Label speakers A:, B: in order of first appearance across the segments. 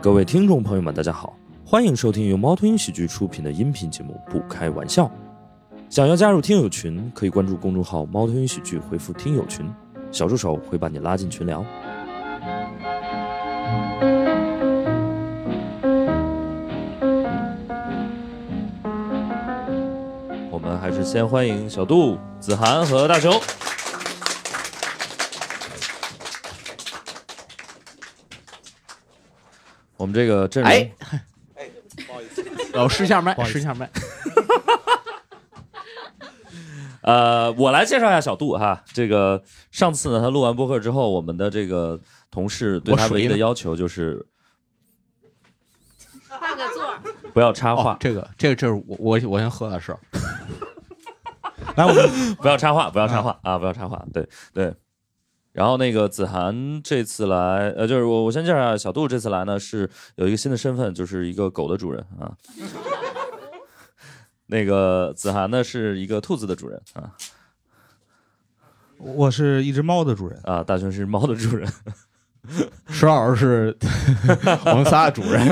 A: 各位听众朋友们，大家好，欢迎收听由猫头鹰喜剧出品的音频节目《不开玩笑》。想要加入听友群，可以关注公众号“猫头鹰喜剧”，回复“听友群”，小助手会把你拉进群聊。我们还是先欢迎小杜、子涵和大雄。我们这个阵容，
B: 哎老试一下麦，试一下麦。
A: 呃，我来介绍一下小杜哈。这个上次呢，他录完播客之后，我们的这个同事对他
B: 我水
A: 唯一的
B: 呢
A: 要求就是
C: 换个座儿，
A: 不要插话，
B: 哦，这个，这个，这是我我我先喝的 是，
D: 来，我们
A: 不要插话，不要插话啊，不要插话。对对。然后那个子涵这次来，呃，就是我我先介绍一下小杜这次来呢是有一个新的身份，就是一个狗的主人啊。 那个子涵呢是一个兔子的主人啊
D: 我是一只猫的主人，
A: 啊，大熊是猫的 主人。
B: 石老师 是 我们仨的主 人。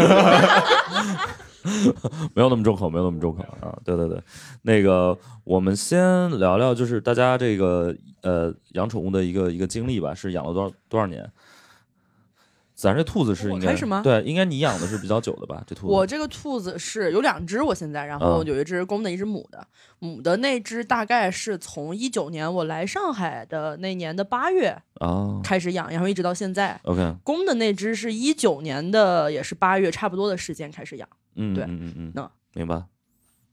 A: 没有那么重口，没有那么重口啊！对对对，那个我们先聊聊，就是大家这个呃养宠物的一个一个经历吧，是养了多少多少年？咱这兔子是应
C: 我
A: 该
C: 开始吗
A: 对，应该你养的是比较久的吧？这兔子
C: 我这个兔子是有两只，我现在，然后
A: 嗯
C: 有一只公的，一只母的。母的那只大概是从一九年我来上海的那年的八月
A: 啊嗯
C: 开始养，然后一直到现在。
A: ，OK，
C: 公的那只是一九年的，也是八月差不多的时间开始养。
A: 嗯，
C: 对
A: 嗯嗯嗯嗯
C: 那，
A: 明白。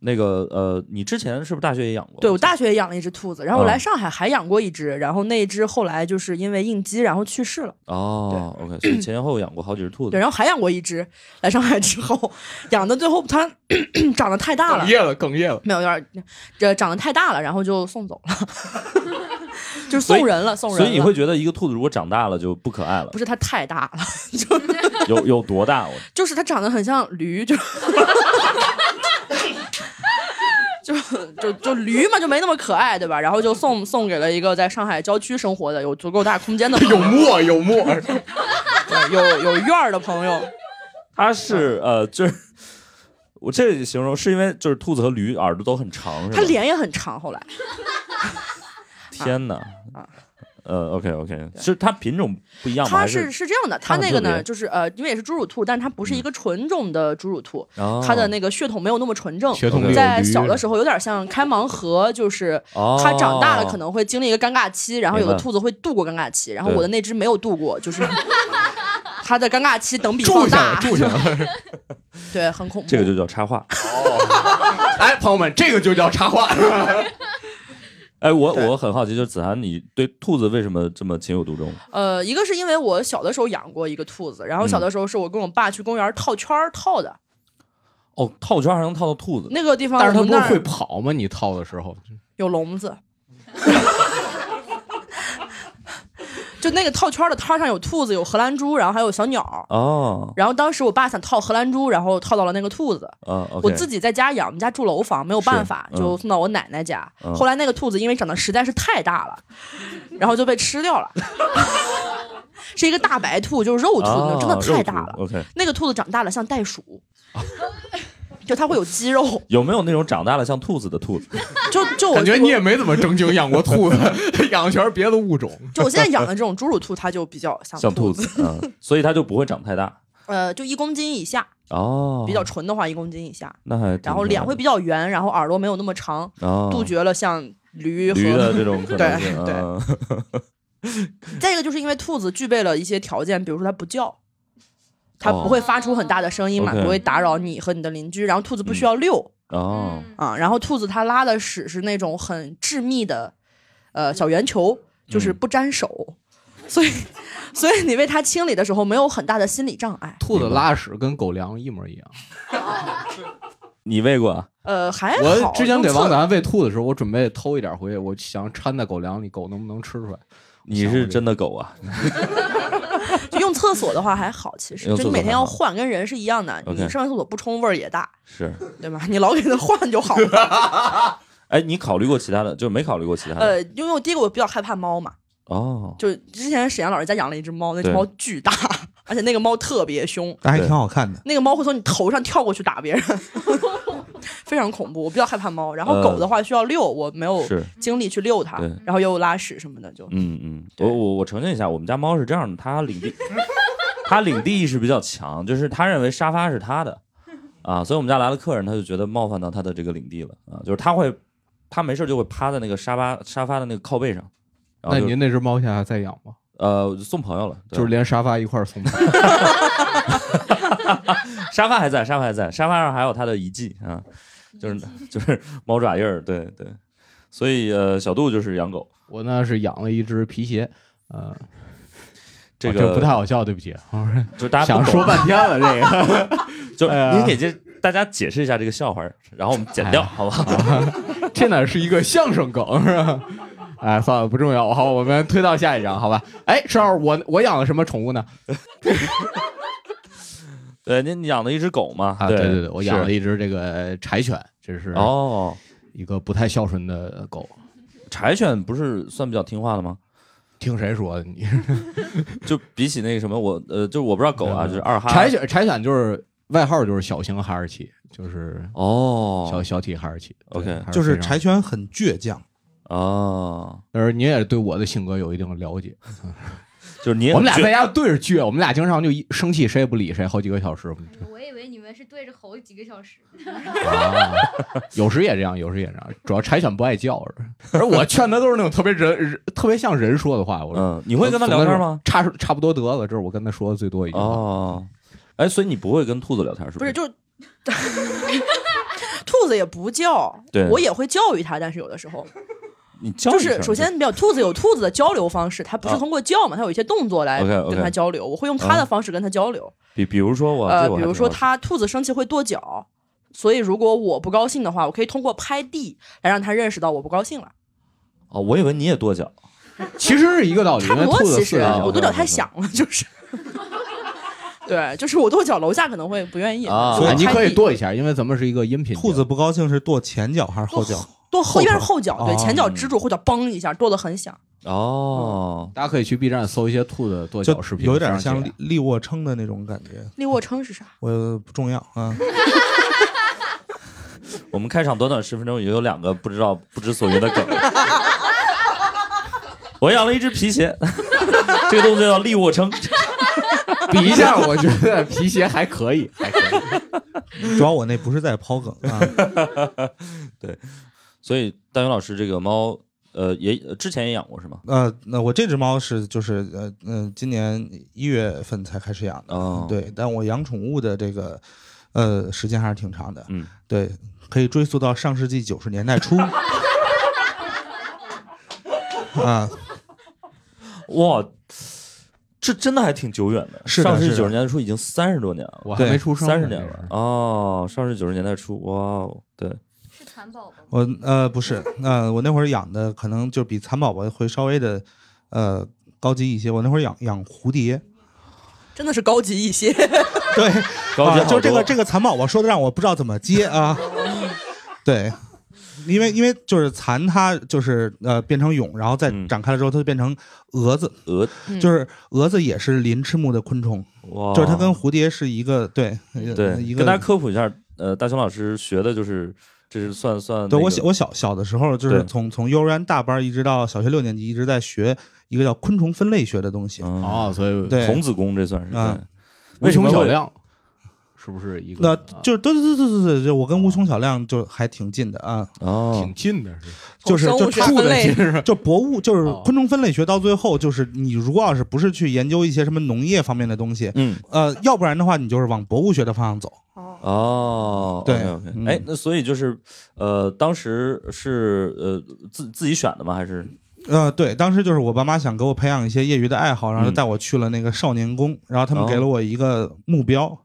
A: 那个呃，你之前是不是大学也养过？
C: 对我大学也养了一只兔子，然后我
A: 嗯
C: 来上海还养过一只，然后那一只后来就是因为应激然后去世了。
A: 哦，OK，所以前前后后养过好几只兔
C: 对，
A: 子。
C: 然后还养过一只，来上海之后 养的，最后它 长得太大了
B: 哽，咽了，哽咽了。
C: 没有，有点儿这长得太大了，然后就送走了， 就是
A: 所以
C: 送人了，送人
A: 所
C: 了。
A: 以你会觉得一个兔子如果长大了就不可爱了
C: 不，是它太大了，
A: 有 有多大？我
C: 就是它长得很像驴， 就就就就驴嘛，就没那么可爱，对吧？然后就送送给了一个在上海郊区生活的有足够大空间的朋 友
B: 有墨，有墨。
C: 对有有院儿的朋友，
A: 它是呃，就是我这形容是因为就是兔子和驴耳朵都很长，是吧
C: 它脸也很长，后来
A: 天哪
C: 啊
A: 呃，OK OK，是它品种不一样吗？
C: 它
A: 还
C: 是是这样的，
A: 它
C: 它
A: 很
C: 那个
A: 特
C: 呢，
A: 别嗯
C: 就是呃，因为也是侏儒兔，但它不是一个纯种的侏儒兔，它
A: 它
C: 的那个血统没有那么纯正，
B: 血统里有
C: 在
B: 驴
C: 小的时候有点像开盲盒，就是
A: 哦
C: 它长大了可能会经历一个尴尬期，然后有
A: 明
C: 的
A: 白
C: 兔子会度过尴尬期，然后
A: 对
C: 我的那只没有度过，就是 它的尴尬期等比
B: 住
C: 放
B: 下
C: 大
B: 了，，
A: 呃
B: 住下了。
C: 对，很恐怖。
A: 这个就叫插画。
B: 哎，朋友们，这个就叫插画。
A: 哎，我
C: 对
A: 我很好奇，就是子涵，你对兔子为什么这么情有独钟？
C: 呃，一个是因为我小的时候养过一个兔子，然后小
A: 嗯
C: 的时候是我跟我爸去公园套圈儿套的，
A: 哦，套圈还能套到兔子，
C: 那个地方
B: 但是
C: 我们
B: 他不是
C: 那
B: 会
C: 儿
B: 跑吗？你套的时候，
C: 有笼子。就那个套圈儿的摊儿上有兔子，有荷兰猪，然后还有小鸟，
A: 哦，
C: 然后当时我爸想套荷兰猪，然后套到了那个兔子。
A: 啊，OK，
C: 我自己在家养，我们家住楼房，没有办法，
A: 是嗯
C: 就送到我奶奶家。
A: 嗯
C: 后来那个兔子因为长得实在是太大了，然后就被吃掉了。 是一个大白兔，就是肉兔，
A: 啊
C: 真的太大
A: 肉
C: 了。
A: 兔 OK，
C: 那个兔子长大了像袋鼠， 就它会有肌肉，
A: 有没有那种长大了像兔子的兔子？
C: 就就我
B: 感觉你也没怎么正经养过 兔子，养的全是别的物种。
C: 就我现在养 的这种侏儒兔，它就比较像
A: 像兔
C: 子，
A: 子，嗯，所以它就不会长太大。
C: 呃，就一公斤以下，
A: 哦，
C: 比较纯的话一公斤以下，
A: 那还挺
C: 然后脸会
A: 可
C: 比较圆，然后耳朵没有那么长，
A: 爱的哦
C: 杜绝了像驴和
A: 驴的这种可能性，
C: 对对
A: 嗯
C: 再一个就是因为兔子具备了一些条件，比如说它不叫，它
A: 哦
C: 不会发出很大的声音嘛，
A: OK 嗯
C: 不会打扰你和你的邻居。然后兔子不需要遛、
A: 哦，
C: 啊，然后兔子它拉的屎是那种很致密的，呃，小圆球，就是
A: 嗯
C: 不沾手，所以所以你为它清理的时候没有很大的心理障碍。
B: 兔子拉屎跟狗粮一模一样。
A: 你喂过啊？
C: 呃，还好。
B: 我之前给王
C: 用
B: 子
C: 测
B: 安喂兔子的时候，我准备偷一点回去，我想掺在狗粮里，狗能不能吃出来？
A: 你是真的狗啊？
C: 就用厕所的话还好，其实
A: 用
C: 就
A: 厕
C: 你每
A: 所
C: 天要
A: 还好
C: 换，跟人是一样的。你
A: OK
C: 上完厕所不冲味儿也大，
A: 是。
C: 对吧？你老给它换就好 了。
A: 哎，你考虑过其他的？就是没考虑过其他的？
C: 呃，因为我第一个我比较害怕猫嘛。
A: 哦，
C: 就之前沈阳老师家养了一只猫，那只
A: 对
C: 猫巨大，而且那个猫特别凶，
D: 但还挺好看的。
C: 那个猫会从你头上跳过去打别人，非常恐怖。我比较害怕猫，然后
A: 呃
C: 狗的话需要遛，我没有
A: 是
C: 精力去遛它
A: 对，
C: 然后又拉屎什么的，就
A: 嗯嗯，
C: 对
A: 我我我承认一下，我们家猫是这样的，它领地， 它领地意识比较强，就是它认为沙发是它的啊，所以我们家来了客人，他就觉得冒犯到他的这个领地了啊，就是他会，他没事就会趴在那个沙发沙发的那个靠背上，
B: 那
A: 然后就
B: 您那只猫现在还在养吗？
A: 呃送朋友了，对
B: 就是连沙发一块儿送走。
A: 沙发还在，沙发还在，沙发上还有它的遗迹啊，就是就是猫爪印儿，对对，所以呃小杜就是养狗，
B: 我呢是养了一只皮鞋，呃，
A: 这
B: 啊
A: 个、
B: 不太好笑，对不起。我说
A: 就是大家
B: 想
A: 不懂
B: 说半天了，这个
A: 就是
B: 哎呀
A: 您给这大家解释一下这个笑话儿，然后我们 剪掉，
B: 哎呀
A: 好不好？
B: 这哪是一个相声梗是吧？哎，算了，不重要。好，我们推到下一张，好吧？哎，十二，我我养了什么宠物呢？
A: 对，您养了一只狗嘛？
B: 啊，对
A: 对
B: 对对，我养了
A: 一
B: 一只这个柴犬，这是
A: 哦，
B: 一个不太孝顺的狗。
A: 柴犬不是算比较听话的吗？
B: 听谁说的？你
A: 就比起那个什么，我呃，就是我不知道狗啊，
B: 嗯
A: 就是二哈
B: 柴犬，柴犬就是外号就是小型哈士奇，就是小
A: 哦
B: 小体哈士奇。对
A: OK
B: 还
D: 就是
B: 非常
D: 柴犬很倔强，
A: 哦，
B: 但是您也对我的性格有一定的了解。
A: 就是你也
B: 我们俩
A: 倔
B: 在家对着倔，我们俩经常就一生气，谁也不理谁，好几个小时。
E: 我以为你们是对着吼几个小时。
B: 啊，有时也这样，有时也这样。主要柴犬不爱叫，而我劝它都是那种特别人人特别像人说的话。我说
A: 嗯，你会跟它聊天吗？？
B: 差差不多得了，这是我跟它说的最多一句话。
A: 哦，哎，所以你不会跟兔子聊天是
C: 不
A: 不
C: 是就。兔子也不叫
A: 对，
C: 我也会教育它，但是有的时候
A: 你教
C: 就
A: 一
C: 是
A: 下
C: 首先，比较兔子有兔子的交流方式，它不是
A: 啊
C: 通过叫嘛，它有一些动作来
A: OK，OK
C: 跟它交流。我会用它的
A: 啊
C: 方式跟它交流。
A: 比比如说我，
C: 呃
A: 这，我还
C: 比如说
A: 挺好
C: 它
A: 奇
C: 兔子生气会跺脚，所以如果我不高兴的话，我可以通过拍地来让它认识到我不高兴了。
A: 哦，我以为你也跺脚，
B: 其实是一
A: 哦
B: 个道理，
C: 差
B: 因
C: 不
B: 为
C: 多
B: 兔，子
C: 其实
B: 四
A: 啊
B: 个
C: 我
A: 都
C: 跺脚
A: 我
C: 太
A: 懂
C: 响了，就是。对，就是我跺脚，楼下可能会不愿意
A: 啊
C: 所
B: 哎
C: 以
B: 你
C: 拍
B: 可以
C: 地
B: 跺一下，因为咱们是一个音频节目。
D: 兔子不高兴是跺前脚还是后脚？
C: 跺后，
D: 后
C: 一边是
D: 头
C: 后脚，对，
D: 哦
C: 前脚支住，后脚嘣一下，跺得很响。
A: 哦，
B: 大家可以去 B 站搜一些兔子跺
D: 就
B: 脚视频，
D: 有点像
B: 非常
D: 立
B: 解
D: 立卧撑的那种感觉，
C: 立卧撑是啥？
D: 我不重要啊。
A: 我们开场短短十分钟也有两个不知道不知所云的 梗。我养了一只皮鞋， 这个动作叫立卧撑。
B: 比一下，我觉得皮鞋还可 以，还可 以。
D: 主要我那不是在抛梗啊，
A: 所以大勇老师这个猫，呃，也呃之前也养过是吗？
D: 呃，那我这只猫是就是呃嗯、今年一月份才开始养的，
A: 哦
D: 对，但我养宠物的这个呃时间还是挺长的，
A: 嗯，
D: 对，可以追溯到上世纪九十年代初。 啊，
A: 哇，这真的还挺久远的。
D: 是的
A: 上世纪
D: 是
A: 九
D: 的
A: 十年代初已经三十多年了，
B: 我还
D: 对
B: 没出生呢，
A: 三十年了哦，上世纪九十年代初，哇哦，对，
E: 是蚕宝宝吗？
D: 我呃不是，呃我那会儿养的可能就比蚕宝宝会稍微的呃高级一些。我那会儿养养蝴蝶，
C: 真的是高级一些。
D: 对，
A: 高级
D: 啊
A: 好
D: 就这
A: 多
D: 个这个蚕宝宝说的让我不知道怎么接啊。对，因为因为就是蚕它就是呃变成蛹，然后再
A: 嗯
D: 展开了之后它就变成蛾子，
A: 鹅，
C: 嗯
D: 就是蛾子也是鳞翅目的昆虫，
A: 哇，
D: 就是它跟蝴蝶是一个对 呃
A: 对，
D: 一
A: 跟大家
D: 个。
A: 科普一下，呃，大雄老师学的就是这是算算、
D: 对我小我小小的时候，就是
A: 对
D: 从从幼儿园大班一直到小学六年级，一直在学一个叫昆虫分类学的东西。
A: 嗯、
B: 哦，所以
D: 对，
A: 童子功这算是
D: 啊
A: 对
B: 无
A: 为什
B: 穷
A: 么
B: 小
A: 会
B: 量是不是一
D: 那
B: 个？
D: 就是对对对对对对，就我跟无穷小亮就还挺近的啊，
A: 哦
B: 挺近的，是
D: 就是
C: 哦从生
D: 就
C: 物学
D: 住
C: 分
D: 的
C: 类
D: 近，就博物就是
B: 哦
D: 昆虫分类学到最后就是你如果要是不是去研究一些什么农业方面的东西，
A: 嗯
D: 呃，要不然的话你就是往博物学的方向走。
A: 哦，
D: 对
A: o k
D: 嗯
A: 哎，那所以就是，呃，当时是呃自自己选的吗？还是
D: 呃，对，当时就是我爸妈想给我培养一些业余的爱好，然后就
A: 嗯
D: 带我去了那个少年宫，然后他们
A: 哦
D: 给了我一个目标，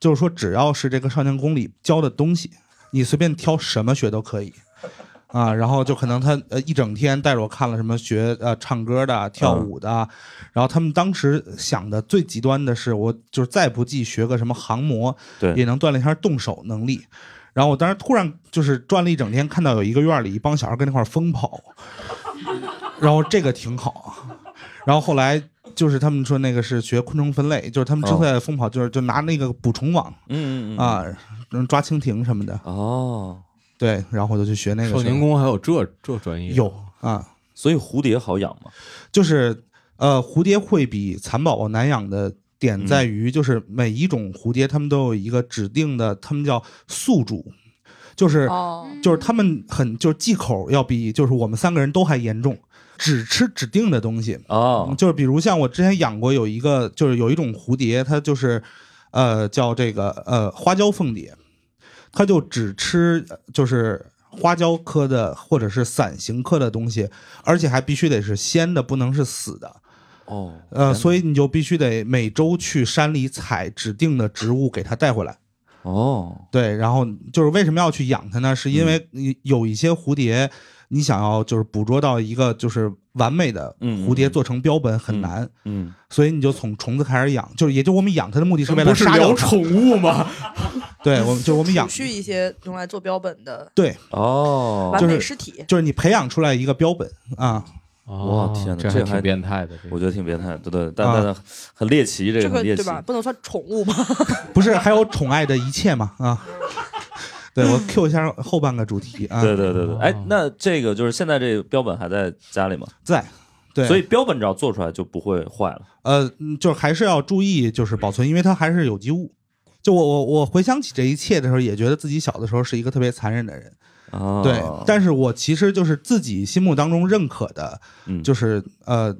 D: 就是说只要是这个少年宫里教的东西，你随便挑什么学都可以。啊，然后就可能他呃一整天带着我看了什么学呃唱歌的、跳
A: 嗯
D: 舞的，然后他们当时想的最极端的是，我就是再不济学个什么航模，
A: 对
D: 也能锻炼一下动手能力。然后我当时突然就是转了一整天，看到有一个院里一帮小孩跟那块儿疯跑，然后这个挺好。然后后来就是他们说那个是学昆虫分类，就是他们之所以疯跑，就是就拿那个捕虫网
A: 哦嗯嗯嗯
D: 啊，嗯抓蜻蜓什么的。
A: 哦，
D: 对，然后我就去学那个
B: 少
D: 事儿
B: 年宫还有这这专业？
D: 有啊，
A: 所以蝴蝶好养嘛？
D: 就是呃，蝴蝶会比蚕宝宝难养的
A: 嗯
D: 点在于，就是每一种蝴蝶它们都有一个指定的，它们叫宿主，就是
C: 哦，
D: 就是他们很就是忌口要比就是我们三个人都还严重，只吃指定的东西。嗯
A: 哦，
D: 就是比如像我之前养过有一个，就是有一种蝴蝶，它就是，呃，叫这个呃花椒凤蝶，它就只吃呃就是花椒科的或者是伞形科的东西，而且还必须得是鲜的，不能是死的。
A: 哦，
D: 呃，
A: 以
D: 所以你就必须得每周去山里采指定的植物给它带回来。
A: 哦，
D: 对，然后就是为什么要去养它呢？是因为有一些蝴蝶，你想要就是捕捉到一个就是完美的
A: 嗯嗯
D: 蝴蝶
A: 嗯
D: 做成标本很难。
A: 嗯，
D: 所以你就从虫子开始养，就是也就我们养它的目的是为了
B: 不是
D: 杀掉
B: 聊
D: 它。
B: 宠物吗？
D: 对，哎我们就我们养
C: 储，蓄一些用来做标本的
D: 对，
A: 哦
C: 完
D: 就，
C: 美
D: 是
C: 尸体，
D: 就是你培养出来一个标本啊，
A: 哇天哪
B: 哦这
A: 这
B: 还
A: 还
B: 挺变态的。这个
A: 我觉得挺变态，对对，但
D: 啊
A: 但很猎奇，这
C: 这
A: 个
C: 个
A: 很猎
C: 对
A: 奇。
C: 吧？不能算宠物吧？
D: 不是还有宠爱的一切嘛啊？ 对我 Q 一下后半个主题啊，
A: 对对对对，哎
B: 哦，
A: 那这个就是现在这个标本还在家里嘛，
D: 在，对，
A: 所以标本只要做出来就不会坏了。
D: 呃，嗯就是还是要注意就是保存，因为它还是有机物。就我我我回想起这一切的时候，也觉得自己小的时候是一个特别残忍的人，
A: 哦，
D: 对。但是我其实就是自己心目当中认可的，
A: 嗯，
D: 就是呃，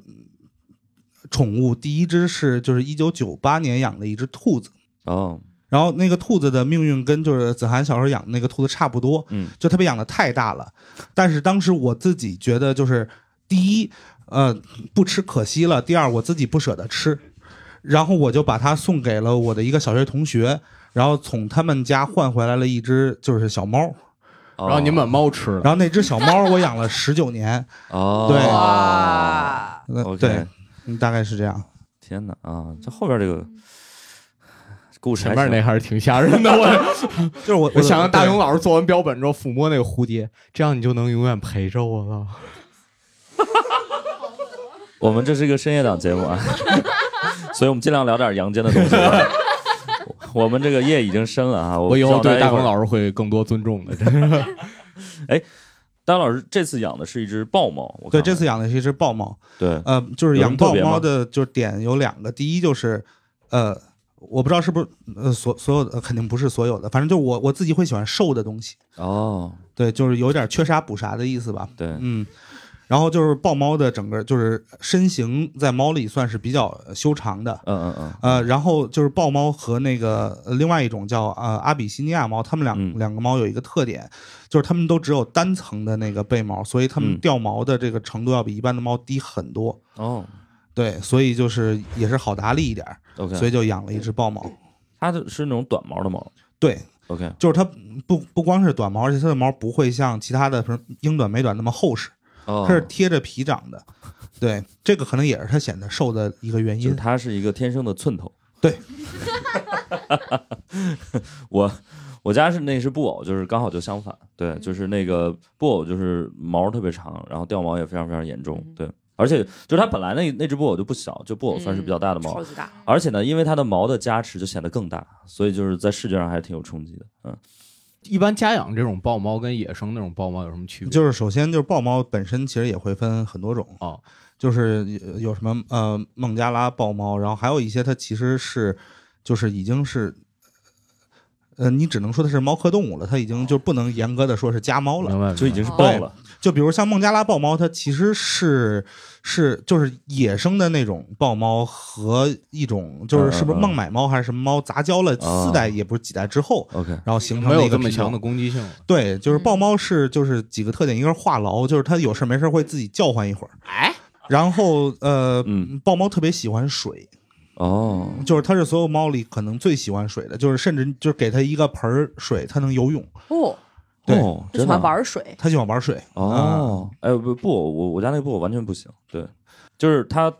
D: 宠物第一只是就是一九九八年养的一只兔子，
A: 哦，
D: 然后那个兔子的命运跟就是子涵小时候养的那个兔子差不多，
A: 嗯，
D: 就它被养的太大了，但是当时我自己觉得就是第一，呃，不吃可惜了；第二，我自己不舍得吃，然后我就把它送给了我的一个小学同学，然后从他们家换回来了一只就是小猫，
A: 然
B: 然后您把猫吃了，
D: 然后那只小猫我养了十九年，
A: 哦，
D: 对
C: 哇，
D: 呃
A: OK
D: 对，嗯大概是这样。
A: 天哪啊，这后边这个故事
B: 前
A: 还
B: 面
A: 行
B: 那还是挺吓人的。 我
D: 就是我，
B: 我想让大
D: 对
B: 勇老师做完标本之后抚摸那个蝴蝶，这样你就能永远陪着我了。
A: 我们这是一个深夜档节目啊， 所以我们尽量聊点阳间的东西。 我们这个夜已经深了啊，
B: 我以后对大
A: 勇
B: 勇老师会更多尊重 的。真的
A: 哎大勇老师这次养的是一只豹猫，我看
D: 对，
A: 看
D: 这次养的是一只豹猫。
A: 对，
D: 呃，就是
A: 有什
D: 养
A: 么特
D: 豹
A: 别吗
D: 猫的，就是点有两个，第一就是，呃，我不知道是不是呃所所有的、呃肯定不是所有的，反正就我我自己会喜欢瘦的东西，
A: 哦，
D: 对，就是有点缺啥补啥的意思吧，
A: 对，
D: 嗯。然后就是豹猫的整个就是身形在猫里算是比较呃修长的，
A: 嗯嗯嗯，
D: 呃，然后就是豹猫和那个呃另外一种叫呃阿比西尼亚猫，它们两、
A: 嗯
D: 两个猫有一个特点，就是它们都只有单层的那个背毛，所以它
A: 嗯
D: 们掉毛的这个程度要比一般的猫低很多。
A: 哦
D: 对，所以就是也是好打理一点儿，
A: ，OK，
D: 所
A: 以
D: 以就养了一只豹猫。
A: 它的是那种短毛的猫
D: 对，
A: ，OK，
D: 就是它不不光是短毛，而且它的毛不会像其他的什么英短、美短那么厚实，
A: 哦，
D: 它是贴着皮长的。对，这个可能也是它显得瘦的一个原
A: 就是
D: 因。
A: 它是一个天生的寸头。
D: 对，
A: 我我家是那是布偶，就是刚好就相反。对，
C: 嗯
A: 就是那个布偶就是毛特别长，然后掉毛也非常非常严重。
C: 嗯
A: 对，而且就是它本来那那只布偶就不小，就布偶算是比较大的猫，
C: 嗯超级大，
A: 而且呢，因为它的毛的加持就显得更大，所以就是在视觉上还是挺有冲击的。嗯，
B: 一般家养这种豹猫跟野生那种豹猫有什么区别？
D: 就是首先就是豹猫本身其实也会分很多种
B: 哦，
D: 就是有有什么呃孟加拉豹猫，然后还有一些它其实是就是已经是。呃，你只能说它是猫科动物了，它已经就不能严格的说是家猫了。
B: 明白，
A: 就已经是
E: 哦
A: 豹了。
D: 就比如像孟加拉豹猫，它其实是是就是野生的那种豹猫和一种就
A: 嗯嗯
D: 是是不是孟买猫还是什么猫杂交了
A: 哦
D: 四代也不是几代之后，
A: OK，
D: 然后形成
B: 没
D: 了
B: 有
D: 一
B: 这
D: 个
B: 么
D: 品
B: 强
D: 种
B: 的。攻击性了。
D: 对，就是
C: 嗯
D: 豹猫是就是几个特点，一个是话痨，就是它有事没事会自己叫唤一会儿。
B: 哎，
D: 然后呃
A: 嗯，
D: 豹猫特别喜欢水，
A: 哦，
D: 就是它是所有猫里可能最喜欢水的，就是甚至就是给它一个盆儿水，它能游泳，
C: 哦，
D: 对
A: 哦
C: 就
A: 真
C: 喜
A: 的
C: 欢
A: 啊
C: 玩水，
D: 它喜欢玩水。啊
A: 哦，哎不不，我我家那个布偶完全不行，对，就是它，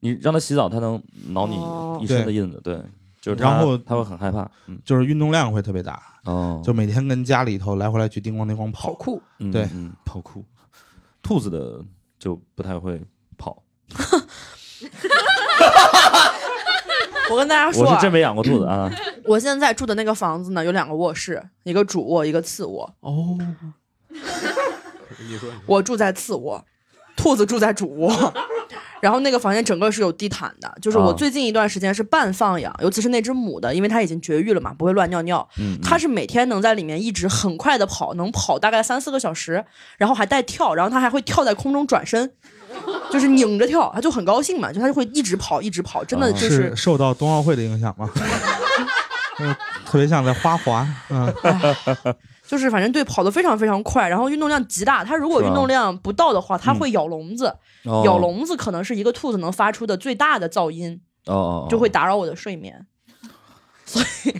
A: 你让它洗澡，它能挠
C: 哦
A: 你一身的印子，对，就是它
D: 然后
A: 它会很害怕，嗯，
D: 就是运动量会特别大，
A: 哦，
D: 就每天跟家里头来回来去叮咣叮咣
C: 好
D: 跑。
C: 酷，
A: 嗯
D: 对
A: 嗯，跑酷，兔子的就不太会跑，
C: 我跟大家说
A: 我
C: 啊，
A: 是真没养过兔子啊。
C: 我现在住的那个房子呢，有两个卧室，一个主卧，一个次卧。
B: 哦，你说
C: 我住在次卧，兔子住在主卧。然后那个房间整个是有地毯的，就是我
A: 啊
C: 最近一段时间是半放养，尤其是那只母的，因为它已经绝育了嘛，不会乱尿尿。
A: 嗯，
C: 它是每天能在里面一直很快的跑，能跑大概三四个小时，然后还带跳，然后它还会跳在空中转身，就是拧着跳，它就很高兴嘛，就它就会一直跑一直跑，真
D: 哦
C: 的
A: 啊
C: 就是是
D: 受到冬奥会的影响吗？ 嗯，特别像在花滑， 嗯，
C: 就是反正对跑得非常非常快，然后运动量极大。它如果
A: 是吧
C: 运动量不到的话，它
A: 嗯
C: 会咬笼子，
A: 哦
C: 咬笼子可能是一个兔子能发出的最大的噪音，
A: 哦哦，哦
C: 就会打扰我的睡眠。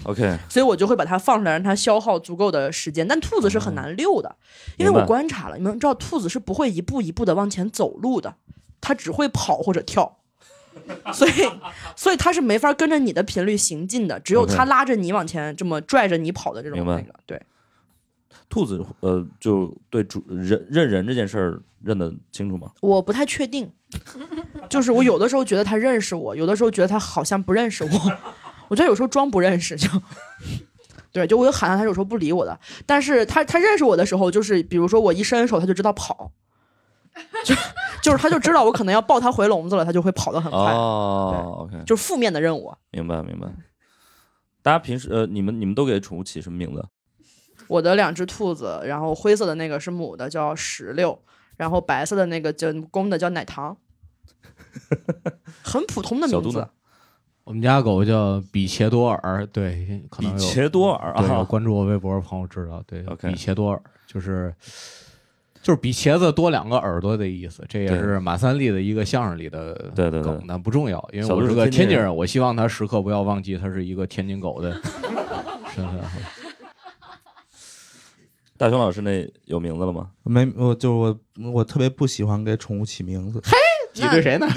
A: OK
C: 所以我就会把它放出来，让它消耗足够的时间。但兔子是很难溜的，因为
A: 哦明白
C: 我观察了，你们知道兔子是不会一步一步的往前走路的，它只会跑或者跳，所以所以它是没法跟着你的频率行进的，只有
A: OK
C: 它拉着你往前这么拽着你跑的这种
A: 明白
C: 那个对。
A: 兔子，呃，就对主认认人这件事儿认得清楚吗？
C: 我不太确定，就是我有的时候觉得他认识我，有的时候觉得他好像不认识我，我觉得有时候装不认识就。对，就我有喊他，他有时候不理我的。但是他他认识我的时候，就是比如说我一伸手，他就知道跑，就就是他就知道我可能要抱他回笼子了，他就会跑得很快，
A: 哦，OK，
C: 就是负面的任务。
A: 明白明白。大家平时呃，你们你们都给宠物起什么名字？
C: 我的两只兔子，然后灰色的那个是母的，叫石榴，然后白色的那个叫公的叫奶 糖，很普通的
A: 小
C: 名
A: 肚
C: 字
A: 腩。
B: 我们家狗叫比切多尔，对，可
A: 比
B: 能有
A: 切多尔
B: 对，有
A: 啊，
B: 关注我微博的朋友知道，对
A: OK
B: 比切多尔就是就是比茄子多两个耳朵的意思，这也
A: 对
B: 是马三立的一个相声里的
A: 对对对
B: 梗，但不重要，因为
A: 小
B: 我
A: 鹿
B: 是
A: 是
B: 个
A: 天津
B: 天津
A: 人
B: 人，我希望他时刻不要忘记他是一个天津狗 的身份。
A: 大熊老师那有名字 了吗？
D: 没，我就我我特别不喜欢给宠物起名字，
B: 你对谁呢？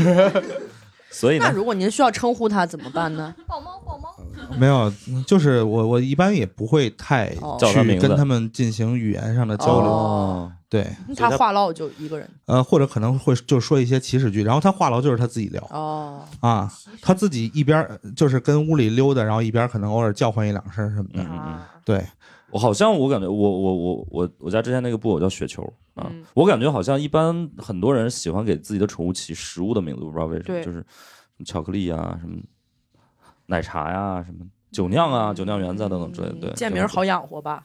A: 所以呢
C: 那，如果您需要称呼它怎么办呢？
E: 宝猫宝猫，
D: 没有，就是我我一般也不会太
C: 哦
A: 叫他名
D: 去
A: 字
D: 跟他们进行语言上的交流，
C: 哦
D: 对，
C: 他话唠就一个人
D: 呃，或者可能会就说一些祈使句，然后他话痨就是他自己聊
C: 哦，
D: 啊，他自己一边儿就是跟屋里溜达，然后一边儿可能偶尔叫唤一两声什么的，
A: 嗯嗯嗯，
D: 对，
A: 我好像我感觉我我我我我家之前那个布偶叫雪球啊，
C: 嗯
A: 我感觉好像一般很多人喜欢给自己的宠物起食物的名字，我不知道为什么，
C: 对
A: 就是什么巧克力啊，什么奶茶呀、什么酒酿啊、酒酿园子啊等等之类的。对，
C: 建嗯名儿好养活吧？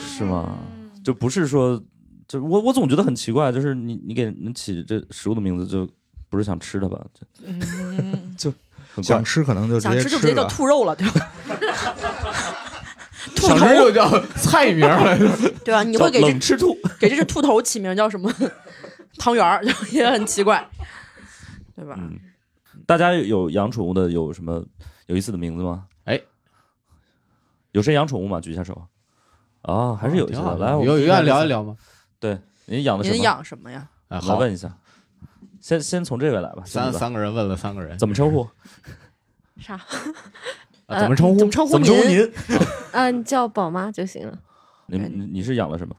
A: 是吗？
C: 嗯
A: 就不是说，就我我总觉得很奇怪，就是你你给人起这食物的名字，就不是想吃它吧？就
C: 嗯，
A: 很怪
D: 想。吃可能就直
C: 想
D: 接
C: 吃就直接叫
D: 了，
C: 兔肉了，对吧？兔
B: 小
C: 头
B: 时又叫菜名儿了，
C: 对啊吧？你
A: 叫
C: 会给
A: 冷
C: 这
A: 吃兔，
C: 给这只兔头起名叫什么？ 汤圆儿 也很奇怪，对吧？
A: 嗯，大家有养宠物的有什么有意思的名字吗？
B: 哎，
A: 有谁养宠物吗？举一下手。啊，还是有一些
B: 哦挺好
A: 的。
B: 的
A: 来，我们
B: 有有要
A: 看看
B: 聊一。聊吗？
A: 对，您养的什么？
C: 您养什么呀？
B: 哎，
A: 我
B: 好
A: 来，问一下。先先从这位来吧。
B: 三
A: 先来吧
B: 三个人问了三个人，
A: 怎么 称呼？
F: 啥？呃
B: 啊怎么称
C: 怎
B: 呼
C: 么？称呼
A: 怎么称呼
C: 您？
A: 您？
F: 嗯，叫宝妈就行了。
C: 哎
A: 你你你是养了什么？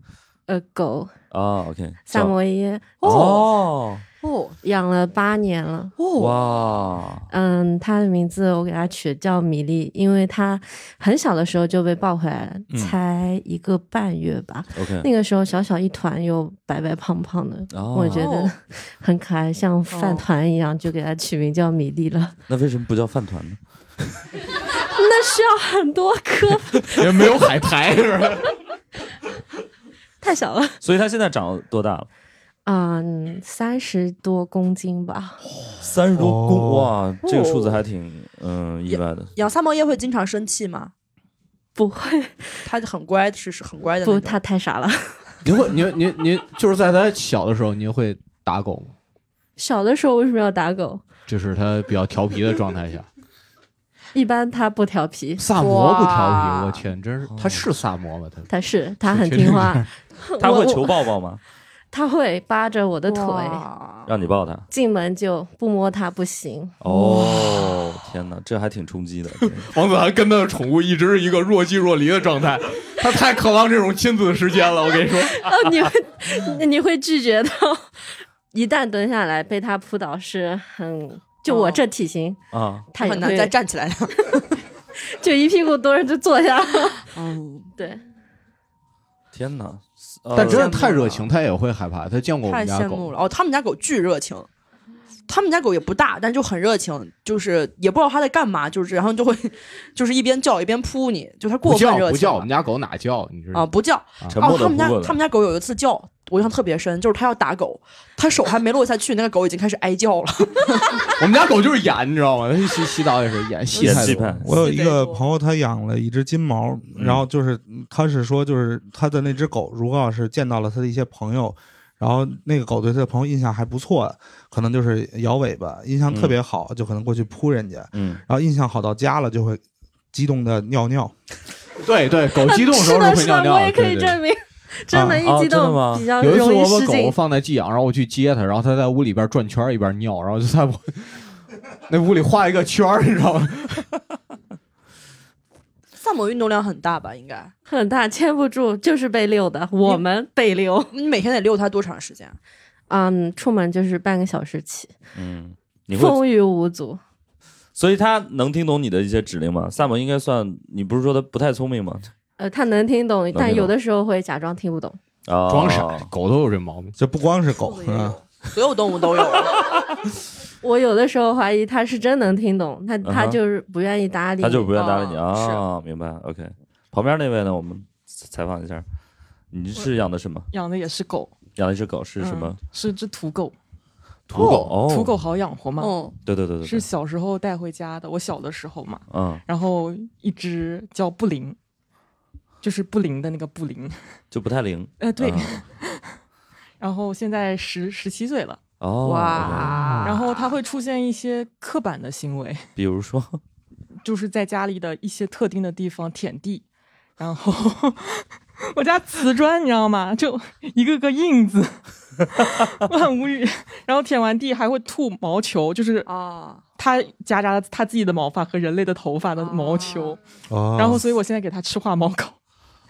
F: 呃，狗
A: 啊，OK。
F: 萨摩耶
A: 哦
C: 哦
F: 养了八年了。
C: 哦，
A: 哇，
F: 嗯，它的名字我给它取叫米粒，因为它很小的时候就被抱回来了，
A: 嗯
F: 才一个半月吧。
A: OK，
F: 那个时候小小一团，又白白胖胖的，
A: 哦
F: 我觉
C: 哦
F: 得很可爱，像饭团一样，就给它取名叫米粒了。
A: 那为什么不叫饭团呢？
F: 那需要很多颗，
B: 也没有海苔是吧？
F: 太小了。
A: 所以它现在长了多大了？
F: 嗯，三十多公斤吧。
A: 三十多
B: 哦
A: 公，哇，这个数字
C: 哦
A: 还挺嗯意外的。
C: 养萨摩耶会经常生气吗？
F: 不会，
C: 它很乖，是是很乖的那
F: 不，
C: 种。
F: 它太傻了。
B: 您会您您您就是在他小的时候，您会打狗吗？
F: 小的时候为什么要打狗？
B: 就是他比较调皮的状态下，
F: 一般它不调皮，
B: 萨摩不调
C: 哇
B: 皮，我天，真是他是萨摩吗？他
F: 它是它很
B: 确定
F: 听话，
A: 它
F: 我
A: 会求
F: 我
A: 抱抱吗？
F: 它会扒着我的啊腿，
C: 哇
A: 让你抱它。
F: 进门就不摸它不行。
A: 哦，天哪，这还挺冲击的。对
B: 王子涵跟他的宠物一直是一个若即若离的状 态，他太渴望这种亲子时间了。我跟你说，
F: 哦，你会你会拒绝它，一旦蹲下来被它扑倒是很就我这体型，
A: 啊，
F: 他
G: 哦
F: 也
G: 很难再
F: 会
G: 站起来了。
F: 就一屁股蹲着就坐下了。
G: 嗯，
F: 对，
A: 天哪！
B: 但真
A: 这
B: 的太热情，他也会害怕。他见过我
G: 太
B: 们家
G: 羡慕
B: 狗，
G: 了。
C: 哦，他们家狗巨热情，他们家狗也不大，但就很热情，就是也不知道它在干嘛，就是然后就会就是一边叫一边扑你，就它过
B: 不
C: 分
B: 叫
C: 热
B: 不
C: 情
B: 叫，我
C: 了
B: 们家狗哪叫？你知
C: 啊
B: 道
C: 不叫
A: 沉
C: 哦
A: 默，
C: 他
A: 的
C: 们家
F: 啊
A: 顾问
C: 他们家狗有一次叫，我印象特别深，就是它要打狗，它手还没落下去，那个狗已经开始哀叫了。
B: 我们家狗就是演，你知道吗？它洗洗澡也是演戏
A: 也
B: 太
A: 期
B: 多。
A: 盼
D: 我有一
C: 西北
D: 个
C: 多
D: 朋友，他养了一只金毛，
A: 嗯
D: 然后就是他是说，就是他的那只狗，如果要是见到了他的一些朋友，然后那个狗对他的朋友印象还不错，可能就是摇尾巴，印象特别好，就可能过去扑人家，
A: 嗯，
D: 然后印象好到家了就会激动的尿尿。
B: 对对，狗激动的时
F: 是
B: 候
F: 的，
B: 会
F: 是
B: 尿
F: 的，
B: 尿。
F: 我也可以
B: 对对哦
F: 证明，真的，
A: 啊
F: 一激
E: 哦
A: 真的吗
F: 动比较
B: 有一次
F: 容易
B: 我把
F: 失
B: 狗
F: 禁。
B: 放在寄养，然后我去接它，然后它在屋里边转圈儿一边尿，然后就在我那屋里画一个圈儿，你知道吗？
C: 萨摩运动量很大吧？应该
F: 很大，牵不住，就是被遛的。我们被遛，
C: 你每天得遛它多长时间？啊
F: 嗯，出门就是半个小时起，
A: 嗯，你会，
F: 风雨无阻。
A: 所以他能听懂你的一些指令吗？萨蒙应该算，你不是说他不太聪明吗？
F: 呃，他能听懂，
A: 听
F: 但有
A: 懂
F: 的时候会假装听不懂。
A: 啊，
B: 装傻，狗都有这毛病。
D: 这不光是狗
C: 兔，子也
D: 嗯
C: 有，所有动物都有。
F: 我有的时候怀疑他是真能听懂，他
A: 嗯
F: 他
A: 哼
F: 就是不愿意搭理你。
A: 他就是不愿意搭理你
C: 哦
A: 啊，明白？OK，旁边那位呢？我们采访一下，你是养的什么？
H: 养的也是狗，嗯
A: 养的一只狗是什么？
H: 是只土狗。
A: 土狗哦，
H: 土狗好养活嘛？
C: 嗯，
A: 对对对对，
H: 是
A: 对
H: 小时候带回家的，我小的时候嘛。
A: 嗯，
H: 然后一只叫布灵，就是布灵的那个布灵。
A: 就不太灵。
H: 呃，对。
A: 嗯
H: 然后现在十十七岁了，
A: 哦，
C: 哇，
H: 然后它会出现一些刻板的行为，
A: OK，比如说，
H: 就是在家里的一些特定的地方舔地，然后我家瓷砖你知道吗？就一个个印子， 我很无语。然后舔完地还会吐毛球，就是
C: 啊，
H: 它夹杂它自己的毛发和人类的头发的毛
C: 啊
H: 球，
D: 哦
H: 然后所以我现在给它吃化毛膏，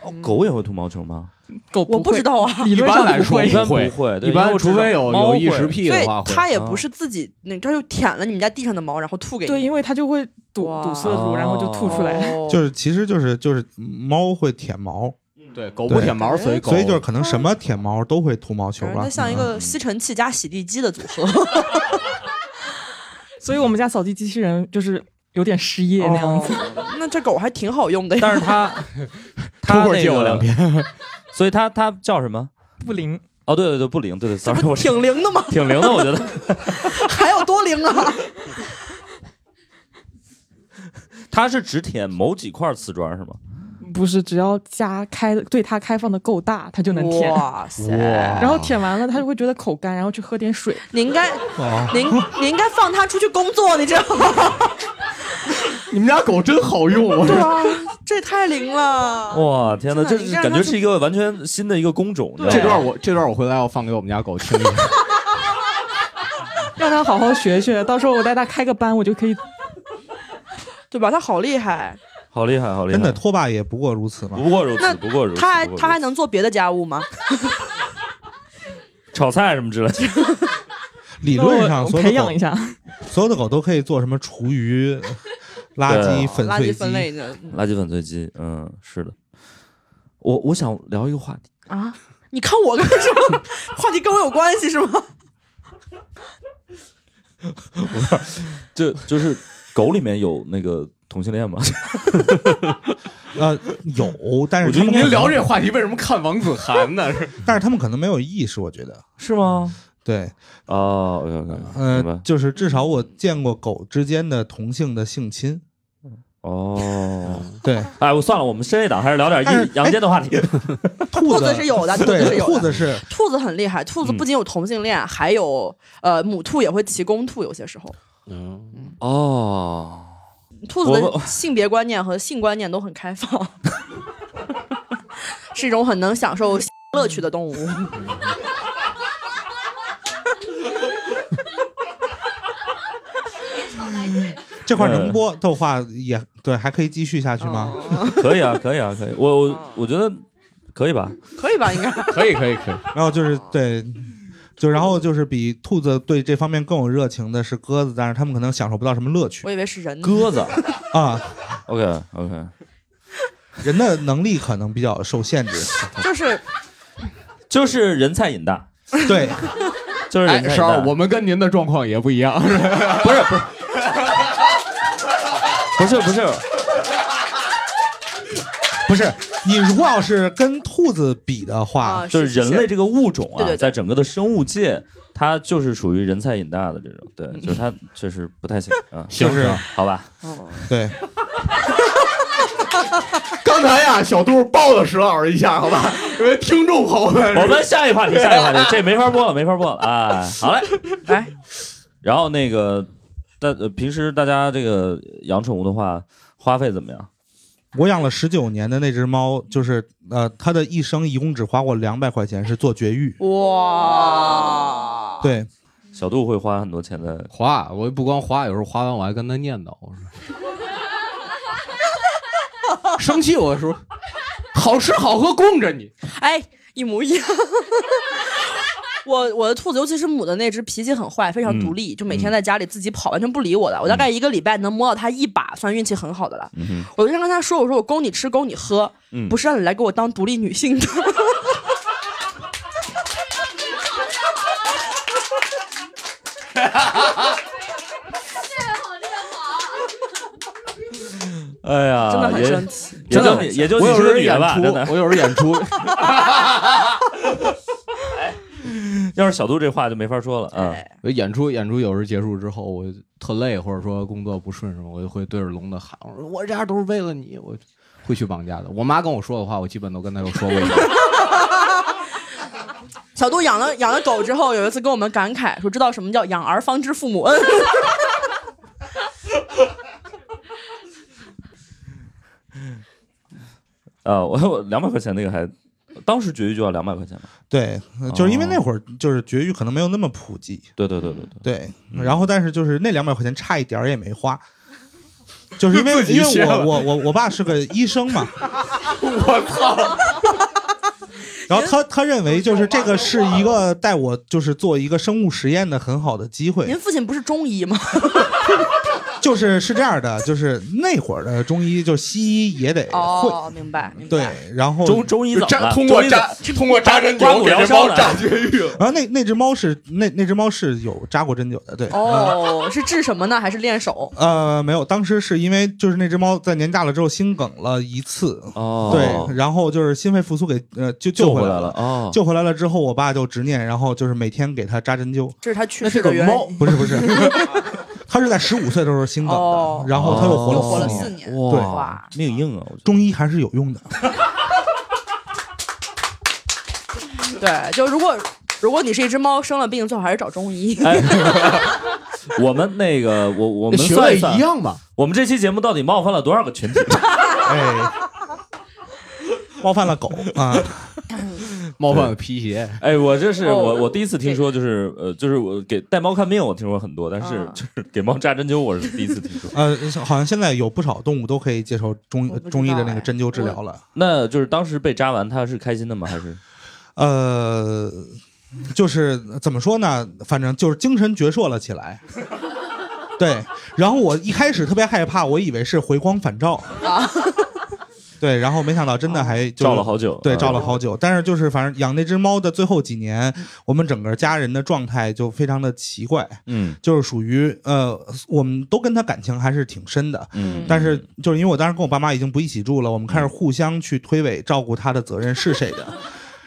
A: 哦，狗也会吐毛球吗？
H: 狗
C: 我不
H: 不会
C: 知，道啊。
H: 理
B: 一
H: 论
B: 般
H: 上
B: 来
H: 不
B: 说
H: 会
A: 一般不
B: 会，
A: 会，对
B: 一般除非有有意识。
A: 因为我知道猫会
B: 癖
C: 所
B: 的
C: 以
B: 话会。
C: 它也
A: 啊
C: 不是自己，那它就舔了你们家地上的毛，然后吐给你。
H: 对，因为它就会堵
C: 哇
H: 堵塞住，然后就吐出来。
C: 哦
D: 就是其实就是就是猫会舔毛，
B: 对，狗不舔毛，所以狗
D: 所以就是可能什么舔毛都会吐毛球
C: 感觉
D: 吧嗯
C: 它。哦嗯像一
B: 嗯
C: 个吸尘器加洗地机的组合。
H: 所以我们家扫地机器人就是有点失业那样子。
C: 哦那这狗还挺好用的呀。
A: 但是它，
B: 一
A: 它
B: 会儿
A: 那
B: 借我两
A: 个，所以它它叫什么？
H: 布灵，
A: 哦，对对对，不灵，对对，sorry，我
C: 挺灵的嘛，
A: 挺灵的，我觉得。
C: 还有多灵啊？
A: 它是只舔某几块瓷砖是吗？
H: 不是，只要家开对它开放的够大，它就能舔。
C: 哇塞！
H: 然后舔完了，它就会觉得口干，然后去喝点水。
C: 你应该，
D: 哦
C: 你你应该放它出去工作，你知道吗？
B: 你们家狗真好用，啊我说
C: 哇，这也太灵了！
A: 哇，天哪，
C: 真的
A: 这
C: 你
A: 啊是
C: 让
A: 感
C: 它
A: 觉
C: 就是
A: 一个完全新的一个工种。你知
C: 啊
B: 这
A: 道吗
B: 段我这段我回来要放给我们家狗听一下。
H: 让他好好学学，到时候我带他开个班，我就可以。
C: 对吧？它好厉害，
A: 好厉害，好厉害！
D: 真的，拖把也不过如此嘛。
A: 不过如此，
C: 那
A: 不过如此。
C: 它还
A: 不过如此
C: 它还能做别的家务吗？
A: 炒菜什么之类的。
D: 理论
H: 那
D: 上
H: 我
D: 所
H: 我
D: 有的
H: 培
D: 狗
H: 养一下，
D: 所有的狗都可以做什么厨 余、垃
A: 啊
D: 圾粉
C: 垃
D: 碎
C: 圾分
D: 机。
C: 类的
A: 垃圾粉碎机，嗯，是的。我我想聊一个话 题，
C: 啊？ 你看我干什么？话题跟我有关系是吗？
A: 这就是狗里面有那个同性恋吗？
D: 呃，有，但
A: 我
D: 是
A: 觉
D: 他
A: 得
D: 们
A: 应该
B: 您聊这话题为什么看王子 涵呢？是
D: 但是他们可能没有意识，我觉得。
A: 是吗？
D: 对，
A: 哦，OK OK，明白
D: 呃，。就是至少我见过狗之间的同性的性侵。
A: 哦，
D: 对，
A: 哎，我算了，我们深夜档还是聊点
D: 但
A: 阴
D: 是
A: 阳间的话题。
D: 兔
C: 兔子是有的，兔子是
D: 对，
C: 有
D: 兔
C: 的。
D: 子是
C: 兔子很厉害，
A: 嗯
C: 兔子不仅有同性恋，还有呃母兔也会骑公兔，有些时候
A: 哦，
C: 兔子
A: 我
C: 的性别观念和性观念都很开放， 是一种很能享受乐趣的动物。
D: 这
A: 呃
D: 块能播的话也对，还可以继续下去吗？
A: 可以啊，可以啊，可以。我我我觉得可以吧？
C: 可以吧？应该
B: 可以可以可以，
D: 然后就是对，就然后就是比兔子对这方面更有热情的是鸽子，但是他们可能享受不到什么乐趣
C: 我以为是人呢。
A: 鸽子
D: 啊，
A: ，OK OK，
D: 人的能力可能比较受限制。
C: 就是
A: 就是人菜瘾大，
D: 对，
A: 就是
B: 哎
A: 人，菜瘾
B: 十
A: 大。
B: 二，我们跟您的状况也不一样，
A: 不是不是不是不是，
D: 不是你如果要是跟兔子比的话，
C: 啊，
A: 就是人类这个物种
C: 对对
A: 啊，
C: 对
A: 在整个的生物界，它就是属于人菜瘾大的这种，对，就是它确实不太行啊，
D: 就是
A: 好吧？
D: 对，
B: 刚才呀，小杜抱了石老师一下，好吧？因为听众朋友们
A: 我们下一话题，下一话题，这没法播了，没法播了啊！好嘞，
B: 哎
C: 来，
A: 然后那个，大呃平时大家这个养宠物的话，花费怎 么样？
D: 我养了十九年的那只猫，就是呃，它的一生一共只花过两百块钱，是做绝 育。
C: 哇，
D: 对，
A: 小杜会花很多钱的，
B: 花，我不光花，有时候花完我还跟他念叨，我说生气，我说好吃好喝供着你，
C: 哎，一模一样。 我我的兔子，尤其是母的那只，脾气很坏，非常独立，就每天在家里自己跑，完全不理我的。我大概一个礼拜能摸到它一把，算运气很好的了。
A: 嗯
C: 我就跟他说：“我说我供你吃，供你喝，
A: 嗯
C: 不是让你来给我当独立女性的。
E: 这个好，这个好，
A: 哎呀，
C: 真的很
A: 也
C: 生气。
A: 也
B: 真的
A: 就
B: 很
A: 也就
B: 我
A: 你
B: 有
A: 是
B: 时
A: 个
B: 候
A: 女
B: 演
A: 的吧，真的
B: 出，。我有时候演出，
A: 要是小杜这话就没法说了啊。
B: 我演出演出有时候结束之后，我特累，或者说工作不顺什么，我就会对着笼子喊，我说我这样都是为了你，我会去绑架的。我妈跟我说的话，我基本都跟她有说过一遍。
C: 小杜养了养了狗之后，有一次跟我们感慨说：“知道什么叫养儿方知父母恩。
A: 啊，我我两百块钱那个还，当时绝育就要两百块钱嘛。
D: 对，呃就是因为那会儿就是绝育可能没有那么普及，
A: 对对对对对，
D: 对，然
A: 嗯
D: 后但是就是那两百块钱差一点儿也没花，就是因 为
B: 自己
D: 因
B: 歇
D: 为
B: 了
D: 我我我我爸是个医生 嘛，
B: 我操！
D: 然后他他认为就是这个是一个带我就是做一个生物实验的很好的机”会
C: 您，父亲不是中医吗？
D: 就是是这样的，就是那会儿的中医就西医也得会，
C: 哦，明白明白。
D: 对，然后
A: 中中医怎么了？中医怎么
B: 通过扎针
A: 刮骨疗伤了
B: 绝育了。
D: 然后那那只猫是那那只猫是有扎过针灸的，对，嗯
C: 哦，是治什么呢？还是练手？
D: 呃，没有，当时是因为就是那只猫在年大了之后心梗了一次，
A: 哦，
D: 对，然后就是心肺复苏给呃就救
A: 救
D: 回
A: 回
D: 来
A: 来了，哦，
D: 救回来了之后，我爸就执念，然后就是每天给它扎针灸，
C: 这是他去
B: 那
C: 世
B: 这
C: 的
B: 个
C: 原
B: 猫
C: 因。
D: 不是不是，它是在十五岁的时候心梗的，
C: 哦
D: 然后它又活
C: 又
D: 了
C: 活了
D: 四
C: 四
D: 年。
C: 年。
D: 对
A: 哇，命硬啊！我觉得
D: 中医还是有用的，
C: 对，就如果如果你是一只猫生了病，最好还是找中医。
A: 哎 我们那个，我我
B: 那
A: 们
B: 穴
A: 算
B: 位
A: 一算
B: 一，样嘛？
A: 我们这期节目到底冒犯了多少个群体？
D: 哎，冒犯了狗 啊，。
B: 冒犯了皮鞋，
A: 哎，我这是
C: 哦
A: 我我第一次听说，就是呃，就是我给带猫看病，我听说很多，但是
C: 啊
A: 就是给猫扎针灸，我是第一次听 说
D: 呃，好像现在有不少动物都可以接受中
C: 我不知道
D: 中医的那
C: 哎
D: 个针灸治疗了，
A: 那就是当时被扎完，它是开心的吗？还是
D: 呃。就是怎么说呢，反正就是精神矍铄了起 来。对，然后我一开始特别害怕，我以为是回光返照
C: 啊。
D: 对，然后没想到真的还就是
A: 啊照了好久？
D: 对，
A: 啊
D: 照了好久。但是就是反正养那只猫的最后几年，我们整个家人的状态就非常的奇怪，
A: 嗯
D: 就是属于呃，我们都跟它感情还是挺深的。
A: 嗯，
D: 但是就是因为我当时跟我爸妈已经不一起住了，我们开始互相去推诿照顾它的责任是 谁的。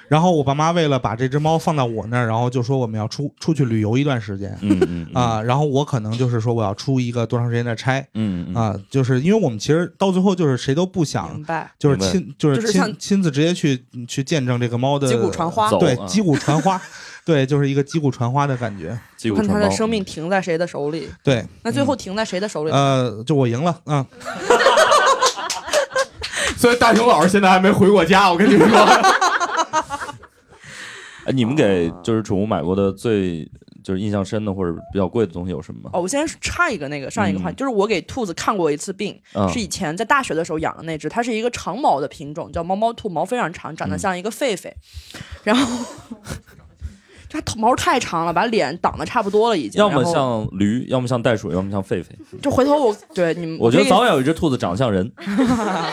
D: 然后我爸妈为了把这只猫放到我那儿，然后就说我们要出出去旅游一段时间
A: 嗯嗯嗯
D: 啊、然后我可能就是说我要出一个多长时间的差
A: 嗯嗯嗯
D: 啊、就是因为我们其实到最后就是谁都不想
C: 明白。
D: 就是
A: 明白
D: 亲，就是
C: 就是
D: 亲
C: 像
D: 亲自直接去去见证这个猫的
C: 击鼓传花
A: 走
D: 对
A: 啊，
D: 击鼓传花，对，就是一个击鼓传花的感觉。
A: 击鼓
C: 看他
A: 传
C: 的
A: 猫嗯
C: 生命停在谁的手里，
D: 对，
C: 那最后停在谁的手里？
D: 呃，就我赢了，嗯，
B: 所以大熊老师现在还没 回过家，我跟你们说，
A: 哎，你们给就是宠物买过的最就是印象深的或者比较贵的东西有什么吗？
C: 哦，我先插一个那个上一个话题，
A: 嗯
C: 就是我给兔子看过一次病，
A: 啊
C: 是以前在大学的时候养的那只，它是一个长毛的
A: 嗯
C: 品种，叫猫猫兔，毛非常长，长得像一个狒狒。然后这头毛太长了，把脸挡的差不多了已经。
A: 要么
C: 然后
A: 像驴，要么像袋鼠，要么像狒狒。
C: 就回头我对
E: 嗯
C: 你们，
A: 我觉得
C: 可以
A: 早晚有一只兔子长得像人。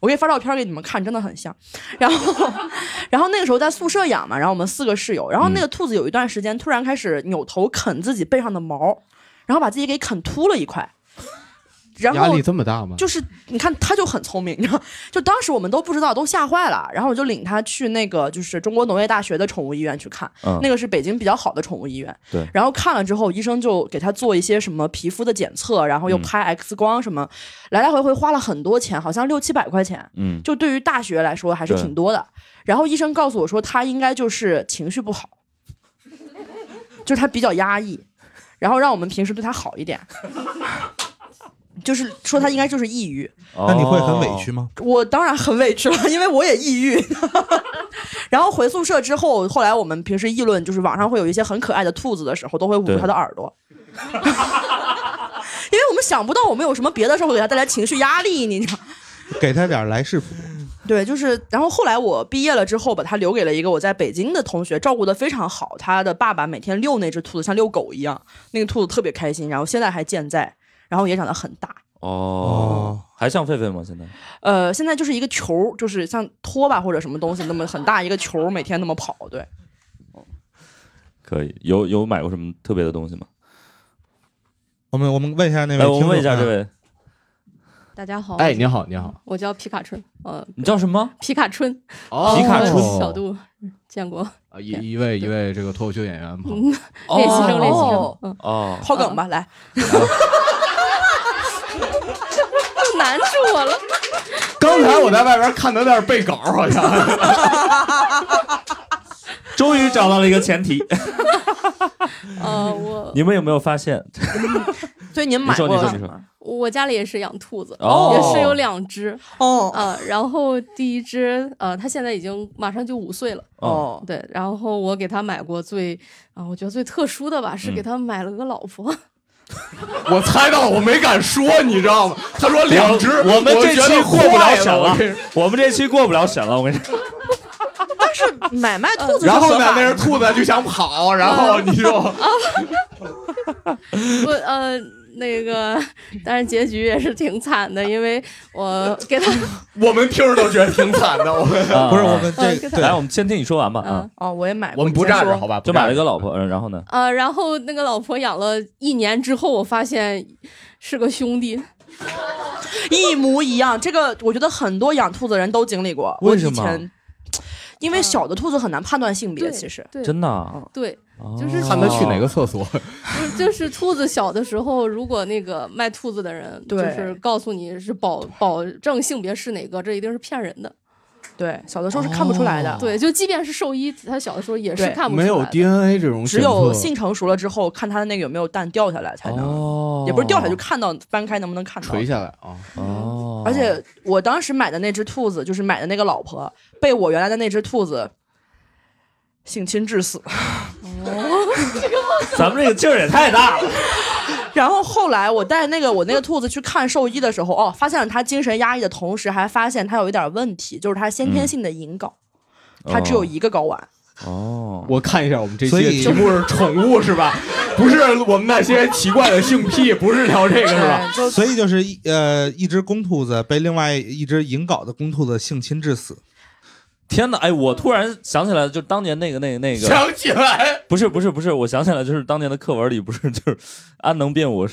C: 我可以发照片给你们看，真的很像。然后，然后那个时候在宿舍养嘛，然后我们四个室友，然后那
B: 嗯
C: 个兔子有一段时间突然开始扭头啃自己背上的毛，然后把自己给啃秃了一块。然
B: 压
C: 后
B: 力这么大吗？
C: 就是你看他就很聪明，你知道，就当时我们都不知道，都吓坏了。然后我就领他去那个就是中国农业大学的宠物医院去看，
A: 嗯
C: 那个是北京比较好的宠物医院。
A: 对
C: 然后看了之后，医生就给他做一些什么皮肤的检测，然后又
A: 嗯
C: 拍 X 光什么，来来回回花了很多钱，好像六七百块钱。
A: 嗯，
C: 就对于大学来说还是
A: 对
C: 挺多的。然后医生告诉我说，他应该就是情绪不好，就是他比较压抑，然后让我们平时对他好一点。 就是说他应该就是抑郁，
A: 那
D: 那你会很委屈？吗？
C: 我当然很委屈了，因为我也抑郁。 然后回宿舍之后，后来我们平时议论，就是网上会有一些很可爱的兔子的时候，都会捂住
A: 对
C: 它的耳朵，因为我们想不到我们有什么别的时候给它带来情绪压力，你知道。哦
D: 给他点儿来世福，
C: 对，就是，然后后来我毕业了之后，把它留给了一个我在北京的同学，照顾的非常好。他的爸爸每天遛那只兔子，像遛狗一样，那个兔子特别开心，然后现在还健在，然后也长得很大。
A: 哦，还像狒狒吗？现在？
C: 呃，现在就是一个球儿，就是像拖把或者什么东西那么很大一个球儿，每天那么跑。对，
A: 可以，有有买过什么特别的东西 吗？
D: 我们我们问一下那位
A: 来，
D: 听
A: 哎
D: 众，
A: 我
D: 啊
A: 们问一下这位，
E: 大家好，
B: 哎，你好，你好，
E: 我叫皮卡春，呃，
A: 你叫什么？
E: 皮卡春，
B: 哦
A: 皮卡
E: 呃
A: 春
E: 小度见过，
B: 啊一一位一位这个脱口秀演员朋友，
E: 嗯 练习生，练习
C: 哦
E: 生，嗯，
A: 哦，
C: 抛梗 吧，来，
E: 难住我了，
B: 刚才我在外边看他在那儿背稿，好像
A: 终于找到了一个前提。
E: 呃，我
A: 你们有没有发现？
C: 所以您
A: 你
C: 买
A: 说，
C: 过
A: 你说，
C: 了
A: 你
C: 吗
A: 说。
E: 我家里也是养兔子，
A: 哦
E: 也是有两只，
C: 哦
E: 呃，然后第一只，呃，它现在已经马上就五岁了，
C: 哦，
E: 对，然后我给他买过最啊、我觉得最特殊的吧，是给他买了个老婆。
B: 我猜到了，我没敢说，你知道吗？他说两只，
A: 我们这
B: 觉得
A: 期过不了
B: 坏
A: 审了
B: 我跟你说，
A: 我们这期过不了审了。我跟你说，
C: 但是买卖兔子是
B: 然后
C: 合
B: 呢，
C: 法
B: 那只兔子就想跑，然后你就
E: 我呃那个，但是结局也是挺惨的，因为我给他
B: 我们听着都觉得挺惨的。我们
A: 啊
D: 不是 我们
E: 嗯
D: 这
E: 给他
D: 对
A: 来，我们先听你说完吧。啊
E: 嗯，
C: 哦，我也买过，
B: 我们不
C: 你先
B: 站着
C: 说
B: 好吧，
A: 就买了一个老婆，嗯，然后呢？
E: 呃，然后那个老婆养了一年之后，我发现是个兄弟，
C: 一模一样。这个我觉得很多养兔子的人都经历过。
A: 为
C: 我以
A: 什么
C: 前？因为小的兔子很难判断性别，
E: 对
C: 其实
E: 对
A: 真的啊，
E: 对，
A: 哦
E: 就是
B: 看他去哪个厕 所。
E: 就是就是兔子小的时候，如果那个卖兔子的人就
C: 对
E: 是告诉你是保保证性别是哪个，这一定是骗人的。
C: 对小的时候是看不出来的，
E: 对，就即便是兽医，他小的时候也是
C: 对
E: 看不出来的。
B: 没有 DNA 这种
C: 只
B: 检
C: 有
B: 测
C: 性成熟了之后，看它的那个有没有蛋掉下来才能，
A: 哦，
C: 啊也不是掉下来就看到翻开能不能看到。
B: 垂下来啊，
A: 哦，
C: 而且我当时买的那只兔子，就是买的那个老婆，被我原来的那只兔子性侵致死。
A: 咱们这个劲儿也太大了。
C: 然后后来我带那个我那个兔子去看兽医的时候，哦，发现了它精神压抑的同时，还发现它有一点问题，就是它先天性的隐睾，
A: 嗯
C: 它只有一个睾丸。
A: 哦，
B: 我看一下我们这
D: 所
B: 期
D: 以
B: 题目是宠物是吧？不是我们那些奇怪的性癖，不是聊这个是吧？
C: 对，就
D: 所以就是一呃，一只公兔子被另外一只银睾的公兔子性侵致死。
A: 天哪！哎，我突然想起来了，就当年那个、那个、那个，
B: 想起来，
A: 不是不是不是，我想起来，就是当年的课文里不是就是“安能辨我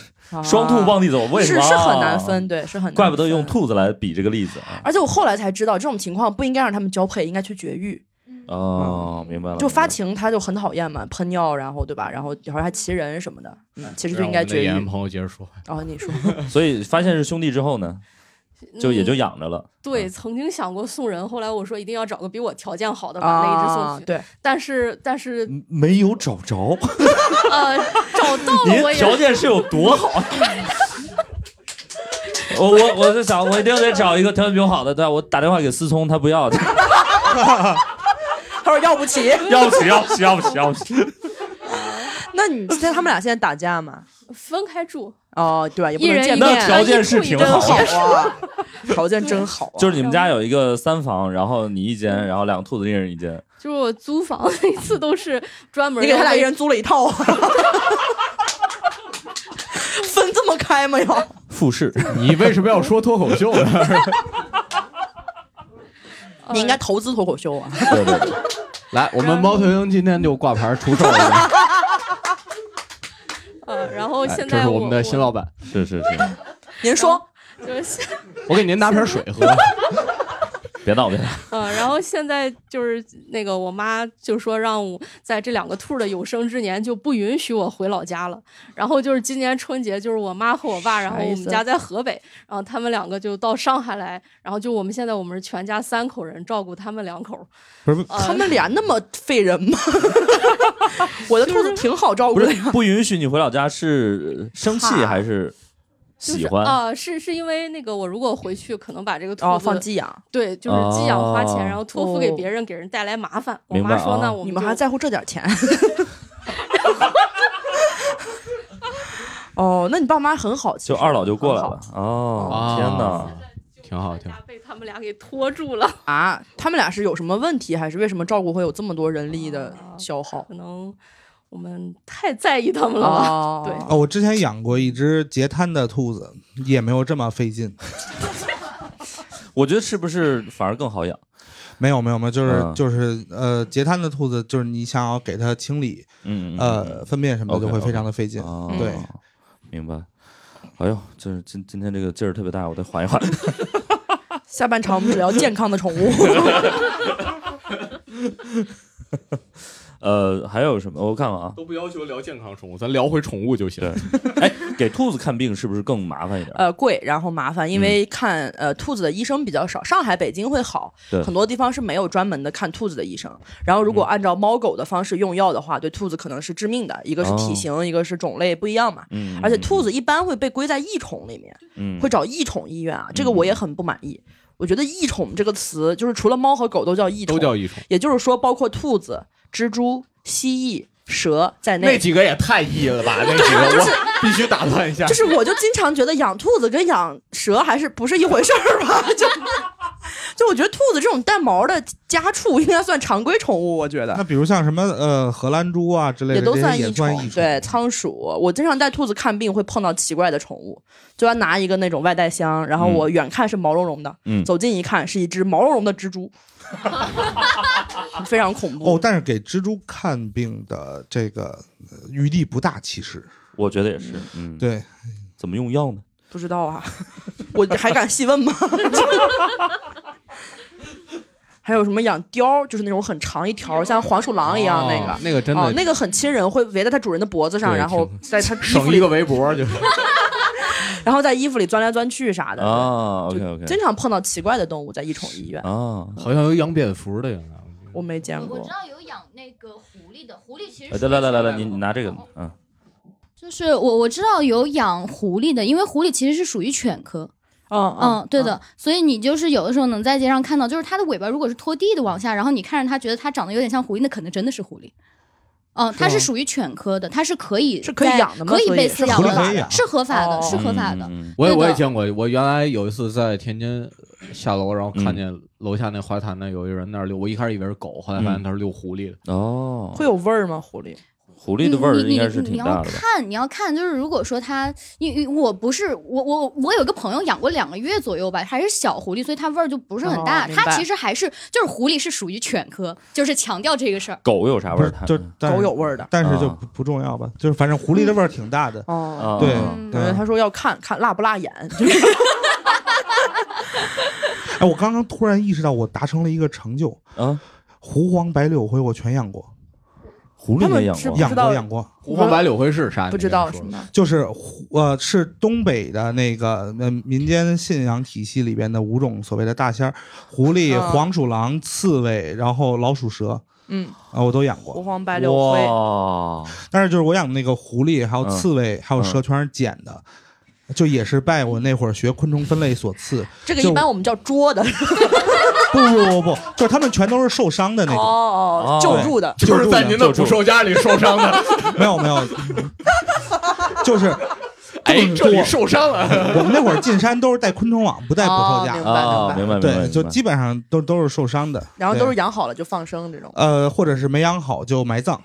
A: 双兔
C: 啊
A: 傍地走”，为什
C: 是
A: 么
C: 是很难分，？对，是很难
A: 怪不得用
C: 分。
A: 兔子来比这个例子啊！
C: 而且我后来才知道，这种情况不应该让它们交配，应该去绝育。
A: 哦，明白了，
C: 嗯就发
A: 明
C: 情，它就很讨厌嘛，喷尿，然后对吧？然后然后还骑人什么的，嗯，其实就应
B: 让
C: 该
B: 我们的
C: 绝育。
B: 演员朋友接着说，
C: 然后你 说，
A: 白了所以发现是兄弟之 后呢，就也就
E: 嗯
A: 养着了。
E: 对，曾经想过送人，后来我说一定要找个比我条件好的，把那一直
C: 啊
E: 送，去。
C: 对，
E: 但是但是
A: 没有找着，
E: 呃，找到了
A: 您
E: 我也
A: 条件是有多好？ 我我我在想，我一定得找一个条件比我好的。对吧，我打电话给思聪，他不要，
C: 他说要不起。
A: 要不起，要不起，要不起，要不起。
C: 那你现在他们俩现在打架吗？
E: 分开住，
C: 哦，对，也不
E: 一
C: 能
E: 人
C: 见
E: 一
C: 面
E: 面，
A: 条件是挺
C: 真
A: 好
C: 好啊，条件真好啊。
A: 就是你们家有一个三房，然后你一间，然后两个兔子一人一间。
E: 就是我租房 那次都是专门
C: 你给他俩
E: 要
C: 一人租了一套，分这么开吗？要
A: 复式，
B: 你为什么要说脱口秀呢？
E: 呃
C: 你应该投资脱口秀 啊！
A: 对对对，
B: 来，我们猫头鹰今天就挂牌出售了。
E: 呃，然后
B: 哎
E: 现
B: 这
E: 在
B: 是我们的新老板，
A: 是是是，
C: 您说，
E: 就是现
B: 我给您拿瓶水喝。
A: 别闹别闹，
E: 嗯，然后现在就是那个我妈就说让我在这两个兔儿的有生之年就不允许我回老家了。然后就是今年春节，就是我妈和我爸，然后我
F: 意
E: 们
F: 思
C: 啊
E: 家在河北，然后他们两个就到上海来，然后就我们现在我们是全家三口人照顾他们两口儿。
D: 不是
E: 呃
C: 他们俩那么费人 吗？ 我的兔子挺好照顾
A: 不
C: 的
A: 是
C: 呀。
A: 不允许你回老家是生气还是
E: 就是
A: 喜欢？
E: 啊、是是因为那个我如果回去可能把这个兔子、
C: 哦，放寄养，
E: 对，就是寄养花钱，
A: 哦
E: 然后托付给
C: 哦
E: 别人，给人带来麻烦。我
A: 明
E: 妈
A: 白
I: 哦
E: 说
A: 啊
E: 那我
C: 你们
E: 们
C: 还
E: 就
C: 在乎这点钱？哦，那你爸妈很好，其
A: 就
C: 实
A: 二老就过来
C: 很
A: 了
C: 好
A: 哦，天哪！
B: 啊，挺好挺好。
E: 被他们俩给拖住了。
C: 啊！他们俩是有什么问题，还是为什么照顾会有这么多人力的消耗？
E: 呃可能我们太在意他们了吧。
C: 哦，
E: 对
D: 哦，我之前养过一只截瘫的兔子，也没有这么费劲。
A: 嗯我觉得是不是反而更好养？
D: 没有没有没有，就是、
A: 嗯
D: 就是呃，截瘫的兔子，就是你想要给它清理
A: 嗯嗯
D: 呃粪便什么的，就
A: OK，
D: 会
A: OK
D: 非常的费劲。
A: 哦
D: 对，
A: 明白。哎呦，就是今今天这个劲儿特别大，我得缓一 缓。
C: 下半场我们只聊健康的宠物。
A: 呃，还有什么？我看看啊，
B: 都不要求聊健康宠物，咱聊回宠物就行。
A: 哎，给兔子看病是不是更麻烦一点？
C: 呃贵，然后麻
B: 嗯
C: 烦，因为看、呃兔子的医生比较少，上海、北京会好
A: 对，
C: 很多地方是没有专门的看兔子的医生。然后如
B: 嗯
C: 果按照猫狗的方式用药的话，对兔子可能是致命的，一个是
B: 哦
C: 体型，一个是种类不一样嘛。
A: 嗯，
C: 而且兔子一般会被归在异宠里面，
A: 嗯
C: 会找异宠医院啊，这个
B: 嗯
C: 我也很不满意。我觉得“异宠”这个词，就是除了猫和狗都叫异宠，
B: 都叫异宠，
C: 也就是说包括兔子、蜘蛛、蜥蜴、蛇在内
B: 那。几个也太异 了吧？那几个我必须打断一下
C: 就。是我就经常觉得养兔子跟养蛇还是不是一回事儿 吧？就就我觉得兔子这种带毛的家畜应该算常规宠物，我觉
D: 那
C: 得。
D: 比如像什么呃荷兰猪啊之类的，
C: 也都
D: 这些也
C: 异
D: 算
C: 宠，
D: 异
C: 对仓鼠，我经常带兔子看病会碰到奇怪的宠物，就要拿一个那种外带箱，然后
D: 嗯
C: 我远看是毛茸茸的，
A: 嗯
C: 走近一看是一只毛茸茸的 蜘蛛，非常恐怖。
D: 哦，但是给蜘蛛看病的这个呃余地不大，其实
A: 我觉得也是。嗯，，
D: 对，
A: 怎么用药呢？
C: 不知道啊， 我还敢细问吗？ 还有什么养貂儿，就是那种很长一条，像黄鼠狼一样那个。
B: 那个真
C: 哦，
B: 的
C: 那个很亲人，会围在它主人的脖子上，
B: 对
C: 然后
B: 挺
C: 在它衣服
B: 省
C: 里
B: 一，个围脖就是。
C: 然后在衣服里钻来钻去啥
B: 哦
C: 的。
A: 啊
C: 就
A: ，OK OK，
C: 经常碰到奇怪的动物在异宠医院，
A: 啊，
B: 好像有养蝙蝠的，原来
C: 我没见
G: 我
C: 过
G: 知。道有养那个狐狸的，狐狸其
A: 哎
G: 实
A: 来来来来来，你你拿这个，嗯，
G: 就是我我知道有养狐狸的，因为狐狸其实是属于犬科，
C: 哦
H: 嗯
G: 嗯，对的，所以你就是有的时候能在街上看到，就是它的尾巴如果是拖地的往下，然后你看着它觉得它长得有点像狐狸，那可能真的是狐狸。嗯，它是属于犬科的，它是可以
C: 是可以
G: 在
C: 养的吗
G: 可以
C: 所以
G: 被饲
C: 是
G: 养
D: 合
G: 的
D: 法的，
G: 是合法的，
C: 哦
G: 是合法的。
A: 嗯嗯嗯
B: 我也
G: 对的
B: 我也见过，我原来有一次在天津下楼，然后看见楼下那花坛那有一人那儿遛，我一开始以为是狗，后来发现他是遛狐狸的。
A: 哦，
C: 会有味儿吗？狐狸？
A: 狐狸的味儿应该是
G: 你你你
A: 挺
G: 你
A: 大
G: 要
A: 的吧？
G: 看你要看，就是如果说它，因为我不是我我我有个朋友养过两个月左右吧，还是小狐狸，所以它味儿就不是很
C: 哦
G: 大。
C: 明白
G: 它其实还是就是狐狸是属于犬科，就是强调这个事儿。
A: 狗有啥
D: 不
A: 味儿？
D: 是
A: 它嗯
D: 就但是
C: 狗有味儿的。
D: 但是就
A: 啊
D: 不不重要吧，就是反正狐狸的味儿挺大的，
C: 哦，
A: 啊，
D: 对
A: 啊
C: 因为
D: 对
C: 他说要看看辣不辣眼， 就是
D: 哎，我刚刚突然意识到，我达成了一个成就，
A: 啊，
D: 狐黄白柳灰我全养过，
A: 狐
C: 他
A: 狸
C: 们
A: 也养
C: 是
A: 过
C: 不
A: 啊，
D: 养
C: 知道
D: 过养过，
B: 狐黄白柳灰是啥？
C: 不知道
B: 你
C: 是
B: 跟我说
C: 吗？
D: 就是狐呃是东北的那个呃民间信仰体系里边的五种所谓的大仙儿，狐狸、
C: 啊
D: 黄鼠狼、刺猬，然后老鼠蛇
C: 嗯，
D: 啊、我都养
C: 狐
D: 过。
C: 黄白柳灰，
A: 哇，
D: 但是就是我养的那个狐狸，还有
A: 嗯
D: 刺猬，还有蛇，全是捡的。就也是拜我那会儿学昆虫分类所赐，
C: 这个一般我们叫捉的，
D: 不不不不，就是他们全都是受伤的那种，
C: 哦哦，
A: 哦
C: 救助的，
D: 救助的
A: 的捕兽
B: 家里受伤的。
D: 没有没有，就是
B: 哎，这里受伤了，
D: 我们那会儿进山都是带昆虫网，不带捕兽
J: 哦
D: 夹
J: 明，白
A: 啊，明白明白，
D: 对，
A: 明
D: 就
A: 白
D: 基本上都都是受伤的，
J: 然后都是
D: 对
J: 养好了就放生这种。
D: 呃，或者是没养好就埋葬，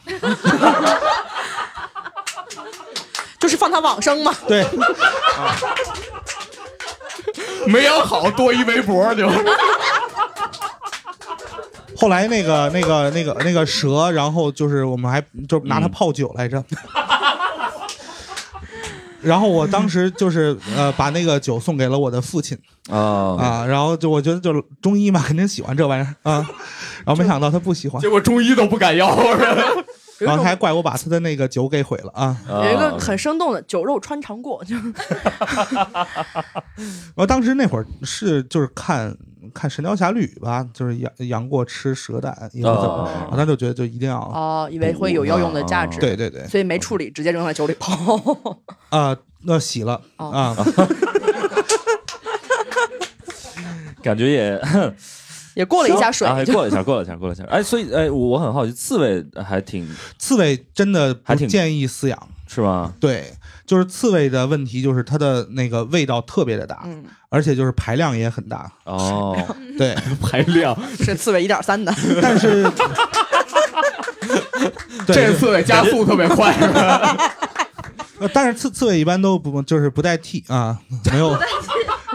J: 就是放它往生嘛。
D: 对，
C: 哦
B: 没养好多一围脖就。
D: 后来那个那个那个那个蛇，然后就是我们还就拿它
B: 嗯
D: 泡酒来着。然后我当时就是呃，把那个酒送给了我的父亲
A: 啊，
D: 啊，然后就我觉得就是中医嘛，肯定喜欢这玩意儿啊，然后没想到他不喜欢
B: 结，果中医都不敢要，
J: 有
D: 然
J: 一
D: 后他还
J: 种
D: 怪我把他的那个酒给毁了啊。
A: 有
C: 有一个很生动的酒肉穿肠 过，就是
D: 然后当时那会儿是就是看看《神雕侠侣》吧，就是杨杨过吃蛇胆，也不怎么，
A: 哦
D: 然后他就觉得就一定要，
J: 哦，以为会有药用的价值，
D: 哦对对对，
J: 所以没处理，直接扔在酒里 泡。
D: 啊，那洗了
J: 哦
D: 啊，
A: 感觉也
J: 也 过了一下水
A: 啊，还，
J: 就
A: 过了一下，过了一下，过了一下。哎，所以哎，我我很好奇，刺猬还挺
D: 刺猬真的不
A: 还挺
D: 建议饲养。
A: 是吗？
D: 对，就是刺猬的问题，就是它的那个味道特别的大，
J: 嗯，
D: 而且就是排量也很大。
A: 哦，
D: 对，
B: 排量。
J: 是刺猬一点三的，
D: 但是对
B: 这次得加速特别快，是吧
D: 呃 但是刺刺猬一般都不就是不带 T 啊，没有。
K: 哦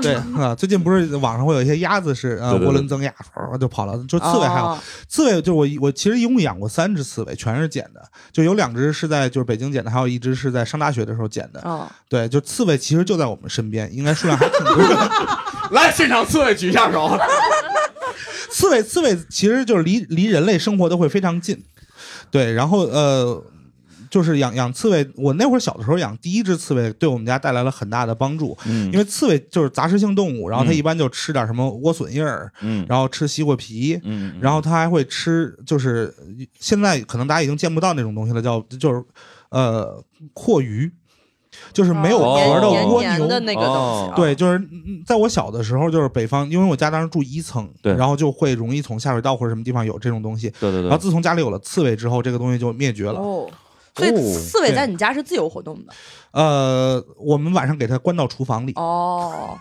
D: 对啊，最近不是网上会有一些鸭子是啊，
A: 对对对
D: 涡轮增压，唰就跑了。就刺猬还好，
J: 哦
D: 刺猬就我我其实一共养过三只刺猬，全是捡的，就有两只是在就是北京捡的，还有一只是在上大学的时候捡的。
J: 哦，
D: 对，就刺猬其实就在我们身边，应该数量还挺多的。
B: 来，现场刺猬举一下手。
D: 刺猬，刺猬其实就是离离人类生活都会非常近，对。然后呃，就是养养刺猬，我那会儿小的时候养第一只刺猬，对我们家带来了很大的帮助，
A: 嗯
D: 因为刺猬就是杂食性动物，然后它
A: 嗯
D: 一般就吃点什么莴笋叶儿，
A: 嗯
D: 然后吃西瓜皮。
A: 嗯，
D: 然后它还会吃，就是现在可能大家已经见不到那种东西了，叫就是，呃，阔鱼，就是没有
A: 哦
D: 壳的
A: 黏
D: 蜗
J: 黏
D: 牛，
J: 的那个
A: 哦
J: 东
A: 啊
J: 西，
D: 对，，就是嗯在我小的时候，就是北方，因为我家当时住一层，
A: 对
D: 然后就会容易从下水道或者什么地方有这种东西。
A: 对对
D: 然后
A: 对，
D: 自从家里有了刺猬之后，这个东西就灭绝了。
J: 哦，所以刺猬在你家是自由活动的，
D: 呃，我们晚上给它关到厨房里，
J: 哦，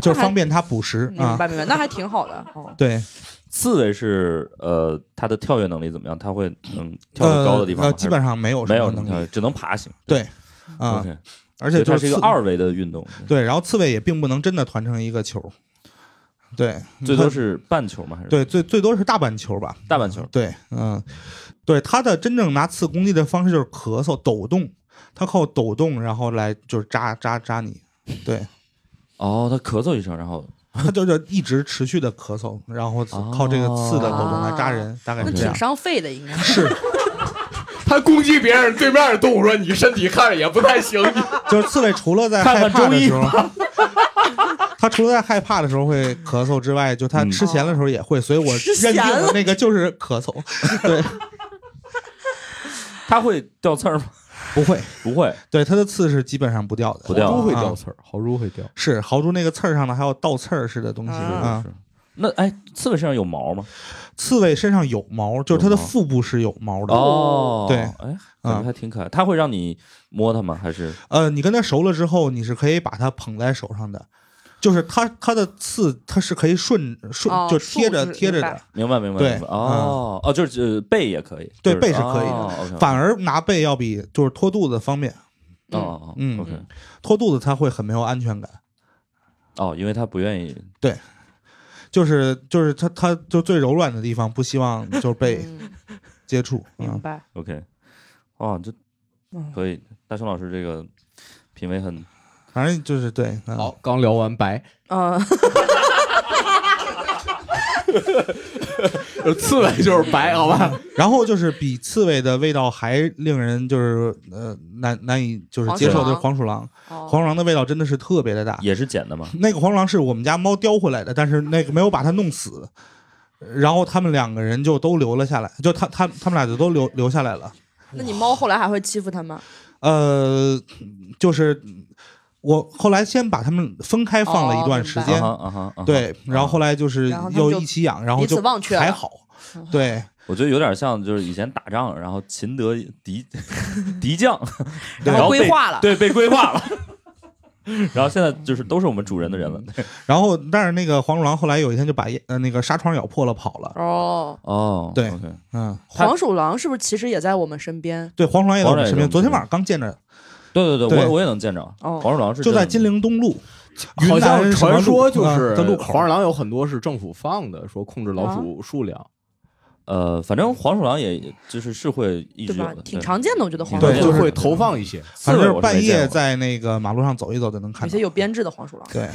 D: 就是方便它捕食
J: 嗯明
D: 啊。
J: 白明白，那还挺好的，哦，
D: 对，
A: 刺猬是呃，它的跳跃能力怎么样？它会嗯跳
D: 呃
A: 到高的地方吗？
D: 呃，基本上没有
A: 还是没有
D: 什
A: 什
D: 么
A: 么
D: 能
A: 跳
D: 力
A: 跃，只能爬行。
D: 对啊
A: OK，。
D: 而
A: 所
D: 且
A: 以
D: 就
A: 它
D: 是
A: 是一个
D: 刺
A: 二维的运动，
D: 对，然后刺猬也并不能真的团成一个球，对，
A: 最
D: 嗯
A: 多
D: 它
A: 是半球吗？还是
D: 对最最多是大半球吧。
A: 大半球？
D: 对，嗯，对，它的真正拿刺攻击的方式就是咳嗽、抖动，它靠抖动然后来就是扎扎扎你，对，
A: 哦，它咳嗽一声，然后 哦
D: 它就是一直持续的咳嗽，然后靠这个刺的抖动来扎人，大概
J: 啊那
D: 是这
J: 挺
D: 样。
J: 伤肺的，应该
D: 是，
B: 他攻击别人，对面的动物说：“你身体看着也不太行。
D: 就是刺猬除了在
B: 看
D: 害
B: 看
D: 怕
B: 中
D: 的
B: 医
D: 时候， 它除了在害怕的时候会咳嗽之外，就它
A: 嗯
D: 吃咸的时候也会，所以我
J: 吃
D: 认定
J: 咸
D: 了
J: 了
D: 那个就是咳嗽，对，
A: 它会掉刺儿吗？
D: 不会，
A: 不会，
D: 对，它的刺是基本上不掉的，
A: 不掉
D: 啊
A: 猪会
B: 刺儿，豪猪会掉。
D: 是豪猪那个刺儿上呢，还有倒刺儿似的东西啊
J: 啊
A: 是。那哎，刺猬身上有毛吗？
D: 刺猬身上有毛，就是它的
A: 有毛
D: 腹部是有毛的。
A: 哦，
D: 对啊嗯
A: 哎，感觉还挺可爱。它会让你摸它吗？还是
D: 呃，你跟它熟了之后，你是可以把它捧在手上的，就是它它的刺它是可以顺顺、
J: 哦
D: 就贴着
J: 竖直
D: 贴着
J: 明
D: 的
J: 白，
A: 明白明白
D: 对嗯
A: 明白哦哦，就是呃背也可以，
D: 对
A: 就
D: 背是可以的
A: 哦，OK，
D: 反而拿背要比就是拖肚子方便，
A: 哦哦
D: 嗯
A: ，OK，
D: 拖肚子它会很没有安全感。
A: 哦，因为它不愿意
D: 就是就是它它就最柔软的地方，不希望就是被
J: 嗯
D: 接触。
H: 明
D: 嗯，
H: 白。
A: OK，哇，这
H: 嗯
A: 可以，大成老师这个品味很
D: 反正就是对。嗯、
B: 好刚聊完白，
J: 嗯，
B: 刺猬就 是白，好吧？
D: 然后就是比刺猬的味道还令人就是呃难难以就是接受，
J: 黄鼠狼
D: 就是黄鼠狼，
J: 哦
D: 黄鼠狼的味道真的是特别的大。
A: 也是捡的嘛，
D: 那个黄鼠狼是我们家猫叼回来的，但是那个没有把它弄死，然后他们两个人就都留了下来，就他他他们俩就都留留下来了。
J: 那你猫后来还会欺负它吗？
D: 呃，就是我后来先把他们分开放了一段时
J: 哦
A: 啊
D: 间，
A: 哈啊哈，啊哈，
D: 对，然后后来就是
J: 然后他们
D: 又
J: 就
D: 一起养，然后
J: 彼此
D: 就
J: 忘却了嗯
D: 还好，对，
A: 我觉得有点像就是以前打仗，然后擒得敌敌将，
C: 然
A: 后
C: 后
A: 被
C: 规划了
A: 对，被规划了。然后现在就是都是我们主人的人了。
D: 嗯然后，但是那个黄鼠狼后来有一天就把呃那个纱窗咬破了跑了。
C: 哦，
A: 哦，
D: 对
A: OK
D: 嗯，它
C: 黄鼠狼是不是其实也在我们身边？
D: 对黄鼠狼也在我们
A: 黄鼠狼
D: 身
A: 也在我
D: 边。
A: 们
D: 昨天
A: 身边
D: 晚上刚见着，
A: 对对对，
D: 对
A: 我我也能见着。
C: 哦
A: 黄鼠狼是
D: 就在
A: 真
D: 金
A: 的
D: 陵东路，
B: 好
D: 云
B: 像
D: 南什么
B: 传
D: 路
B: 说就
D: 啊
B: 是
D: 在路口
B: 黄鼠狼有很多是政府放的，说控制老鼠数
D: 啊
B: 量。
A: 呃，反正黄鼠狼也就是是会一直
C: 对
A: 有
C: 吧
A: 的，？
C: 挺
A: 对
C: 常见的，我觉得黄
A: 对
C: 鼠
A: 对
C: 狼
B: 就
A: 就是
B: 会投放一些。
A: 刺
D: 反
A: 猬
D: 正就
A: 我
D: 是
A: 是没
D: 半
A: 见
D: 夜
A: 过
D: 在那个马路上走一走就能
C: 有
D: 看到
C: 些。有编制的黄鼠狼。
D: 对，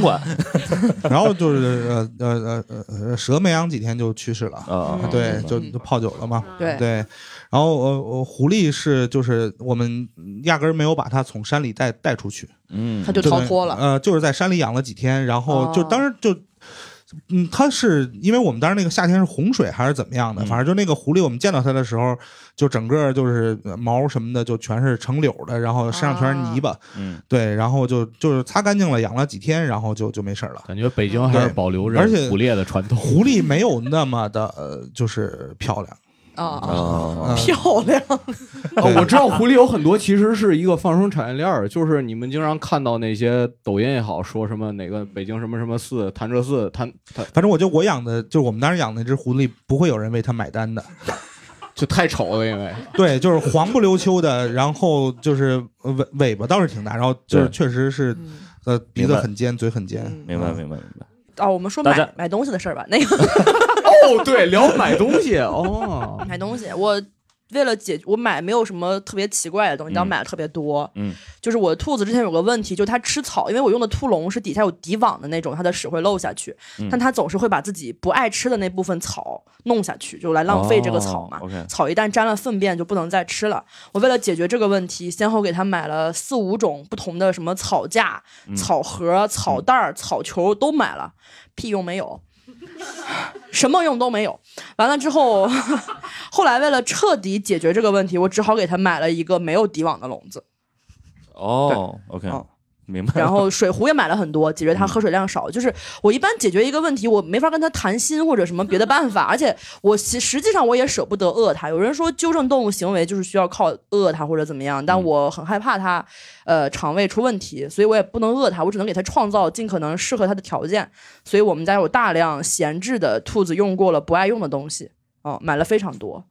A: 管
D: 然后就是呃呃呃呃呃蛇没养几天就去世了。
A: 啊，啊
D: 对，
A: 明白
D: 就就泡酒了嘛。
C: 对
D: 对，然后呃，呃狐狸是就是我们压根儿没有把它从山里带带出去，
A: 嗯，
C: 它就逃脱了，
D: 呃，就是在山里养了几天，然后就
C: 哦
D: 当时就。嗯，它是因为我们当时那个夏天是洪水还是怎么样的，
A: 嗯
D: 反正就那个狐狸，我们见到它的时候，就整个就是呃毛什么的就全是成绺的，然后身上全是泥巴，
C: 啊
A: 嗯
D: 对，然后就就是擦干净了，养了几天，然后就就没事儿了。
B: 感觉北京还是
D: 对
B: 保留
D: 而
B: 着
D: 且
B: 捕猎的传统。
D: 狐狸没有那么的呃，就是漂亮，
C: 啊，
A: 啊，
C: 漂亮，
B: 哦，我知道狐狸有很多，其实是一个放松产业链儿，就是你们经常看到那些抖音也好，说什么哪个北京什么什么寺、潭柘寺、潭潭
D: 反正我就我养的， 就是我们当时啊养的那只狐狸，不会有人为它买单的。
B: 就太丑了，因为
D: 对，就是黄不溜秋的，然后就是呃尾尾巴倒是挺大，然后就是
A: 对
D: 确实是
C: 嗯
D: 呃鼻
A: 明
D: 子
A: 白
D: 很尖，嘴很尖。
A: 明白
D: 嗯
A: 明白明白。
C: 哦，我们说
A: 大家
C: 买买东西的事儿吧。那个
B: 哦，对，聊买东西 哦，
C: 买东西，我为了解我买没有什么特别奇怪的东西，但我买了特别多。
A: 嗯，
C: 就是我的兔子之前有个问题，就是它吃草，因为我用的兔笼是底下有底网的那种，它的屎会漏下去
A: 嗯，
C: 但它总是会把自己不爱吃的那部分草弄下去，就来浪费这个草嘛
A: 哦。OK，
C: 草一旦沾了粪便就不能再吃了。我为了解决这个问题，先后给它买了四五种不同的什么草架、草盒、草袋儿、草球都买了，屁用没有， 什么用都没有。完了之后， 后来为了彻底解决这个问题，我只好给它买了一个没有底网的笼子，
A: 哦，OK，
C: 哦
A: 明白了。
C: 然后水壶也买了很多，解决它
A: 嗯
C: 喝水量少。就是我一般解决一个问题，我没法跟它谈心或者什么别的办法，而且我其实际上我也舍不得饿它。有人说纠正动物行为就是需要靠饿它或者怎么样，但
A: 嗯
C: 我很害怕它，呃，肠胃出问题，所以我也不能饿它，我只能给它创造尽可能适合它的条件。所以我们家有大量闲置的兔子用过了不爱用的东西，哦，买了非常多。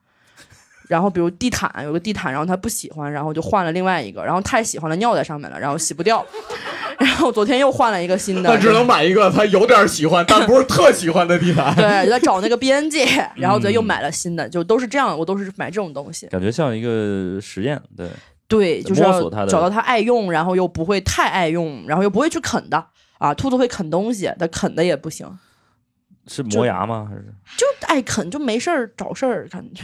C: 然后比如地毯有个地毯，然后它不喜欢，然后就换了另外一个，然后太喜欢了尿在上面了，然后洗不掉， 然后昨天又换了一个新的，
B: 他只能买一个他有点喜欢，但不是特喜欢的地毯。
C: 对，就在找那个边界，然后昨天又买了新的，就都是这样，我都是买这种东西。
A: 感觉像一个实验，对，
C: 对，就是
A: 摸
C: 要
A: 索它的
C: 找到它爱用，然后又不会太爱用，然后又不会去啃的啊。兔子会啃东西，它啃的也不行，
A: 是磨牙吗？还是
C: 就爱啃，就没事儿找事儿，感觉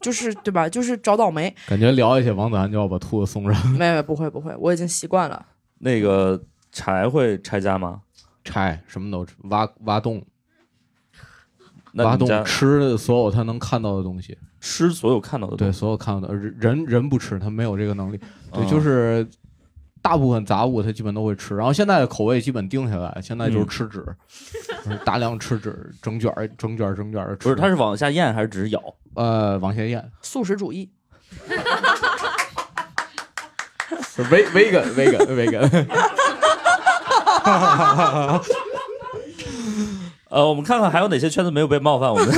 C: 就是对吧？就是找倒霉。
B: 感觉聊一些王子涵就要把兔子送上
C: 没有，不会不会，我已经习惯了。
A: 那个柴会拆家吗？
B: 拆，什么都吃挖挖洞，
A: 那
B: 挖
A: 你
B: 洞
A: 家
B: 吃所有他能看到的东西，
A: 吃所有看到的
B: 对，
A: 东西，
B: 所有看到的人人人不吃，他没有这个能力。对，
A: 嗯
B: 就是大部分杂物他基本都会吃，然后现在的口味基本定下来，现在就是
A: 嗯
B: 吃纸， 就是大量吃纸，整卷儿整卷儿整卷的吃。
A: 不是，它是往下咽还是只是咬？
B: 呃往下咽
C: 素食主义，
B: ，ve vegan vegan vegan，
A: 呃，我们看看还有哪些圈子没有被 冒犯，我们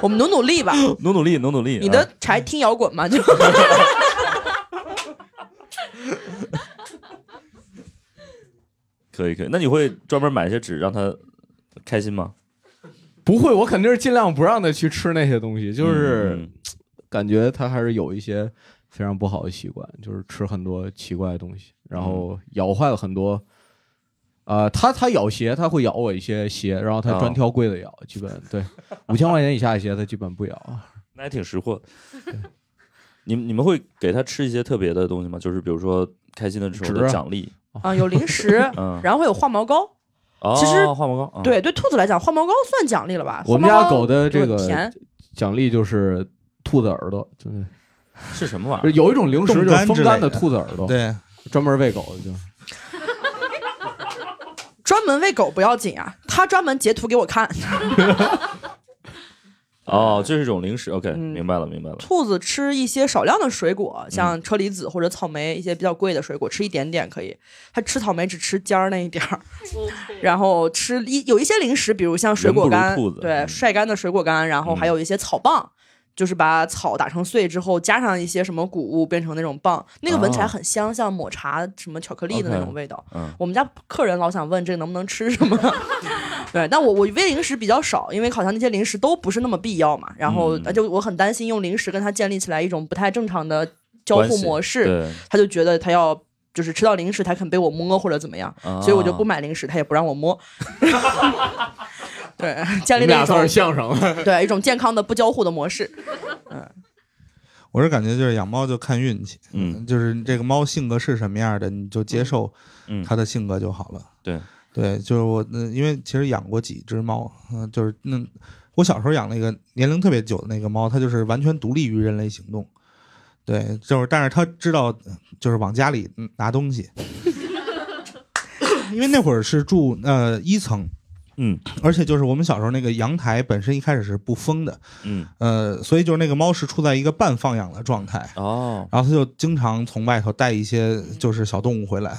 C: 我们努努力吧。
A: 努努力，努努力。
C: 你
A: 啊
C: 的柴听摇滚 吗？就
A: 可以可以，那你会专门买一些纸让它开心吗？
B: 不会，我肯定是尽量不让他去吃那些东西，就是。
A: 嗯嗯
B: 感觉他还是有一些非常不好的习惯，就是吃很多奇怪的东西，然
C: 嗯
B: 后咬坏了很多。呃，他他咬鞋，他会咬我一些鞋，然后他
A: 哦
B: 专挑贵的咬，基本 对五千块钱以下的鞋他基本不咬。
C: 啊
A: 那还挺识货的。 你们你们会给它吃一些特别的东西吗？就是比如说开心的时候
B: 纸
A: 的
B: 啊
A: 奖励，
C: 啊，有零食，
A: 嗯，
C: 然后会有化毛膏。
A: 哦，
C: 其实
A: 化毛膏，嗯，
C: 对对，兔子来讲，化毛膏算奖励了吧？
B: 我们
C: 化毛
B: 家
C: 膏
B: 狗的这
C: 就是
B: 个
C: 甜
B: 奖励就是兔子耳朵，就是
A: 是什么玩
B: 就
A: 意儿？
B: 是有一种零食
D: 冻
B: 就是
D: 干
B: 风
D: 之类
B: 干的
D: 的
B: 兔子耳朵，
D: 对，
B: 专门喂狗的就。
C: 专门喂狗不要紧啊，他专门截图给我 看。
A: 哦，这是一种零食。OK，、明
C: 嗯
A: 白了，明白了。
C: 兔子吃一些少量的水果，
A: 嗯
C: 像车厘子或者草莓，一些比较贵的水果，吃一点点可以。它吃草莓只吃尖儿那一点儿， 然后吃一有一些零食，比如像水果
A: 人
C: 干
A: 不如兔子，嗯
C: 对，晒干的水果干，然后还有一些草棒。就是把草打成碎之后，加上一些什么谷物，变成那种棒，那个闻起来很香，像抹茶什么巧克力的那
A: 哦 OK，
C: 种味道。
A: 嗯
C: 我们家客人老想问这个能不能吃什么，对，但我我喂零食比较少，因为好像那些零食都不是那么必要嘛。然后、
A: 嗯
C: 呃就我很担心用零食跟他建立起来一种不太正常的交
A: 关
C: 互
A: 系
C: 模式
A: 对，
C: 他就觉得他要就是吃到零食才肯被我摸或者怎么样，
A: 啊
C: 所以我就不买零食，他也不让我 摸。对，建立
B: 你
C: 了
B: 俩
C: 一
B: 算
C: 种
B: 是相声了。
C: 对一种健康的不交互的模式。
D: 我是感觉就是养猫就看运气，
A: 嗯，
D: 就是这个猫性格是什么样的，你就接受
A: 嗯
D: 它的性格就好了。
A: 对，
D: 对，就是我，嗯因为其实养过几只猫，嗯、就是那我小时候养那个年龄特别久的那个猫，它就是完全独立于人类行动。对，就是，但是它知道，就是往家里嗯拿东西，因为那会儿是住呃一层，
A: 嗯
D: 而且就是我们小时候那个阳台本身一开始是不封的，
A: 嗯，
D: 呃，所以就是那个猫是处在一个半放养的状态，
A: 哦，
D: 然后它就经常从外头带一些就是小动物回来，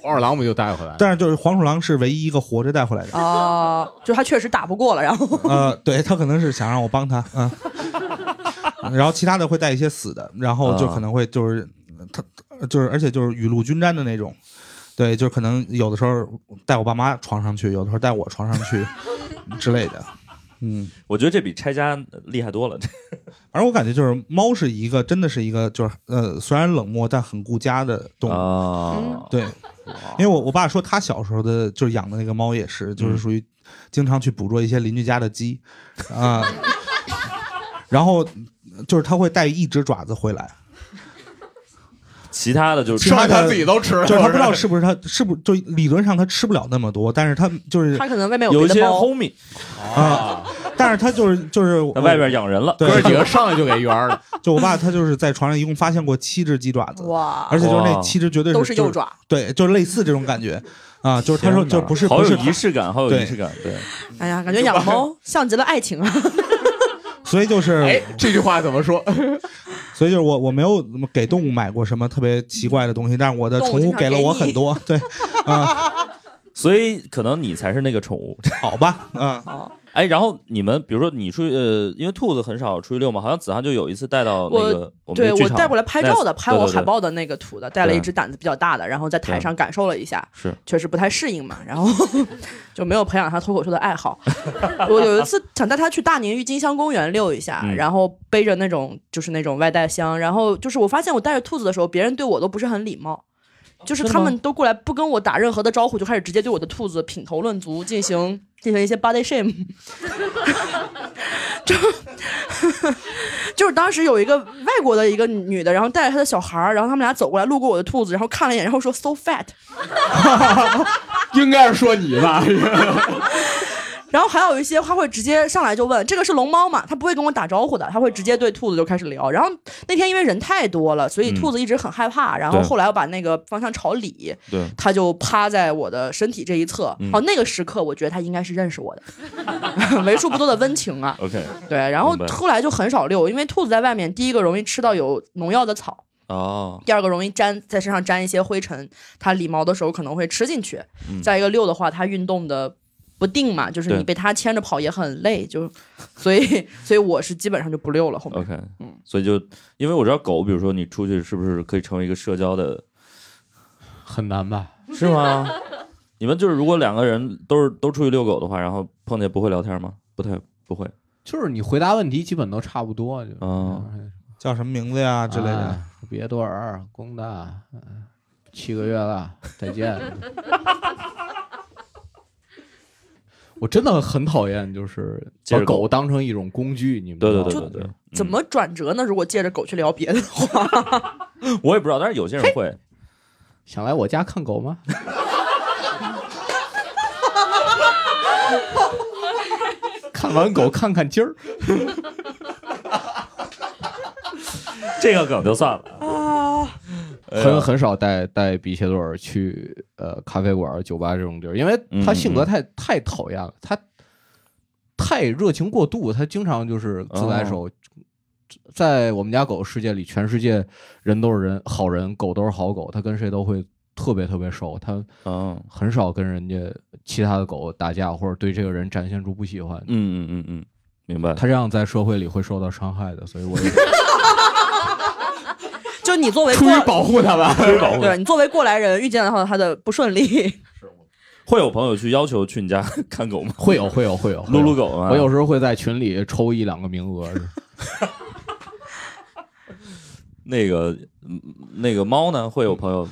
B: 黄鼠狼我们就带回来了，
D: 但是就是黄鼠狼是唯一一个活着带回来的。
C: 啊、就他确实打不过了，然后
B: 嗯
D: 呃，对他可能是想让我帮他，嗯，然后其他的会带一些死的，然后就
A: 啊
D: 可能会就是他就是而且就是雨露均沾的那种，对，就是可能有的时候带我爸妈床上去，有的时候带我床上去 之类的，嗯，
A: 我觉得这比拆家厉害多了。
D: 反正我感觉就是猫是一个真的是一个就是呃虽然冷漠但很顾家的动物，
A: 啊，
D: 对，因为我我爸说他小时候的就是养的那个猫也
A: 嗯
D: 是，就是属于经常去捕捉一些邻居家的鸡，啊、 然后就是他会带一只爪子回来，
A: 其他的就是
D: 其他
B: 剩下
D: 的
B: 他自己都吃了，
D: 就是他不知道
B: 是
D: 是不是他是不就理论上他吃不了那么多，但是他就是
C: 他可能外面
A: 有一
C: 别的
A: 些
C: 猫，
A: homie
D: 啊，但是他就是就是
A: 在外边养人了。
B: 不是哥
D: 对，
B: 几个上来就给圆儿了。
D: 就我爸他就是在床上一共发现过七只鸡爪子，
C: 哇，
D: 而且就是
A: 哇
D: 那七只绝对
C: 都
D: 是
C: 是右，爪。
D: 就是对，就是类似这种感觉啊，就是他说
A: 天哪
D: 就不是
A: 好
D: 不
A: 有
D: 是
A: 仪式感，好有仪
D: 对
A: 式感。对，
C: 哎呀，感觉养猫像极了爱情 啊！
D: 所以就是
B: 哎，这句话怎么说？
D: 所以就是我我没有给动物买过什么特别奇怪的东西，但是我的宠物给了我很多，对，啊、
A: 所以可能你才是那个宠物。
D: 好吧，嗯、
A: 哎，然后你们比如说你出去，呃，因为兔子很少出去遛嘛，好像子涵就有一次带到那个我们
C: 对
A: 的剧
C: 我
A: 场
C: 带过来拍照的，
A: Nice，
C: 拍我
A: 对对对嗯
C: 海报的那个图的，带了一只胆子比较大的，然后在台上感受了一下，
A: 是
C: 确实不太适应嘛，然后 就没有培养他脱口秀的爱好。 我有一次想带他去大宁郁金香公园溜一下，
A: 嗯
C: 然后背着那种就是那种外带箱，然后就是我发现我带着兔子的时候，别人对我都不是很礼貌。就是
A: 真的
C: 他
A: 吗
C: 们都过来不跟我打任何的招呼，就开始直接对我的兔子品头论足，进行进行一些 body shame。就是当时有一个外国的一个女的，然后带着她的小孩儿，然后他们俩走过来，路过我的兔子，然后看了一眼，然后说 so fat，
B: 应该是说你吧，
C: 然后还有一些他会直接上来就问这个是龙猫吗？他不会跟我打招呼的，他会直接对兔子就开始聊。然后那天因为人太多了，所以
A: 嗯
C: 兔子一直很害怕。然后
A: 对
C: 后来我把那个方向朝里，
A: 对
C: 它就趴在我的身体这一侧。
A: 嗯
C: 哦，那个时刻我觉得它应该是认识我 的， 为数不多的温情啊。
A: OK
C: 对，然后
A: 明白
C: 后来就很少遛，因为兔子在外面，第一个容易吃到有农药的草。
A: 哦，
C: 第二个容易粘在身上粘一些灰尘，它理毛的时候可能会吃进去。
A: 嗯
C: 再一个遛的话，它运动的不定嘛，就是
A: 对
C: 你被它牵着跑也很累，就所以 所以我是基本上就不遛了。后面
A: OK，所以就因为我知道狗，比如说你出去是不是可以成为一个社交的，
B: 很难吧？
A: 是吗？你们就是如果两个人都是都出去遛狗的话，然后碰见不会聊天吗？不太不会
B: 就是你回答问题基本都差不多，就
A: 哦
D: 叫什么名字呀之类的，
B: 哎别多尔，公的，嗯七个月 了，再 见。我真的很讨厌，就是
A: 接
B: 把
A: 着
B: 狗当成一种工具，你们
A: 对对
B: 知
A: 对
B: 道
A: 对
B: 吗
A: 对，嗯
C: 怎么转折呢？如果借着狗去聊别的话，
A: 我也不知道，但是有些人会，
B: 想来我家看狗吗？看完狗看看鸡儿，
A: 这个梗就算了。啊，哎
B: 很很少带带比切多尔去呃呃咖啡馆、酒吧这种地儿，因为
A: 嗯
B: 他性格太、太讨厌了，他太热情过度，他经常就是自
A: 哦
B: 来熟。在我们家狗世界里，全世界人都是人，好人，狗都是好狗，它跟谁都会特别特别熟，它
A: 嗯
B: 很少跟人家其他的狗打架，或者对这个人展现出不喜欢。
A: 嗯嗯嗯嗯，明白。
B: 它这样在社会里会受到伤害的，所以我也
C: 就你作为
B: 出
C: 过
B: 于保护它吧，
A: 出于保护它
C: 对你作为过来人遇见到他的不顺利，
A: 会有朋友去要求去你家 看狗吗？
B: 会有会有会有
A: 撸撸。狗啊
B: 会有
A: 吗？
B: 我有时候会在群里抽一两个名额，
A: 那个嗯那个猫呢，会有朋
B: 嗯
A: 友。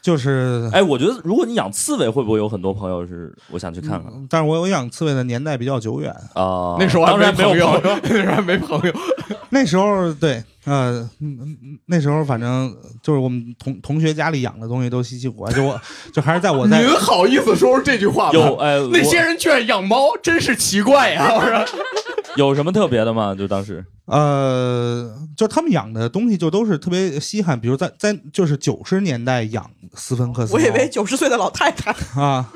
D: 就是，
A: 哎，我觉得如果你养刺猬，会不会有很多朋友是我想去
B: 嗯
A: 看看
D: 嗯但是我有养刺猬的年代比较久远，
A: 啊？
B: 那时候还
A: 当然没有
B: 朋友
A: 友，
B: 那时候还没朋友。
D: 那时候对，呃，嗯嗯那时候反正就是我们同同学家里养的东西都稀奇古怪，就我就还是在我在
B: 您好意思说出这句话
A: 有
B: 吗？
A: 哎，
B: 那些
A: 我
B: 人居然养猫，真是奇怪呀！我说
A: 有什么特别的吗？就当时
D: 呃，就他们养的东西就都是特别稀罕，比如在在就是九十年代养斯芬克斯
C: 我
D: 猫
C: 以为九十岁的老太太，
D: 啊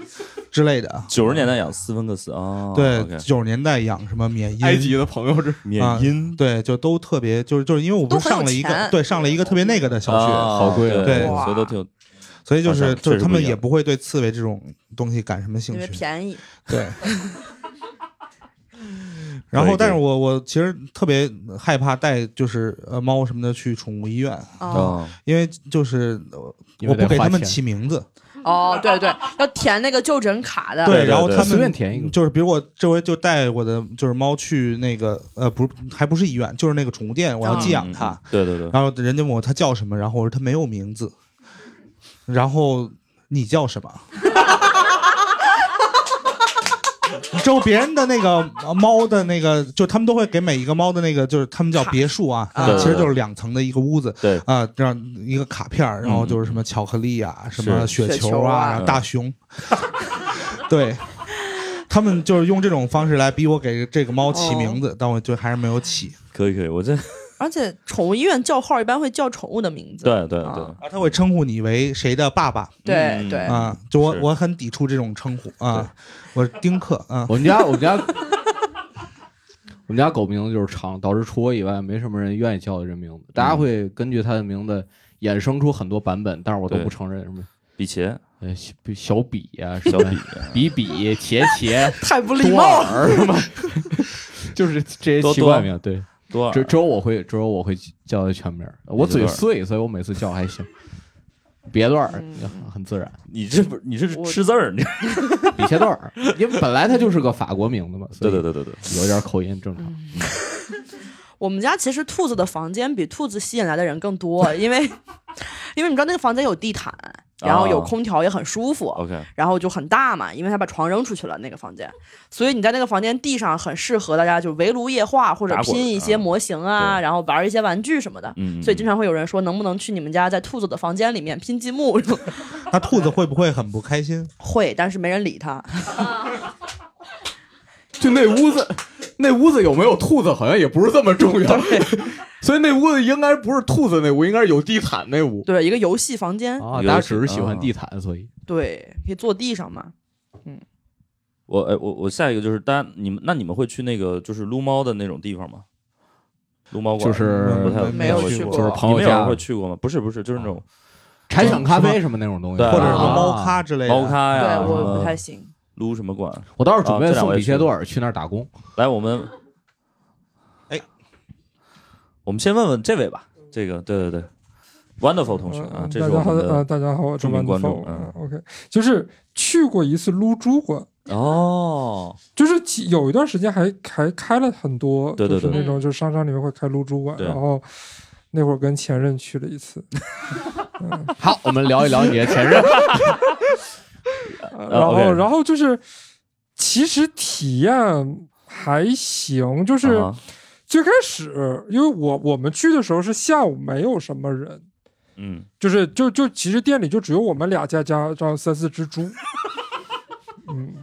D: 之类的，
A: 九十年代养斯芬克斯啊，
D: 对
A: OK，
D: 九十年代养什么缅因，
B: 埃及的朋友这
A: 缅
D: 啊
A: 因
D: 对，就都特别就是就是因为我不
C: 都
D: 是
C: 很有
D: 上了一个
C: 钱
D: 对上了一个特别那个的小学，
A: 啊
B: 好贵啊
A: 对，
D: 对
A: 所以都挺有
D: 所以就
A: 好
D: 是
A: 像
D: 就是
A: 确实
D: 他
A: 不
D: 们
A: 一样
D: 也不会对刺猬这种东西感什么兴
C: 因为
D: 趣，
C: 便宜。
D: 对。然后，但是我我其实特别害怕带就是呃猫什么的去宠物医院，
C: 哦
A: 啊，
D: 因为就是呃
B: 因为
D: 我
B: 得
D: 不给
B: 花
D: 他们
B: 钱
D: 起名字，
C: 哦，对对，要填那个就诊卡的。
A: 对对
D: 然后
A: 对
D: 他们
B: 随便填一个
D: 就是比如我这回就带我的就是猫去那个呃不是还不是医院，就是那个宠物店，我要寄养它，
A: 嗯，嗯对对对，
D: 然后人家问我它叫什么，然后我说它没有名字，然后你叫 什么？之后别人的那个呃猫的那个，就他们都会给每一个猫的那个，就是他们叫别墅啊，
C: 啊
D: 那其实就是两层的一个屋子，
A: 对
D: 啊，这样一个卡片儿，然后就是什么巧克力啊，什么雪
C: 雪
D: 球
C: 球啊
D: 啊，然后大熊， 对。他们就是用这种方式来逼我给这个猫起名字，但我就还是没有起。
A: 哦可以可以，我这
C: 而且宠物医院叫号一般会叫宠物的名字。
A: 对对对
C: 啊，
D: 啊，他会称呼你为谁的爸爸，
C: 对
A: 嗯
C: 对，
D: 啊，就我
A: 是
D: 我很抵触这种称呼啊，我是丁克啊，
B: 我们家我们家我们家狗名字就是长，导致除我以外，没什么人愿意叫这名字。大家会根据它的名字衍生出很多版本，但是我都
A: 对
B: 不承认什么。
A: 比奇
B: 呃，小小比呀、什
A: 小
B: 么
A: 比，
B: 比比、茄茄、
C: 太不礼
B: 多
C: 貌了。
B: 尔什么，就是 这些
A: 多啊
B: 奇怪名。对，
A: 多
B: 只
A: 尔
B: 只有我会，只有我会叫它全名儿。我嘴
A: 段儿
B: 碎，所以我每次叫还行。别段儿 很自然，
A: 你这不你这是
C: 我
A: 吃字 儿，你
B: 比切段儿，因为本来它就是个法国名字嘛，所
A: 对
B: 以
A: 对对对对，
B: 有点口音正常。
C: 我们家其实兔子的房间比兔子吸引来的人更多，因 为因为你知道那个房间有地毯，然后有
A: 哦
C: 空调也很舒服，
A: OK，
C: 然后就很大嘛，因为他把床扔出去了那个房间，所以你在那个房间地上很适合大家就围炉夜话或者
A: 打滚儿
C: 拼一些
A: 啊
C: 模型啊，
A: 对
C: 然后玩一些玩具什么的。
A: 嗯，嗯
C: 所以经常会有人说，能不能去你们家在兔子的房间里面拼积木？
D: 那兔子会不会很不开心？
C: 会，但是没人理他。
B: 就那屋子，那屋子有没有兔子好像也不是这么重要， 所以那屋子应该不是兔子那屋，应该是有地毯那屋。
C: 对，一个游戏房间，
K: 哦
B: 啊，
A: 有
B: 大家
A: 地
B: 只是喜欢
A: 啊
B: 地毯，所以
C: 对，可以坐地上嘛。
A: 我哎我我下一个就是，大家你们那你们会去那个就是撸猫的那种地方吗？撸猫馆
B: 就是
A: 不太
C: 没有
A: 不太会
C: 去过
B: 就是
A: 你
B: 朋友
A: 们有人
B: 家
A: 会去过吗？不是不是，就是那种
B: 柴犬咖啡什么那种东西，
A: 对
D: 或者说
A: 啊
D: 猫咖，之类的？
A: 猫咖呀，
C: 对，我
A: 什
C: 不
A: 么
C: 太行。
A: 撸什么馆。
B: 我倒是准
A: 啊
B: 备
A: 这两
B: 送
A: 位
B: 比切
A: 去
B: 多尔去那儿打工。
A: 来，我们，
D: 哎，
A: 我们先问问这位吧，这个对对对，Wonderful 同学啊，这
K: 大
A: 是
K: 家
A: 我
K: 好，
A: 们
K: 呃，
A: 的
K: 大家好，我
A: 著
K: 是
A: 名
K: Wonderful 呃
A: 观众嗯
K: o k 就是去过一次撸猪馆，
A: 哦，
K: 就是其有一段时间还还开了很多，
A: 对对
K: 就是
A: 对
K: 那种就是商场里面会开撸猪馆，
A: 对
K: 然后那会儿跟前任去了一 次，嗯
B: 好，我们聊一聊你的前任。
K: 然后
A: 啊 OK
K: 然后就是其实体验还行，就是
A: 啊哈
K: 最开始因为我我们去的时候是下午没有什么人，
A: 嗯，
K: 就是就就其实店里就只有我们俩再加上三四只猪，嗯，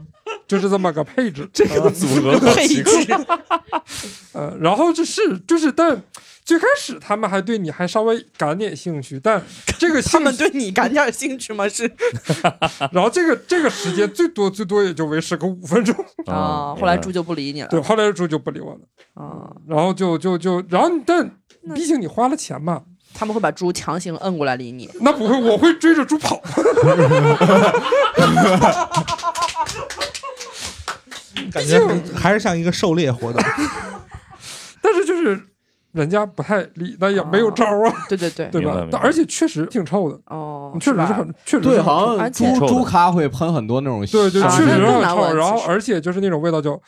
K: 就是这么个配置。这个啊
A: 组合好奇怪，
K: 呃，然后就是就是，但最开始他们还对你还稍微感点兴趣，但这个
C: 他们对你感点兴趣吗？是，
K: 然后这个这个时间最多最多也就维持个五分钟
C: 啊。后来猪就不理你了。
K: 对，后来猪就不理我了啊。然后就就就，然后但毕竟你花了钱嘛，
C: 他们会把猪强行摁过来理你。
K: 那不会，我会追着猪 跑。
D: 感觉还是像一个狩猎活动。
K: 但是就是人家不 太理，那也没有招啊。
C: 对对对，
K: 对吧？但而且确实挺臭的
C: 哦，
K: 确实是很确实
B: 对，
K: 是
B: 好像
K: 很
B: 猪猪咖会喷很多那种
K: 对对，
B: 香
K: 确实
C: 啊
B: 精
K: 很臭。然后而且就是那种味道就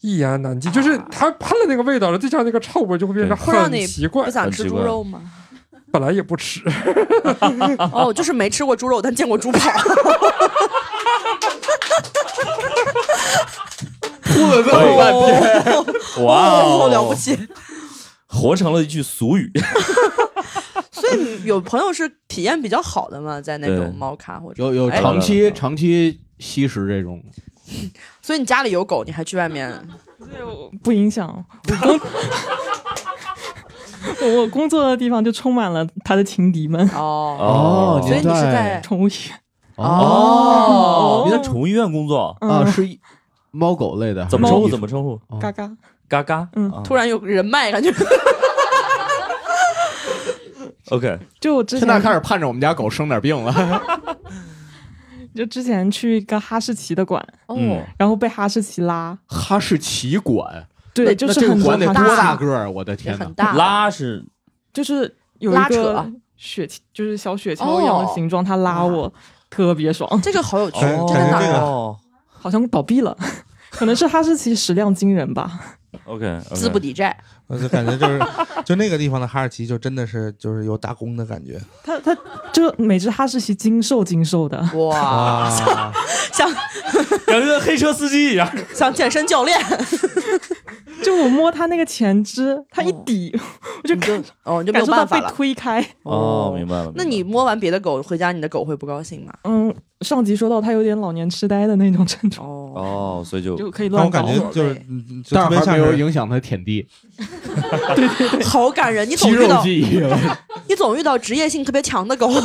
K: 一言难尽，就是它喷了那个味道，然后再加上那个臭味，就会变得
L: 会让
K: 很
L: 你
K: 奇怪。
L: 不想吃猪肉吗？
K: 本来也不吃，
C: 哦，就是没吃过猪肉，但见过猪跑。
B: 吐了这么半天，
A: 哇哦，
C: 了不起，
A: 活成了一句俗语。
C: 所以有朋友是体验比较好的嘛，在那种猫咖或者
B: 有有
C: 哎
B: 长期长期吸食这种，
C: 所以你家里有狗，你还去外面？
H: 不影响。 我工作的地方就充满了他的情敌们。
A: 哦
B: 哦所以你是在
H: 宠物医院？
D: 哦
C: 哦
A: 你在宠物医院工作
H: 嗯
B: 啊是猫哦狗类的，
A: 怎么称呼？怎么称呼？
K: 哦
H: 嘎嘎，
A: 嘎嘎。啊
H: 嗯
C: 突然有人脉，感觉
A: OK，
H: 就我之
B: 现在
H: 前
B: 开始盼着我们家狗生点病 了。
H: 就之前去一个哈士奇的馆，
C: 哦
B: 嗯
H: 然后被哈士奇拉，
B: 哈士奇馆，
H: 对
B: 那
H: 就是
B: 那这
H: 很
B: 个馆得
H: 多哈
B: 多
H: 士奇
B: 大个儿？啊我的天哪，
A: 拉是
H: 就是有一
C: 拉
H: 个
C: 扯哦
H: 雪，就是小雪橇一样的形状，它拉我，特别爽。
C: 这个好有趣
D: 感觉感觉这
C: 哦
D: 个
H: 好像倒闭了， 可能是哈士奇食量惊 人吧。
A: OK，
C: 资不抵债。
D: 我就感觉就是就那个地方的哈士奇，就真的是就是有打工的感觉。
H: 它它就每只哈士奇精瘦精瘦的，
C: 哇，
D: 啊，
C: 像
A: 感觉跟黑车司机一样，
C: 像健身教练。
H: 就我摸它那个前肢，它
C: 哦
H: 一抵， 我就感
C: 哦，你就没
H: 感
C: 有
H: 受到
C: 办法
H: 被
C: 了。
H: 推开。
A: 哦，明白了。明白了
C: 那你摸完别的狗回家，你的狗会不高兴 吗？
H: 嗯，上集说到它有点老年痴呆的那种症状，
A: 哦，所以就
H: 就可以
D: 但
H: 乱
D: 我感
H: 搞。
D: 觉就是，嗯嗯就
B: 但
D: 特
B: 是
D: 别
B: 还
D: 像
B: 没有
D: 是
B: 影响它舔地，
C: 好感人！你
B: 肌
C: 总遇
B: 肉
C: 到
B: 记忆了。
C: 你总遇到职业性特别强 的狗，
D: 我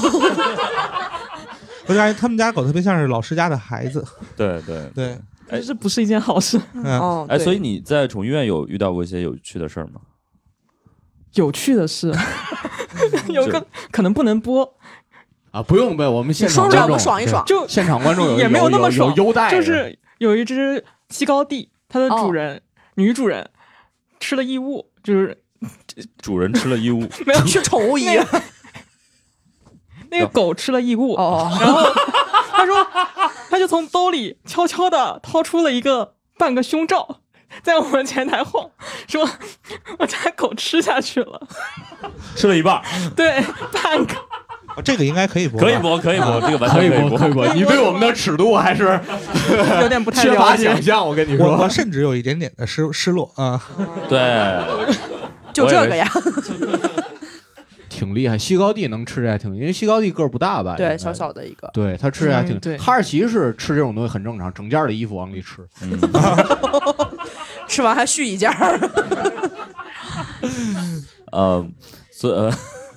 D: 就感觉他们家狗特别像是老师家的孩子。
A: 对对
D: 对，
A: 哎
H: 这不是一件好事。
C: 哦
D: 嗯，
A: 哎，
H: 哦对
A: 所以你在宠物医院有遇到过一些有趣的事儿吗？
H: 有趣的是，有个可能不能播，
B: 啊，不用呗，我们现场
C: 说出来
B: 观
C: 我
B: 众
C: 们爽一爽
B: 对
H: 就
B: 现场观 众有
H: 也没
B: 有
H: 那么
B: 有
H: 爽，
B: 优待的，
H: 就是有一只西高地，它的
C: 哦
H: 主人、女主人吃了异物，就是
A: 主人吃了衣物，
H: 没有
C: 去宠物医院。
H: 那个狗吃了异
C: 哦
H: 物，然后他说， 他就从兜里悄悄的掏出了一个半个胸罩，在我们前台晃，说我家狗吃下去了，
A: 吃了一半，
H: 对，半个。
D: 哦这个应该可以播吧，
A: 可以播，可以播，这个完
B: 可以
A: 全
B: 播可以播，你对我们的尺度还是
H: 有点不太
B: 缺乏
H: 了解
B: 想象，我跟你
D: 我我
B: 说，
D: 甚至有一点点的失失落啊。
A: 对，
C: 就这个呀。
B: 挺厉害。西高地能吃着还挺，因为西高地个儿不大吧？应
C: 对，
B: 该
C: 小。小的一个，
B: 对它吃着还
H: 嗯对
B: 挺，哈士奇是吃这种东西很正常，整件儿的衣服往里吃。
C: 吃完还续一件 儿。
A: 呃，所以呃，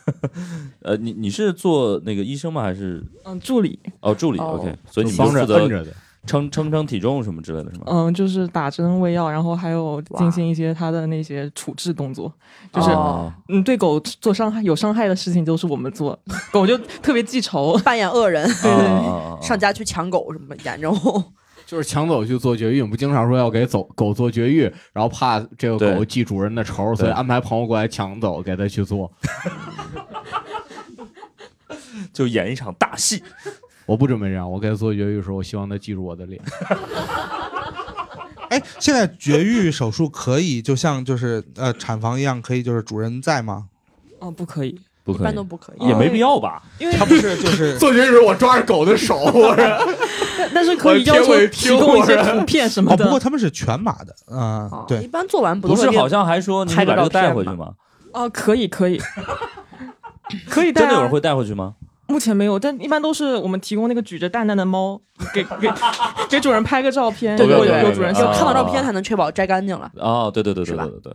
A: 呃，你你是做那个医生吗？还是
H: 嗯，助理，
A: 哦助理
C: 哦
A: ？OK，所以你们
B: 帮
A: 就
B: 着
A: 负
B: 摁着
A: 责
B: 的，
A: 称称称体重什么之类的，是吗？
H: 嗯，就是打针喂药，然后还有进行一些它的那些处置动作，就是
A: 哦
H: 嗯，对狗做伤害有伤害的事情都是我们做，狗就特别记仇。
C: 扮演恶人，
A: 啊
H: 哦
A: 啊啊啊啊
C: 上家去抢狗什么严重。
B: 就是抢走去做绝育，我们经常说要给走狗做绝育，然后怕这个狗
A: 对
B: 记主人的仇，所以
A: 对
B: 安排朋友过来抢走给它去做。
A: 就演一场大戏。
B: 我不准备这样，我给它做绝育的时候，我希望它记住我的脸。
D: 哎，现在绝育手术可以，就像就是呃产房一样，可以就是主人在吗？
H: 嗯，不可以，
A: 不
C: 一
A: 可
C: 般
A: 以啊
C: 都，不可以。
A: 也没必要吧？
H: 因为
D: 他不是就是
B: 做绝育时候我抓着狗的手，我说
H: 但是可以要
B: 我
H: 求
B: 的
H: 提
B: 天
H: 供一些
B: 我是
H: 图片什么
D: 哦，
H: 的。
D: 不过他们是全麻的啊、
C: 哦一
D: 对，
C: 般做完不都
A: 不是，
C: 会
A: 好像还说你
C: 拍
A: 会
C: 个
A: 把这个
C: 照片
A: 带回去
C: 嘛
A: 吗？
H: 哦，可以可以，可以带、啊。
A: 真的有人会带回去吗？
H: 目前没有，但一般都是我们提供那个举着蛋蛋的猫，给给给主人拍个照片，
C: 对对
H: 如果
C: 对
H: 有
C: 对
H: 有主人
A: 对
H: 想
C: 有看到照
A: 啊
C: 片才能确保摘干净了。
A: 哦，对对对对
C: 是吧
A: 对对对，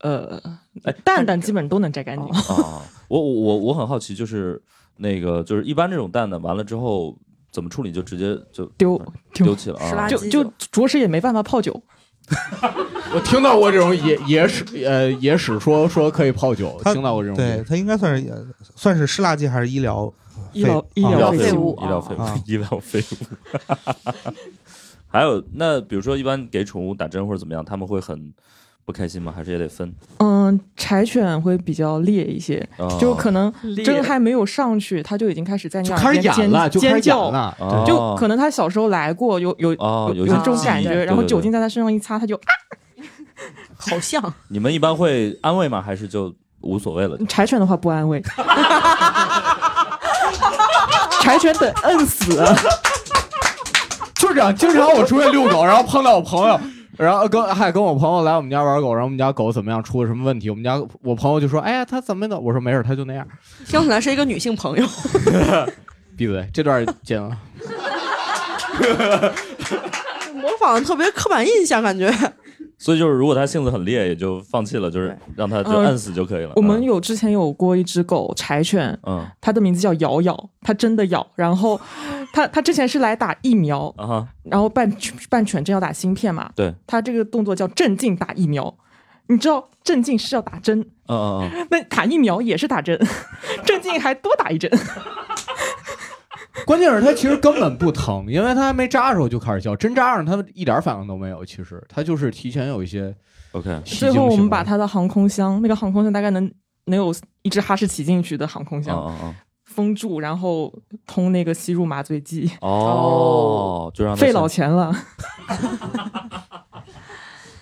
H: 呃，蛋蛋基本都能摘干净。
A: 啊，我我我我很好奇，就是那个就是一般这种蛋蛋完了之后怎么处理，就直接就嗯
H: 丢
A: 丢弃了啊？
H: 就就着实也没办法泡酒，
B: 我听到过这 种野野史呃野史说说可以泡酒，听到过这种
D: 对他应该算是也算是湿垃圾还是医疗
H: 医疗
D: 废
H: 医疗废
A: 物
H: 物，
A: 医疗废物
D: 啊，
A: 医疗废物。还有，那比如说，一般给宠物打针或者怎么样，他们会很不开心吗？还是也得分？
H: 嗯，柴犬会比较烈一些，
A: 哦
H: 就可能
A: 烈
H: 针还没有上去，它就已经开始在你
B: 就
H: 耳
B: 开始
H: 边
B: 演了，
H: 尖
B: 就开
H: 尖
B: 始演
H: 叫
B: 了，
A: 哦
B: 对
H: 就可能它小时候来过，有有
A: 哦
H: 有
A: 有一些
H: 这种
A: 记忆
H: 感
A: 对
H: 觉，然后
A: 对
H: 酒
A: 对
H: 精在它身上一擦，它就啊。
C: 好像
A: 你们一般会安慰吗？还是就无所谓了？
H: 柴犬的话不安慰，柴犬得摁死。啊
B: 就是这样。经常我出去遛狗，然后碰到我朋友， 然后跟还跟我朋友来我们家玩狗，然后我们家狗怎么样出了什么问题，我们家我朋友就说：“哎呀，它怎么的？”我说：“没事，它就那样。
C: 听起来是一个女性朋 友。”
B: 闭嘴，这段剪了。
C: 模仿得特别刻板印象，感觉
A: 所以就是，如果它性子很烈，也就放弃了，就是让它就
H: 嗯
A: 按死就可以了。
H: 我们有之前有过一只狗柴犬，
A: 嗯
H: 它的名字叫咬咬，它真的咬。然后它它之前是来打疫苗，
A: 啊哈，
H: 然后办办犬证要打芯片嘛，
A: 对，
H: 它这个动作叫镇静打疫苗。你知道镇静是要打针，
A: 嗯嗯嗯，
H: 那打疫苗也是打针， 镇静还多打一 针。
B: 关键是它其实根本不疼，因为它还没扎的时候就开始叫，真扎上它一点反应都没有。其实它就是提前有一些
A: OK
H: 最后我们把它的航空箱，那个航空箱大概能能有一只哈士奇进去的航空箱，
A: 嗯嗯
H: 封住，然后通那个吸入麻醉剂。
A: 哦，就让它
H: 费
A: 先
H: 老钱了。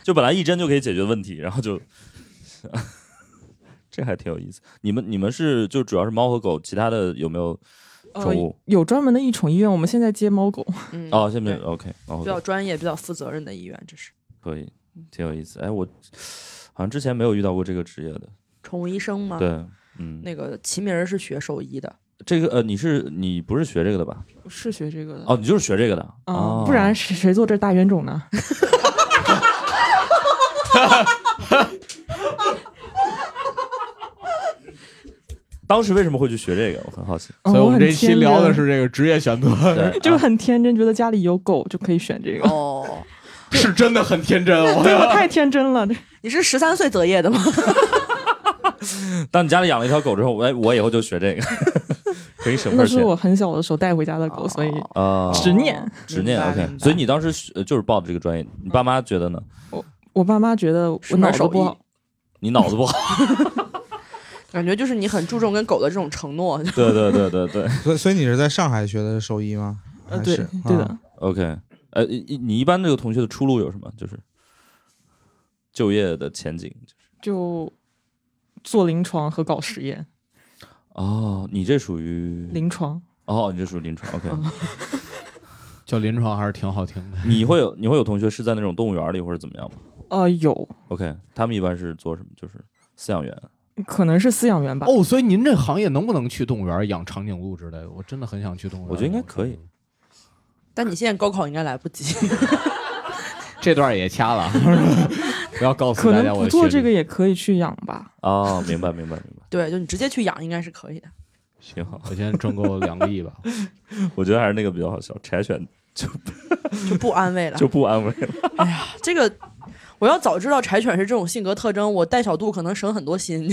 A: 就本来一针就可以解决问题，然后就， 这还挺有意思。你们你们是就主要是猫和狗，其他的有没有
H: 呃
A: 宠物？
H: 有专门的一宠医院，我们现在接猫狗。
C: 嗯
A: 哦，下面 OK，猫和
C: 比
A: 狗
C: 较专业、比较负责任的医院，这是
A: 可以，挺有意思。哎，我好像之前没有遇到过这个职业的。
C: 宠物医生吗？
A: 对，嗯，
C: 那个齐明儿是学兽医的，
A: 这个呃，你是你不是学这个的吧？
H: 是学这个的
A: 哦，你就是学这个的
H: 啊，
A: 哦
H: 不然谁谁做这大冤种呢？
A: 当时为什么会去学这个？我很好奇。
H: 哦所以我们我很这一期天聊的真
B: 是这个职业选择，
H: 就是很天真，觉得家里有狗就可以选这个。
C: 哦，
B: 是真的很天真。啊 我
H: 对我太天真了。
C: 你是十三岁择业的 吗？
A: 当你家里养了一条狗之后，我哎我以后就学这个， 可以省份
H: 那
A: 儿
H: 是
A: 钱
H: 我很小的时候带回家的
B: 哦
H: 狗，所以
A: 啊。
H: 执念。
A: 执念
H: 明白
A: OK，
H: 明
A: 所以你当时学呃就是报的这个专业，你爸妈觉得呢？
H: 我爸妈觉得我脑子不好，
A: 你脑子不好，
C: 感觉就是你很注重跟狗的这种承 诺。
A: 对对对对对
D: 所以所以你是在上海学的兽医吗？
C: 呃
D: 还
C: 对
D: 是
C: 对的
D: 啊
A: OK，呃，一你一般这个同学的出路有什么？就是就业的前景
H: 就做临床和搞实验。
A: 哦，你这属于
H: 临床
A: 哦，你这属于临床 OK。
B: 叫临床还是挺好听的。
A: 你会有你会有同学是在那种动物园里或者怎么样吗
H: 呃，有
A: ？OK，他们一般是做什么？就是饲养员。
H: 可能是饲养员吧。
B: 哦，所以您这行业能不能去动物园养长颈鹿之类的？我真的很想去动物园。
A: 我觉得应该可以。
C: 但你现在高考应该来不及，
B: 这段也掐了， 不要告诉
H: 可
B: 大
H: 能
B: 家我
H: 不
B: 的
H: 做
B: 学
H: 这
B: 历。
H: 个也可以去养吧。
A: 哦，明白明白明白，
C: 对，就你直接去养应该是可以的。
A: 挺好。
B: 我先挣够两个亿吧。
A: 我觉得还是那个比较好笑，柴犬就。
C: 就不安慰了
A: 就不安慰了。
C: 这个，我要早知道柴犬是这种性格特征，我带小度可能省很多心。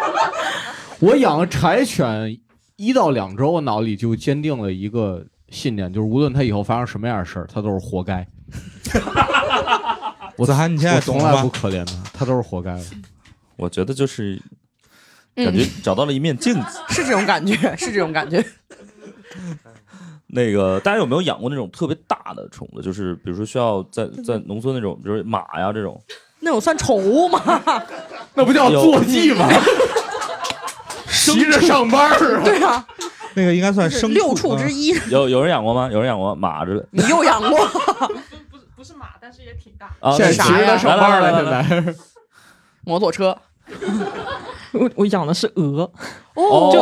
B: 我养了柴犬一到两周，我脑里就坚定了一个信念，就是无论它以后发生什么样的事儿，它都是活该。我
D: 子涵你现在
B: 我从
D: 懂了
B: 来
D: 吧
B: 不可怜它，它都是活该的。
A: 我觉得就是感觉找到了一面镜子。
C: 是这种感觉，是这种感觉。
A: 那个大家有没有养过那种特别大的宠物？就是比如说需要在在农村那种，比如说马呀这种，
C: 那种算宠物吗？
B: 那不叫
A: 坐
B: 骑吗？急着上班儿 啊！
C: 对啊，
D: 那个应该算
C: 是
D: 生
C: 六畜之一。
A: 有有人养过吗？有人养过马之类？
C: 你又养过？
H: 不是马，但是也挺大。
A: 啊，
B: 现在
A: 啥
B: 急着
A: 呀？
B: 上班
A: 来
B: 了，
A: 来
B: 现
A: 来来来
B: 在。
C: 摩托车
H: 我我养的是鹅，
A: 哦
H: 就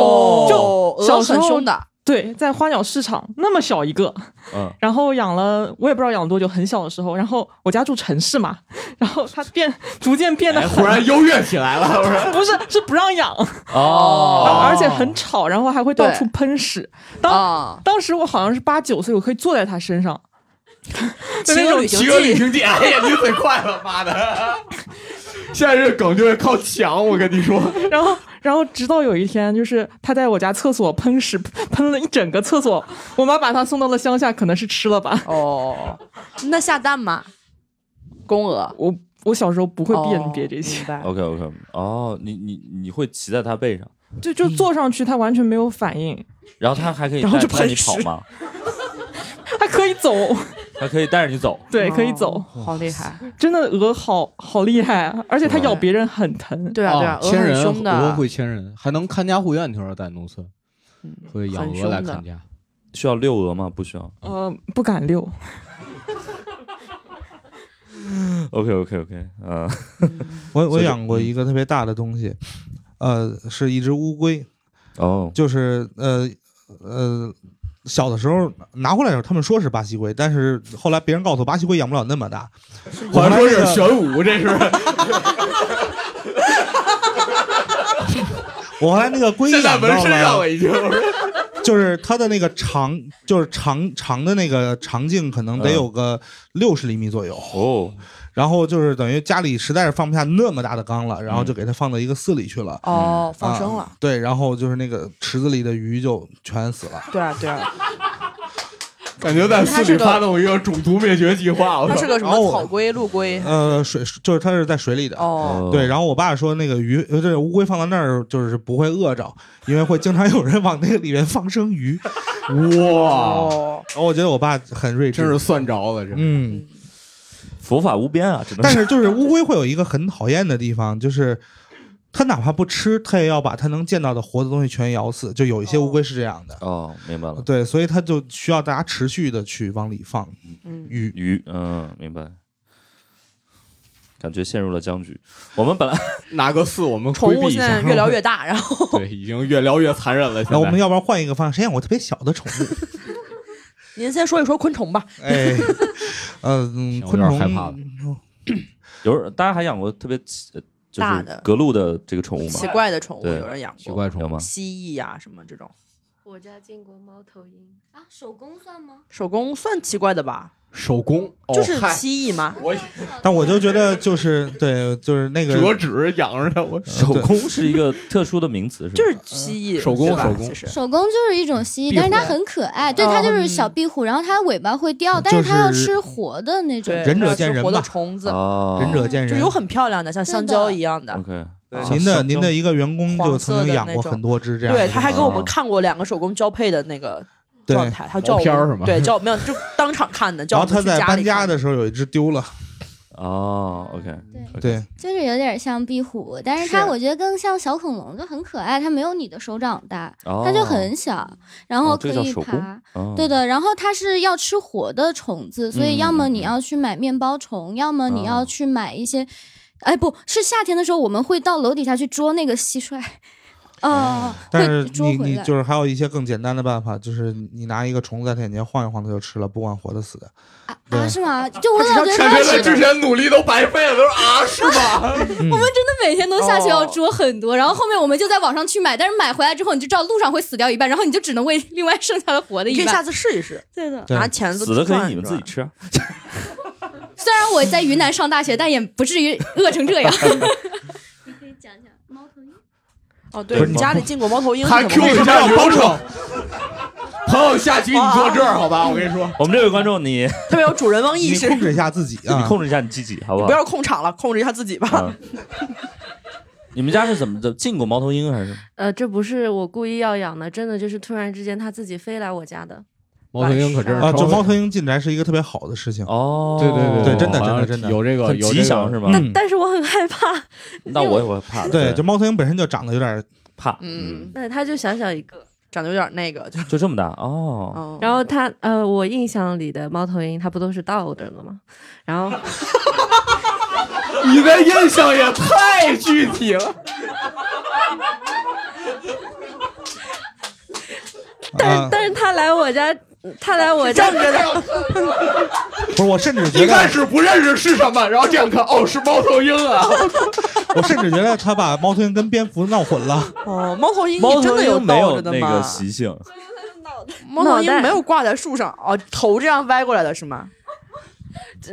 H: 就
C: 鹅
H: 小时
C: 很
H: 候
C: 凶的，
H: 对，在花鸟市场那么小一个，
I: 嗯，
H: 然后养了，我也不知道养了多久，很小的时候，然后我家住城市嘛，然后它变逐渐变得、
B: 哎忽然优越起来了
H: 不是是不让养
I: 哦
H: 而且很吵，然后还会到处喷屎。当、当时我好像是八九岁，我可以坐在它身上。就那种
B: 骑鹅旅行记，哎呀，你嘴快了，妈的！现在这梗就会靠墙，我跟你说。
H: 然后，然后直到有一天，就是他在我家厕所喷屎，喷了一整个厕所。我妈把他送到了乡下，可能是吃了吧。
C: 哦， 那下蛋吗？公鹅？
H: 我我小时候不会辨别
C: 哦
H: 这些，
I: OK OK，哦，你你你会骑在它背上，
H: 就就坐上去，他完全没有反应，
I: 然后它还可以
H: 然后
I: 带
H: 就
I: 带
H: 喷
I: 你跑
H: 屎
I: 吗？
H: 他可以走，
I: 它可以带着你走。
H: 对，可以走。
C: 哦好厉害！
H: 真的鹅好好厉害啊，而且它咬别人很疼。
C: 对啊对啊鹅
B: 牵
C: 很
B: 人，
C: 凶的
B: 鹅会牵人，还能看家护院。听说在农村，会养
I: 很
B: 鹅来
I: 凶的
B: 看家。
I: 需要遛鹅吗？不需要。
H: 呃，不敢 遛。
I: OK OK OK，呃，
D: 我我养过一个特别大的东西，呃，是一只乌龟。
I: 哦，
D: 就是呃呃，小的时候拿回来的时候，他们说是巴西龟，但是后来别人告诉我，巴西龟养不了那么大。
B: 好像说是玄
D: 武，这是。 我后来那个龟
B: 现在
D: 养到
B: 纹身上
D: 了
B: 了，已经。
D: 就是它的那个长，就是长长的那个长径，可能得有个
B: 嗯
D: 六十厘米左右。
I: 哦，
D: 然后就是等于家里实在是放不下那么大的缸了，然后就给它放到一个寺里去了。
C: 哦
D: 啊
C: 放生了
D: 对，然后就是那个池子里的鱼就全死了。
C: 对啊对啊，
B: 感觉在寺里发动一个种族灭绝计划。我哦嗯操
C: 它是个什么
D: 然后我
C: 草龟、陆龟？
D: 呃，水就是它是在水里的。
C: 哦
D: 对。然后我爸说那个鱼，呃，这乌龟放到那儿就是不会饿着，因为会经常有人往那个里面放生鱼。哇！然后我觉得我爸很睿智，
B: 真是算着了，这
D: 嗯。
I: 佛法无边啊，只能
D: 但是就是乌龟会有一个很讨厌的地方，就是它哪怕不吃，它也要把它能见到的活的东西全咬死。就有一些乌龟是这样的，
I: 哦，明白了。
D: 对，所以它就需要大家持续的去往里放。
I: 鱼鱼，嗯，明白。感觉陷入了僵局。我们本来
B: 哪个寺我们
C: 宠物现在 越聊越大，然后
B: 对，已经越聊越残忍了。现
D: 那
B: 在
D: 我们要不然换一个方式，实验我特别小的宠物。
C: 您先说一说昆虫吧。
D: 哎，嗯，昆虫
I: 害怕了有人大家还养过特别奇呃就
C: 大
I: 是
C: 的
I: 格路的这个宠物吗？
C: 奇怪的宠物
I: 对
C: 有人养过，
I: 有吗？
C: 蜥蜴呀、什么这种，
F: 我家进过猫头鹰
G: 啊，手工算吗？
C: 手工算奇怪的吧？
D: 手工
C: 就是蜥蜴吗？
B: 我
D: 但哦我就觉得就是对，就是那个呃
B: 折纸养着我
I: 手工是一个特殊的名词，是吧？
C: 就是蜥蜴，
I: 手工
C: 对吧
I: 手工
C: 其实
G: 手工就是一种蜥蜴，
I: 壁
G: 但是它
I: 虎
G: 很可爱，对，它就是小壁虎，然后它尾巴会掉，但是它要吃活的那种。
D: 仁者见仁
C: 活的
D: 吧，
C: 虫子，
I: 哦
D: 仁者嗯见
C: 就
D: 仁。
C: 有很漂亮的，像香蕉一样的。
I: OK，
D: 您的您的一个员工就
C: 黄色
D: 曾
C: 的
D: 经养
C: 那
D: 过
C: 种
D: 很多只这样的啊
C: 对，
D: 东西，
C: 他还给我们看过两个手工交配的那个
D: 对
C: 状态，他叫我们
D: 哎毛片儿是吗
C: 对，叫没有就当场看的，
D: 然
C: 叫
D: 后
C: 我们
D: 他
C: 去
D: 在
C: 家
D: 搬
C: 里
D: 家的时候有一只丢了，
I: 哦，OK，
D: 对，
G: 就是有点像壁虎，但是它我觉得更像小恐龙，就很可爱。它没有你的手掌大，
I: 哦
G: 它就很小，然后
I: 哦这
G: 可
I: 个叫
G: 以
I: 手
G: 爬
I: 工。哦
G: 对的，然后它是要吃活的虫子，所以要么
I: 嗯嗯
G: 你要去买面包虫，要么你
I: 哦
G: 要去买一些。哎，不是夏天的时候，我们会到楼底下去捉那个蟋蟀，哦，
D: 哎但
G: 会
D: 是
G: 捉
D: 你
G: 回
D: 你
G: 来。
D: 就是还有一些更简单的办法，就是你拿一个虫子在它眼前晃一晃，它就吃了，不管活的死的。
G: 啊，是吗？就我老觉得
B: 感
G: 它
B: 觉
G: 是
B: 他之前努力 都白费了，都是啊，是吧？
A: 嗯
G: 我们真的每天都下去要捉很多，然后后面我们就在网上去买，但是买回来之后你就知道路上会死掉一半，然后你就只能喂另外剩下的活的
C: 你
G: 一
C: 可
G: 半。
C: 以下次试一试，
G: 对的。
C: 拿钳子
I: 死的可
C: 转
I: 以你
C: 一
I: 们自己
C: 转
I: 吃啊。
G: 虽然我在云南上大学，但也不至于饿成这样。你可以讲讲猫头鹰。
C: 哦，
B: 不
C: 对
B: 是
C: 你家
B: 猫
C: 里进过猫头鹰是
B: 还
C: 什么
B: Q
C: 回事
B: 一下
C: 儿
B: 观众，朋友下集你坐这儿好吧？我跟你说，
I: 我们这位观众，你
C: 特别有主人翁意
D: 你
C: 识，
D: 控制一下自己
I: 你
D: 啊，
I: 控制一下你自己好不好？
C: 不要控场了，控制一下自己吧。
I: 嗯你们家是怎么的？进过猫头鹰还是？
F: 呃，这不是我故意要养的，真的就是突然之间它自己飞来我家的。
B: 猫头鹰可真是
D: 啊，
B: 超
D: 就猫头鹰进宅是一个特别好的事情。
I: 哦
B: 对对
D: 对，真的
B: 好
D: 真
B: 像
D: 的真的
B: 有这个
I: 很
B: 有
I: 吉
B: 这个
I: 祥是吗？
D: 嗯
F: 但是我很害怕，
I: 那我也会怕的。
D: 对，就猫头鹰本身就长得有点
I: 怕，
C: 嗯，
F: 那它就小小一个。
C: 长得有点那个，就
I: 就这么大哦。
C: 嗯，
F: 然后它呃，我印象里的猫头鹰它不都是倒着的吗？然后
B: 你的印象也太具体了。
F: 但是
D: 啊
F: 但是他来我家，他来我家
D: 站着呢 不是，我甚至觉
B: 一 开
D: 得，
B: 始不认识是什么，然后这样看，哦，是猫头鹰啊！
D: 我甚至觉得他把猫头鹰跟蝙蝠闹混 了。
C: 哦，猫头鹰
D: 猫头
C: 真的
D: 鹰没
C: 倒
D: 有
C: 着的
D: 那个
C: 吗？
D: 习
A: 性，
C: 猫头
F: 脑袋
C: 鹰没有挂在树上哦，头这样歪过来的是吗？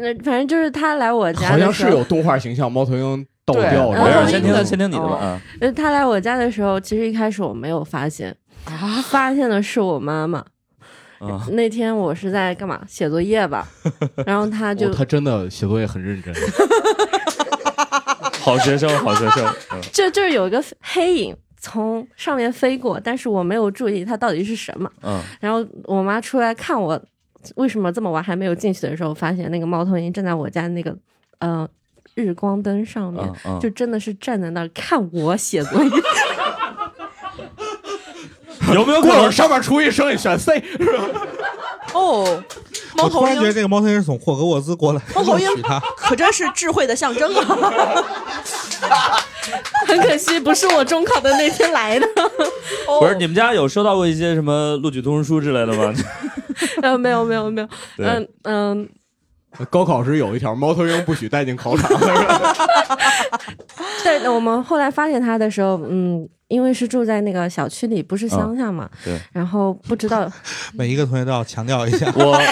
F: 呃反正就是他来我家
B: 好
F: 的
B: 像
F: 时
B: 是
F: 候，
B: 有动画形象猫头鹰倒吊
F: 对
B: 着。
F: 嗯先听先
A: 听你
F: 的吧
A: 啊。
F: 呃，他来我家的时候，其实一开始我没有发现，发现的是我妈妈。
A: 啊
F: 那天我是在干嘛？写作业 吧，然后他就
B: 哦、他真的写作业很认真，
A: 好学生，好学生。
F: 就就是有一个黑影从上面飞过，但是我没有注意它到底是什么。
A: 嗯
F: 然后我妈出来看我为什么这么晚还没有进去的时候，发现那个猫头鹰站在我家那个呃日光灯上面，
A: 嗯嗯
F: 就真的是站在那儿看我写作业。
A: 有没有
B: 过会儿上面出一声，你选 C 是吧？
C: 哦，
D: 我
C: 猫
D: 突
C: 头
D: 然觉得
C: 鹰，
D: 这个猫头鹰是从霍格沃兹过来，
C: 猫头鹰
D: 娶 她。
C: 可真是智慧的象征 啊！
F: 很可惜，不是我中考的那 天来的。
A: 不是你们家有收到过一些什么录取通知书之类的吗？
F: 呃，没有没有没有，
A: 对
F: 嗯嗯，
B: 高考时有一条，猫头鹰不许带进考 场。
F: 对，我们后来发现他的时候，嗯，因为是住在那个小区里，不是乡下嘛，
C: 啊
A: 对，
F: 然后不知道，
D: 每一个同学都要强调一下。
A: 我
B: 来，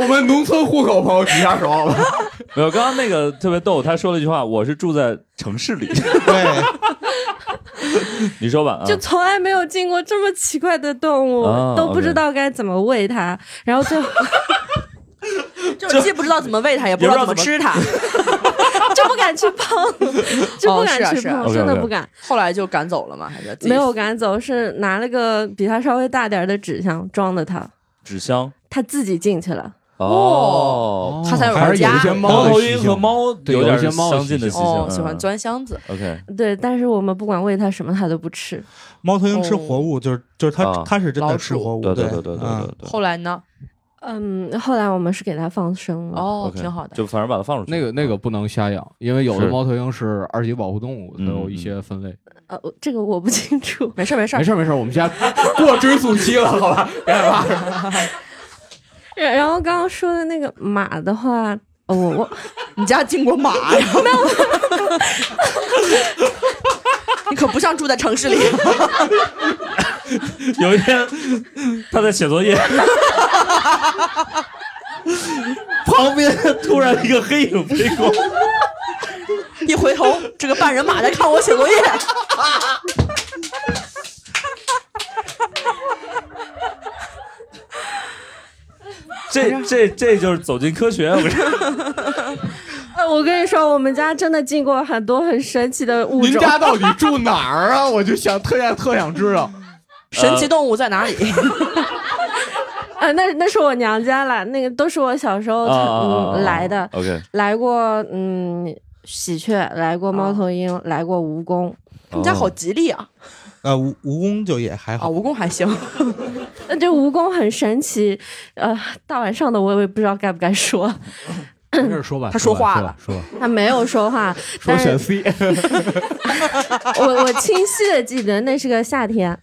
B: 我们农村户口朋友举下手，好 吧？
A: 没有，刚刚那个特别逗，他说了一句话：“我是住在城市里。”
D: 对，
A: 你说吧啊
F: 就。从来没有见过这么奇怪的动物，
C: 啊
A: 哦
F: 都不
A: OK
F: 知道该怎么喂它，然后最后
C: 就是既不知道怎么 喂它，也不知道怎么吃它，
F: 就不敢去碰，就不
C: 哦是啊
F: 敢去
C: 是啊
F: 碰，
A: OK，OK
F: 真的不敢。
C: 后来就赶走了嘛，还是自己
F: 没有赶走，是拿了个比它稍微大点儿的纸箱装的它，
A: 纸箱
F: 它自己进去了。
A: 哦，
C: 哦它才有
B: 还
C: 个
B: 是有
C: 家
B: 一。些猫
A: 猫
B: 的
A: 头
B: 习
A: 鹰
B: 性
A: 和猫
B: 对有
A: 点
B: 一些猫的
A: 相近的
B: 习
A: 习
B: 性
A: 性，
C: 哦
A: 嗯，
C: 喜欢。钻箱子，
A: 嗯 OK，
F: 对，但是我们不管喂它什么，它都不吃。
D: 猫头鹰吃活物，就是就是它
A: 啊
D: 它是真的
C: 哦老
D: 吃
C: 鼠
D: 活物。
A: 对
D: 对
A: 对对对
D: 啊
A: 对对。
C: 后来呢？
F: 嗯，后来我们是给它放生了。
C: 哦，
A: OK，
C: 挺好的。
A: 就反正把它放出去。
B: 那个那个不能瞎养，因为有的
A: 是嗯
B: 猫头鹰是二级保护动物，它有一些分类。
F: 呃，我这个我不清 楚。
C: 没事儿没事
B: 没
C: 儿，
B: 事儿没事儿，我们家过追溯期了，好吧？别害怕。
F: 然然后刚刚说的那个马的话，哦、我我
C: 你家进过马呀？你可不像住在城市里，
A: 有一天他在写作业， 旁边突然一个黑影飞过，
C: 一回头，这个半人马在看我写作业。
F: 哎
A: 这这这就是走进科学，我跟你说
F: 呃，我跟你说，我们家真的进过很多很神奇的物
B: 您
F: 种。
B: 家 到底住哪儿啊？ 我就想特想特想知 道。
C: 神奇动物在哪里？
F: 呃，那那是我娘家啦，那个都是我小时候、
A: 啊啊啊啊啊
F: 嗯、来的，
A: OK，。
F: 来过嗯喜鹊，来过猫头鹰，来过蜈蚣。
C: 你家好吉利啊！
D: 呃，蜈蜈蚣就也还
C: 啊，
D: 好。
C: 蜈蚣还行。
F: 那这蜈蚣很神奇，呃，大晚上的我我也不知道该不该说，
B: 没事儿说吧，
C: 他说
B: 吧
C: 话哎
B: 说吧，说吧，
F: 它没有说话，
B: 说
F: 但
B: 选
F: 是
B: C。
F: 我我清晰的记得那是个夏天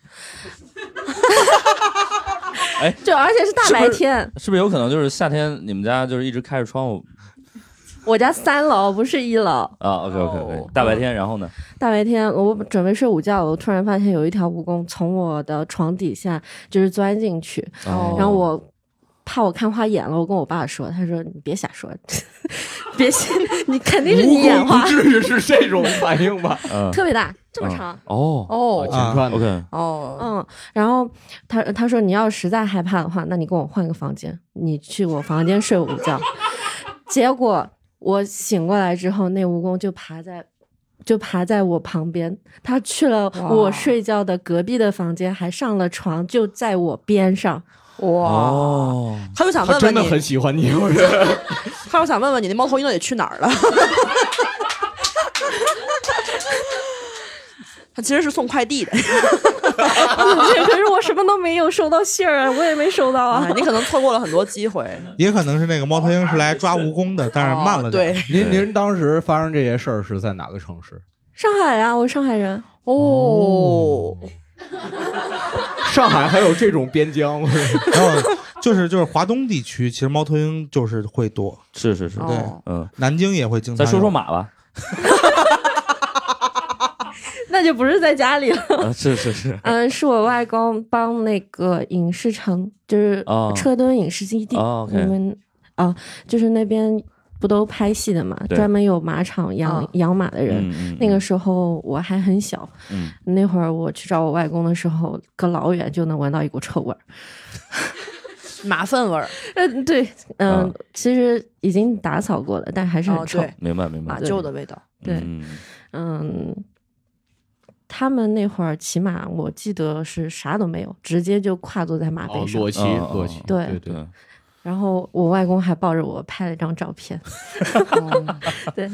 A: 哎，
F: 就而且是大
A: 是不
F: 白
A: 是
F: 天，
A: 是不是有可能就是夏天你们家就是一直开着窗户
F: 我家三楼不是一楼，
A: 啊？OK
B: 哦
A: OK OK，大白天，然后呢？
F: 大白天，我准备睡午觉，我突然发现有一条蜈蚣从我的床底下就是钻进去，
A: 哦
F: 然后我怕我看花眼了，我跟我爸说，他说你别瞎说， 别信，你肯定是你眼
B: 蜈蚣
F: 花
B: 不，至于是这种反应吧？
A: 嗯
F: 特别大，这么
A: 嗯
F: 长，
A: 哦
B: 啊
C: 哦
B: 前传的
A: OK
C: 哦，
F: 嗯，然后他他说你要实在害怕的话，那你跟我换个房间，你去我房间睡午觉。结果我醒过来之后，那蜈蚣就爬在就爬在我旁边，它去了我
C: 哇
F: 睡觉的隔壁的房间，还上了床，就在我边上。
C: 哇！
A: 哦，
C: 他就想
B: 他
C: 问
B: 真
C: 问
B: 的很
C: 你，
B: 喜欢你，我觉得。
C: 他就想问问你，那猫头鹰到底去哪儿了？他其实是送快递 的，
F: 可是我什么都没有收到信儿啊，我也没收到啊
C: 哎。你可能错过了很多机会。
D: 也可能是那个猫头鹰是来抓蜈蚣的，但是慢了
C: 哦
D: 点。
C: 对，
B: 您您当时发生这些事儿是在哪个城市？
F: 哦上海啊，我上海人。
C: 哦，
B: 上海还有这种边疆吗？
D: 然后就是就是华东地区，其实猫头鹰就是会多，
I: 是是是，
D: 对，
I: 嗯，
D: 南京也会经常。
I: 再说说，马吧，
F: 那就不是在家里了。
I: 啊是是是，
F: 嗯，是我外公帮那个影视城，就是
I: 哦
F: 车墩影视基地，
I: 哦
F: 你
I: ，OK
F: 们啊、就是那边不都拍戏的嘛，
I: 对
F: 专门有马场养、养马的人。
I: 嗯嗯
F: 那个时候我还很小，
I: 嗯，
F: 那会儿我去找我外公的时候，隔老远就能闻到一股臭味儿。
C: 马粪味儿
F: 嗯，对，嗯、
I: 啊
F: 其实已经打扫过了，但还是
C: 哦
F: 很臭。
C: 对
I: 明白明白
C: 马，厩的味道。
F: 对，
I: 嗯
F: 嗯，他们那会儿骑马，我记得是啥都没有，直接就跨坐在马背上。
B: 裸骑
I: 哦
B: 裸骑，
F: 对
B: 对对，
F: 然后我外公还抱着我拍了张照 片。嗯对，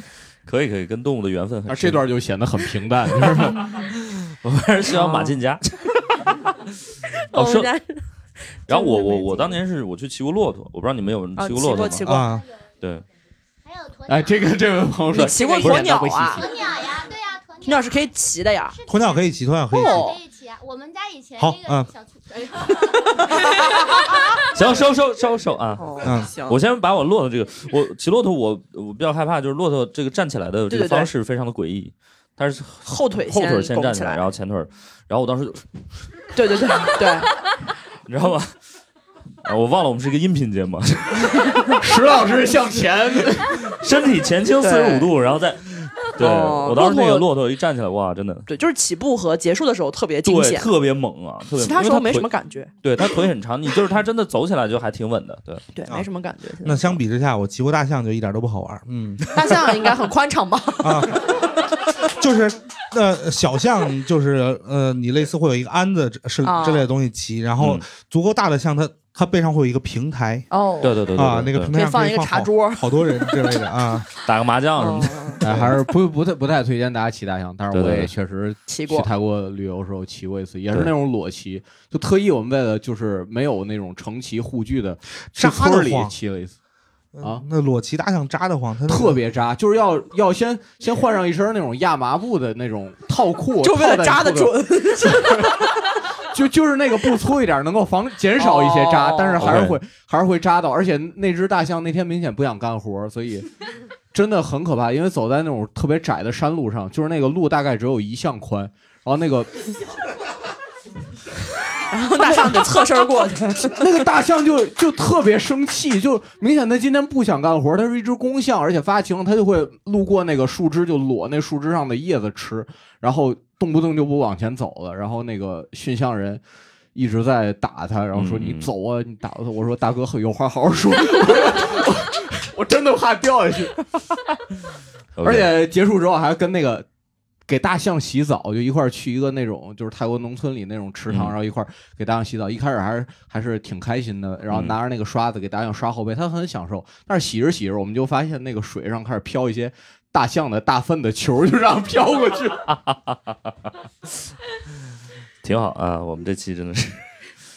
I: 可以可以，跟动物的缘分很
B: 而
I: 深。
B: 这段就显得很平淡，就 是吧
I: 我们还是希望马进家。
F: 我
I: 哦，
F: 们
I: 说，
F: 家
I: 然后我我我当年是我去骑过骆驼，我不知道你们有人
F: 哦
C: 啊
I: 骑过骆驼吗？
C: 骑过骑过啊
I: 对，
B: 哎，这个这位朋友说，
C: 你骑过
B: 这个
C: 鸵
B: 显得
C: 鸟
B: 会稀
C: 啊？
B: 奇
C: 鸵鸟呀，对呀，鸵鸟是可以骑的呀。
D: 鸵鸟可以骑，鸵鸟可以
C: 哦
D: 骑。好，嗯
I: 行，收收收收啊！
C: 哦
D: 嗯，
I: 我先把我骆驼这个，我骑骆驼我我比较害怕，就是骆驼这个站起来的这
C: 对
I: 个
C: 对对
I: 方式非常的诡异，它是
C: 后腿
I: 后腿
C: 先
I: 先
C: 拱
I: 站
C: 起
I: 起来，
C: 来
I: 然后前腿儿，然后我当时就，
C: 对对对对，
I: 你知道吗？啊，我忘了我们是一个音频节目，
B: 石老师向前，
I: 身体前倾四十五度，然后再，对
C: 哦
I: 我当时那个骆
C: 骆驼
I: 驼一站起来，哇，真的，
C: 对，就是起步和结束的时候特别惊
I: 对，
C: 险，
I: 特别猛啊，特别猛。
C: 其他
I: 因为
C: 时候
I: 它
C: 没什
I: 腿
C: 么感觉，
I: 对他腿很长，你就是他真的走起来就还挺稳的，对，
C: 对，没什么感觉。
D: 那相比之下，我骑过大象就一点都不好玩儿。嗯，
C: 大象应该很宽敞吧？
D: 就是呃，小象就是呃，你类似会有一个鞍子是
C: 啊
D: 之类的东西骑，然后
I: 嗯
D: 足够大的象，它它背上会有一个平台
C: 哦，
I: 对对对对
D: 啊，那
I: 对
D: 个
I: 对
D: 平台上
C: 可以放一个
D: 好
C: 茶桌
D: 好多人 之类的啊。
I: 打个麻将什么的，
B: 哎，还是不不太不太推荐大家骑大象，但是
I: 对
B: 我
I: 对
B: 也
I: 对
B: 确实
C: 骑
B: 去
C: 过
B: 泰国旅游的时候骑过一次，也是
I: 对
B: 那种裸骑，就特意我们为了就是没有那种乘骑护具的，去
D: 扎得
B: 村里
D: 慌
B: 骑了一次，
C: 嗯
B: 啊
D: 那裸骑大象扎得慌，它那个
B: 特别扎，就是要要先先换上一身那种亚麻布的那种套裤，
C: 就为
B: 套在
C: 了
B: 你
C: 扎的
B: 裤子，
C: 准。
B: 就就是那个布粗一点，能够防减少一些扎，
C: 哦
B: 但是还是
I: OK
B: 会还是会扎到，而且那只大象那天明显不想干活，所以真的很可怕，因为走在那种特别窄的山路上，就是那个路大概只有一项宽，然后那个
C: 然后大象得侧身过去，
B: 那个大象就就特别生气，就明显它今天不想干活，它是一只公象，而且发情，它就会路过那个树枝就裸那树枝上的叶子吃，然后动不动就不往前走了。然后那个驯象人一直在打它，然后说
I: 嗯
B: 你走啊，你打我！我说大哥有话好好 说，我真的怕掉下去。而且结束之后还跟那个给大象洗澡，就一块儿去一个那种就是泰国农村里那种池
I: 嗯
B: 塘，然后一块儿给大象洗澡。一开始还是还是挺开心的，然后
I: 嗯
B: 拿着那个刷子给大象刷后背，它很享受。但是洗着洗着，我们就发现那个水上开始飘一些大象的大粪的球，就这样飘过去。
I: 挺好啊，我们这期真的是，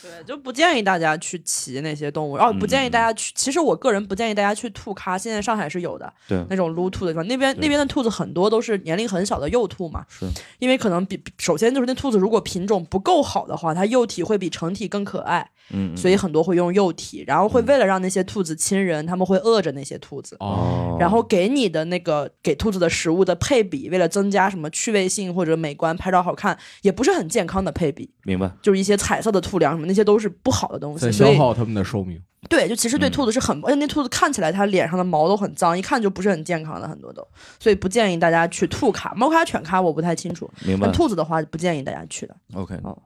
C: 对，就不建议大家去骑那些动物，哦，不建
I: 嗯
C: 议大家去。其实我个人不建议大家去兔咖，现在上海是有的，
I: 对
C: 那种撸兔的地方，那边
I: 对
C: 那边的兔子很多都是年龄很小的幼兔嘛，
I: 是
C: 因为可能比首先就是那兔子如果品种不够好的话，它幼体会比成体更可爱，
I: 嗯，嗯
C: 所以很多会用幼体，然后会为了让那些兔子亲人，他们会饿着那些兔子。
B: 哦，
C: 然后给你的那个给兔子的食物的配比，为了增加什么趣味性或者美观、拍照好看，也不是很健康的配比，
I: 明白，
C: 就是一些彩色的兔粮什么，那些都是不好的东西。
B: 在
C: 所
B: 消
C: 以
B: 耗他们的寿命。
C: 对，就其实对
I: 嗯
C: 兔子是很，而且那兔子看起来它脸上的毛都很脏，一看就不是很健康的，很多都，所以不建议大家去兔咖、猫咖、犬咖，我不太清楚。
I: 明白
C: 但兔子的话，不建议大家去的。
I: ，OK，
C: 哦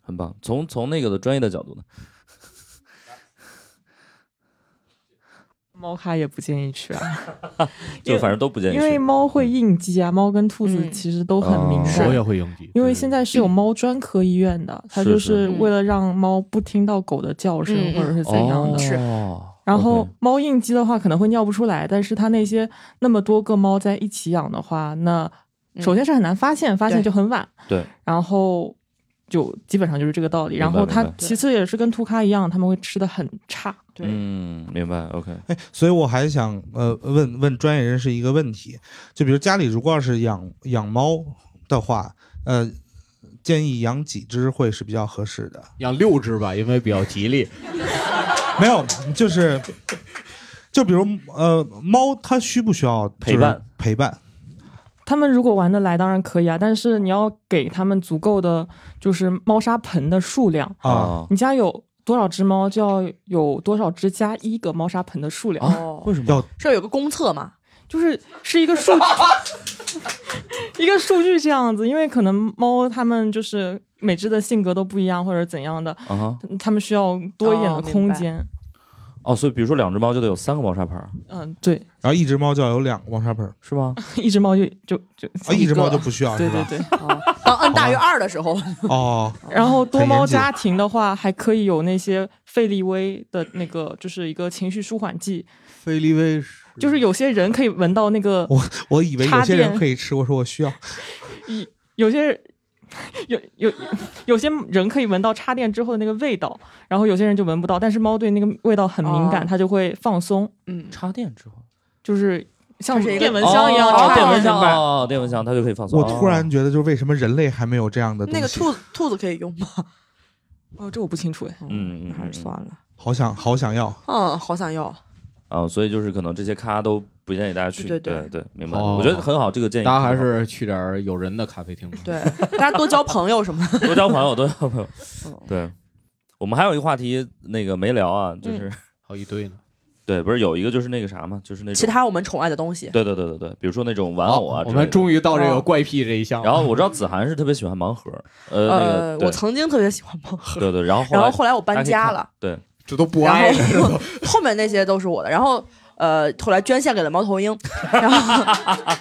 I: 很棒。从从那个的专业的角度呢，
H: 猫咖也不建议去啊， 因
I: 就
H: 为
I: 反正都不建议
H: 因为
I: 去。
H: 猫会应激啊，猫跟兔子
C: 嗯
H: 其实都很敏
I: 哦
H: 感。
B: 我也会应激，
H: 因为现在是有猫专科医院的，它
I: 是
H: 就是是为了让猫不听到狗的叫声
C: 嗯嗯嗯
H: 或者是怎样的。
C: 是
A: 哦
H: 然后
I: 哦 OK
H: 猫应激的话可能会尿不出来，但是它那些那么多个猫在一起养的话，那
C: 嗯
H: 首先是很难发现，发现就很晚。
I: 对，
H: 然后就基本上就是这个道理。
I: 明白
H: 然后它
I: 明白
H: 其次也是跟图咖一样，它们会吃的很差。
C: 对
I: 嗯，明白，OK，
D: 哎，所以我还想呃问问专业人士一个问题，就比如家里如果要是养养猫的话，呃，建议养几只会是比较合适的？
B: 养六只吧，因为比较吉利。
D: 没有，就是就比如呃，猫它需不需要就是
A: 陪伴
D: 陪伴？
H: 他们如果玩得来，当然可以啊，但是你要给他们足够的就是猫砂盆的数量
D: 啊
H: 你家有多少只猫，就要有多少只加一个猫砂盆的数量。
C: 哦，
D: 啊为什么要
C: 这有个公测嘛，
H: 就是是一个数， 一个数据这样子，因为可能猫它们就是每只的性格都不一样，或者怎样的，
A: 啊哈
H: 它们需要多一点的空间。
A: 哦，所以比如说两只猫就得有三个猫砂盆儿，啊
C: 哦
H: 嗯，对，
D: 然后一只猫就要有两个猫砂盆，
A: 是吗？
H: 一只猫就就就
D: 啊，一只猫就不需要，
H: 对
D: 是吧啊
H: 对对。
C: 哦当 n 大于二的时候，
D: 哦，
H: 然后多
D: 很严
H: 猫
D: 谨
H: 家庭的话，还可以有那些费利威的那个，就是一个情绪舒缓剂，
B: 菲利威是
H: 就是有些人可以闻到那个
D: 我我以为有些
H: 插
D: 人
H: 电
D: 可以吃，我说我需要，
H: 一有些人有有有些人可以闻到插电之后的那个味道，然后有些人就闻不到，但是猫对那个味道很敏感，
C: 哦
H: 它就会放松，
C: 嗯，
A: 插电之后，
H: 就是像
C: 这是一个
H: 电蚊香一样
C: 哦
H: 插
A: 电蚊
H: 进
A: 香
H: 去吧
A: 哦，电蚊香它就可以放松。哦
D: 我突然觉得就是为什么人类还没有这样的东西？
C: 那个兔子兔子可以用吗？
H: 哦，这我不清楚哎。
A: 嗯，嗯嗯
C: 还是算了。
D: 好想好想要，
C: 嗯，好想要。
A: 啊，所以就是可能这些咖都不建议大家去，
C: 对对
A: 对
C: 对
A: 明白。
B: 哦
A: 我觉得很好，这个建议
B: 大家还
A: 很好
B: 是去点儿有人的咖啡厅吧。
C: 对，大家多交朋友什么的。
A: 多交朋友，多交朋友。对，我们还有一个话题那个没聊啊，就是
B: 还有一堆呢。
A: 对，不是有一个就是那个啥嘛，就是那种
C: 其他我们宠爱的东西，
A: 对对对对对，比如说那种玩偶啊之
B: 我
A: 类的，
B: 们终于到这个
C: 哦
B: 怪癖这一项了。
A: 然后我知道子涵是特别喜欢盲盒，呃，那
C: 呃
A: 个，对
C: 我曾经特别喜欢盲盒，
A: 对对，然后后
C: 然后
A: 来
C: 后来我搬家了，
A: 对，
B: 这都不
C: 然
B: 挨着
C: 后 后面那些都是我的，然后呃，后来捐献给了猫头 鹰，然后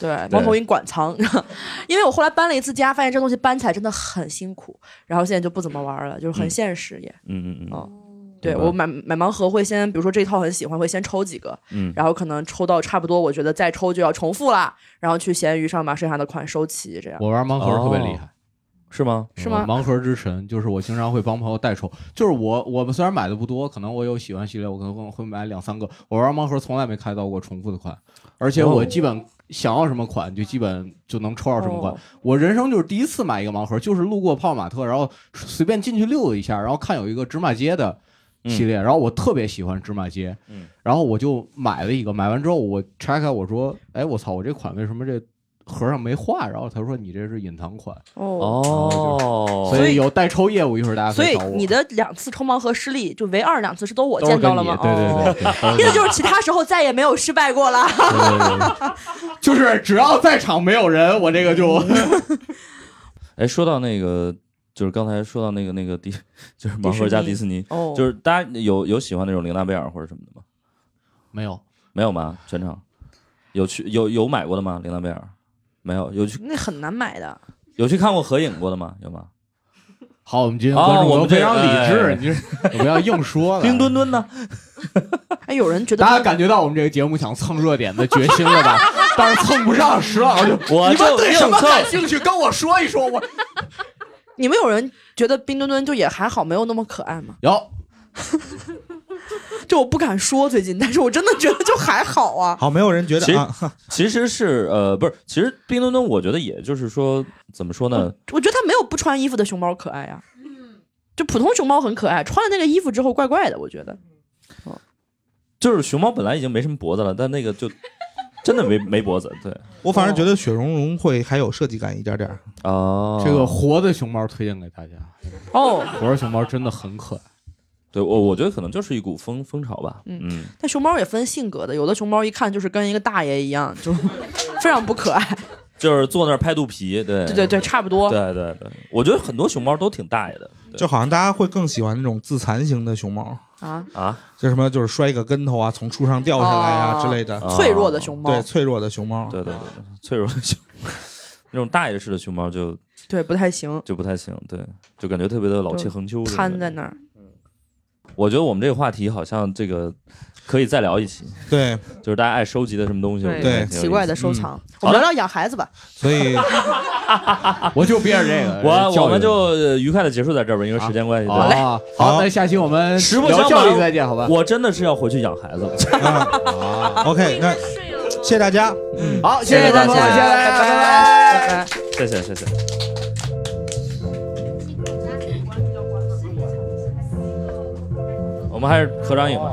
C: 对猫头鹰馆藏， 因为我后来搬了一次家，发现这东西搬起来真的很辛苦，然后现在就不怎么玩了，就是很现实也。
A: 嗯嗯嗯，
C: 哦对
A: 明白
C: 我买买盲盒会先，比如说这一套很喜欢，会先抽几个，
A: 嗯
C: 然后可能抽到差不多，我觉得再抽就要重复啦，然后去闲鱼上把剩下的款收齐，这样
B: 我玩盲盒特别厉害。
A: 是吗？
C: 哦是吗
B: 我盲盒之神就是我经常会帮朋友代抽，就是我我们虽然买的不多，可能我有喜欢系列，我可能会买两三个。我玩盲盒从来没开到过重复的款，而且
C: 哦
B: 我基本想要什么款就基本就能抽到什么款。
C: 哦
B: 我人生就是第一次买一个盲盒，就是路过泡泡玛特，然后随便进去溜达一下，然后看有一个芝麻街的系
C: 嗯
B: 列，然后我特别喜欢芝麻街，
A: 嗯
B: 然后我就买了一个，买完之后我拆开我说，哎我操，我这款为什么这盒上没画？然后他说你这是隐藏款。
C: 哦。
A: 哦，
B: 所以有代抽业务，一会儿大家
C: 所
B: 可
C: 以
B: 找我。
C: 你的两次抽盲盒失利，就唯二两次是都我
B: 都是
C: 见
B: 跟
C: 到
B: 你
C: 了吗？
B: 对
C: 哦
B: 对对
A: 啊
B: 对
C: 意思就是 其他时候再也没有失败过了。
B: 对对 对，就是只要在场没有人，我这个就
A: 哎，说到那个，就是刚才说到那个那个迪， 就是盲盒加迪士尼，
C: 哦
A: 就是大家有有喜欢那种玲娜贝尔或者什么的吗？
B: 没有。
A: 没有吗？全场有去有有买过的吗？玲娜贝尔没有，有去
C: 那很难买的。
A: 有去看过合影过的吗？有吗？
B: 好，我们今天
A: 哦
B: 观众
A: 我
B: 都
A: 们这
B: 非常理
A: 哎
B: 智，你这 你不要硬说了。
A: 冰 墩墩呢？
C: 哎，有人觉得
B: 大家感觉到我们这个节目想蹭热点的决心了吧？ 但是蹭不上，石老师就
A: 我
B: 你们
A: 就
B: 对
A: 硬
B: 什么感
A: 蹭，
B: 兴趣，跟我说一说。我
C: 你们有人觉得冰墩墩就也还好，没有那么可爱吗？
B: 有
C: 就我不敢说最近，但是我真的觉得就还好啊。
D: 好，没有人觉
A: 其
D: 得
A: 实
D: 啊，
A: 其实是呃不是，其实冰墩墩我觉得也就是说怎么
D: 嗯
A: 说呢？
C: 我觉得它没有不穿衣服的熊猫可爱呀、就普通熊猫很可爱，穿了那个衣服之后怪怪的，我觉得。
A: 就是熊猫本来已经没什么脖子了，但那个就真的没没脖子，对
D: 我反而觉得雪融融会还有设计感一点点儿。
A: 哦
B: 这个活的熊猫推荐给大家，
C: 哦，
B: 活的熊猫真的很可爱。
A: 对我我觉得可能就是一股风风潮吧，嗯，
C: 但熊猫也分性格的，有的熊猫一看就是跟一个大爷一样，就 非常不可爱。
A: 就是坐那儿拍肚皮，对
C: 对对对，差不多。
A: 对对对，我觉得很多熊猫都挺大爷的，对
D: 就好像大家会更喜欢那种自残型的熊猫，
C: 啊，
A: 啊，
D: 就什么就是摔个跟头啊，从树上掉下来啊
C: 哦
D: 之类的。
A: 啊
C: 脆弱的熊猫，
D: 对，脆弱的熊猫，
A: 对对
C: 啊
A: 对，对脆弱的熊， 那种大爷式的熊猫就
C: 对不太行，
A: 就不太行，对，就感觉特别的老气横秋，
C: 瘫在那
A: 那。
C: 儿。
A: 我觉得我们这个话题好像这个可以再聊一期，
D: 对，
A: 就是大家爱收集的什么东西，
H: 对
A: 我觉得还挺有意思
C: 奇怪的收藏。我们聊聊养孩子吧。
D: 所以
B: 我就憋着这个，
A: 我我
B: 教育
A: 们
B: 了
A: 就呃愉快的结束在这儿吧，因为时间关系。对
B: 好嘞，好，
D: 好
B: 那下期我们
A: 实不
B: 聊
A: 相
B: 教育
A: 瞒
B: 再见，好吧？
A: 我真的是要回去养孩子了。
D: OK，那谢谢大家，嗯。
B: 好，谢谢
C: 大家，
B: 谢谢大家，
C: 拜拜。拜拜
A: 谢谢谢谢。我们还是合张影吧。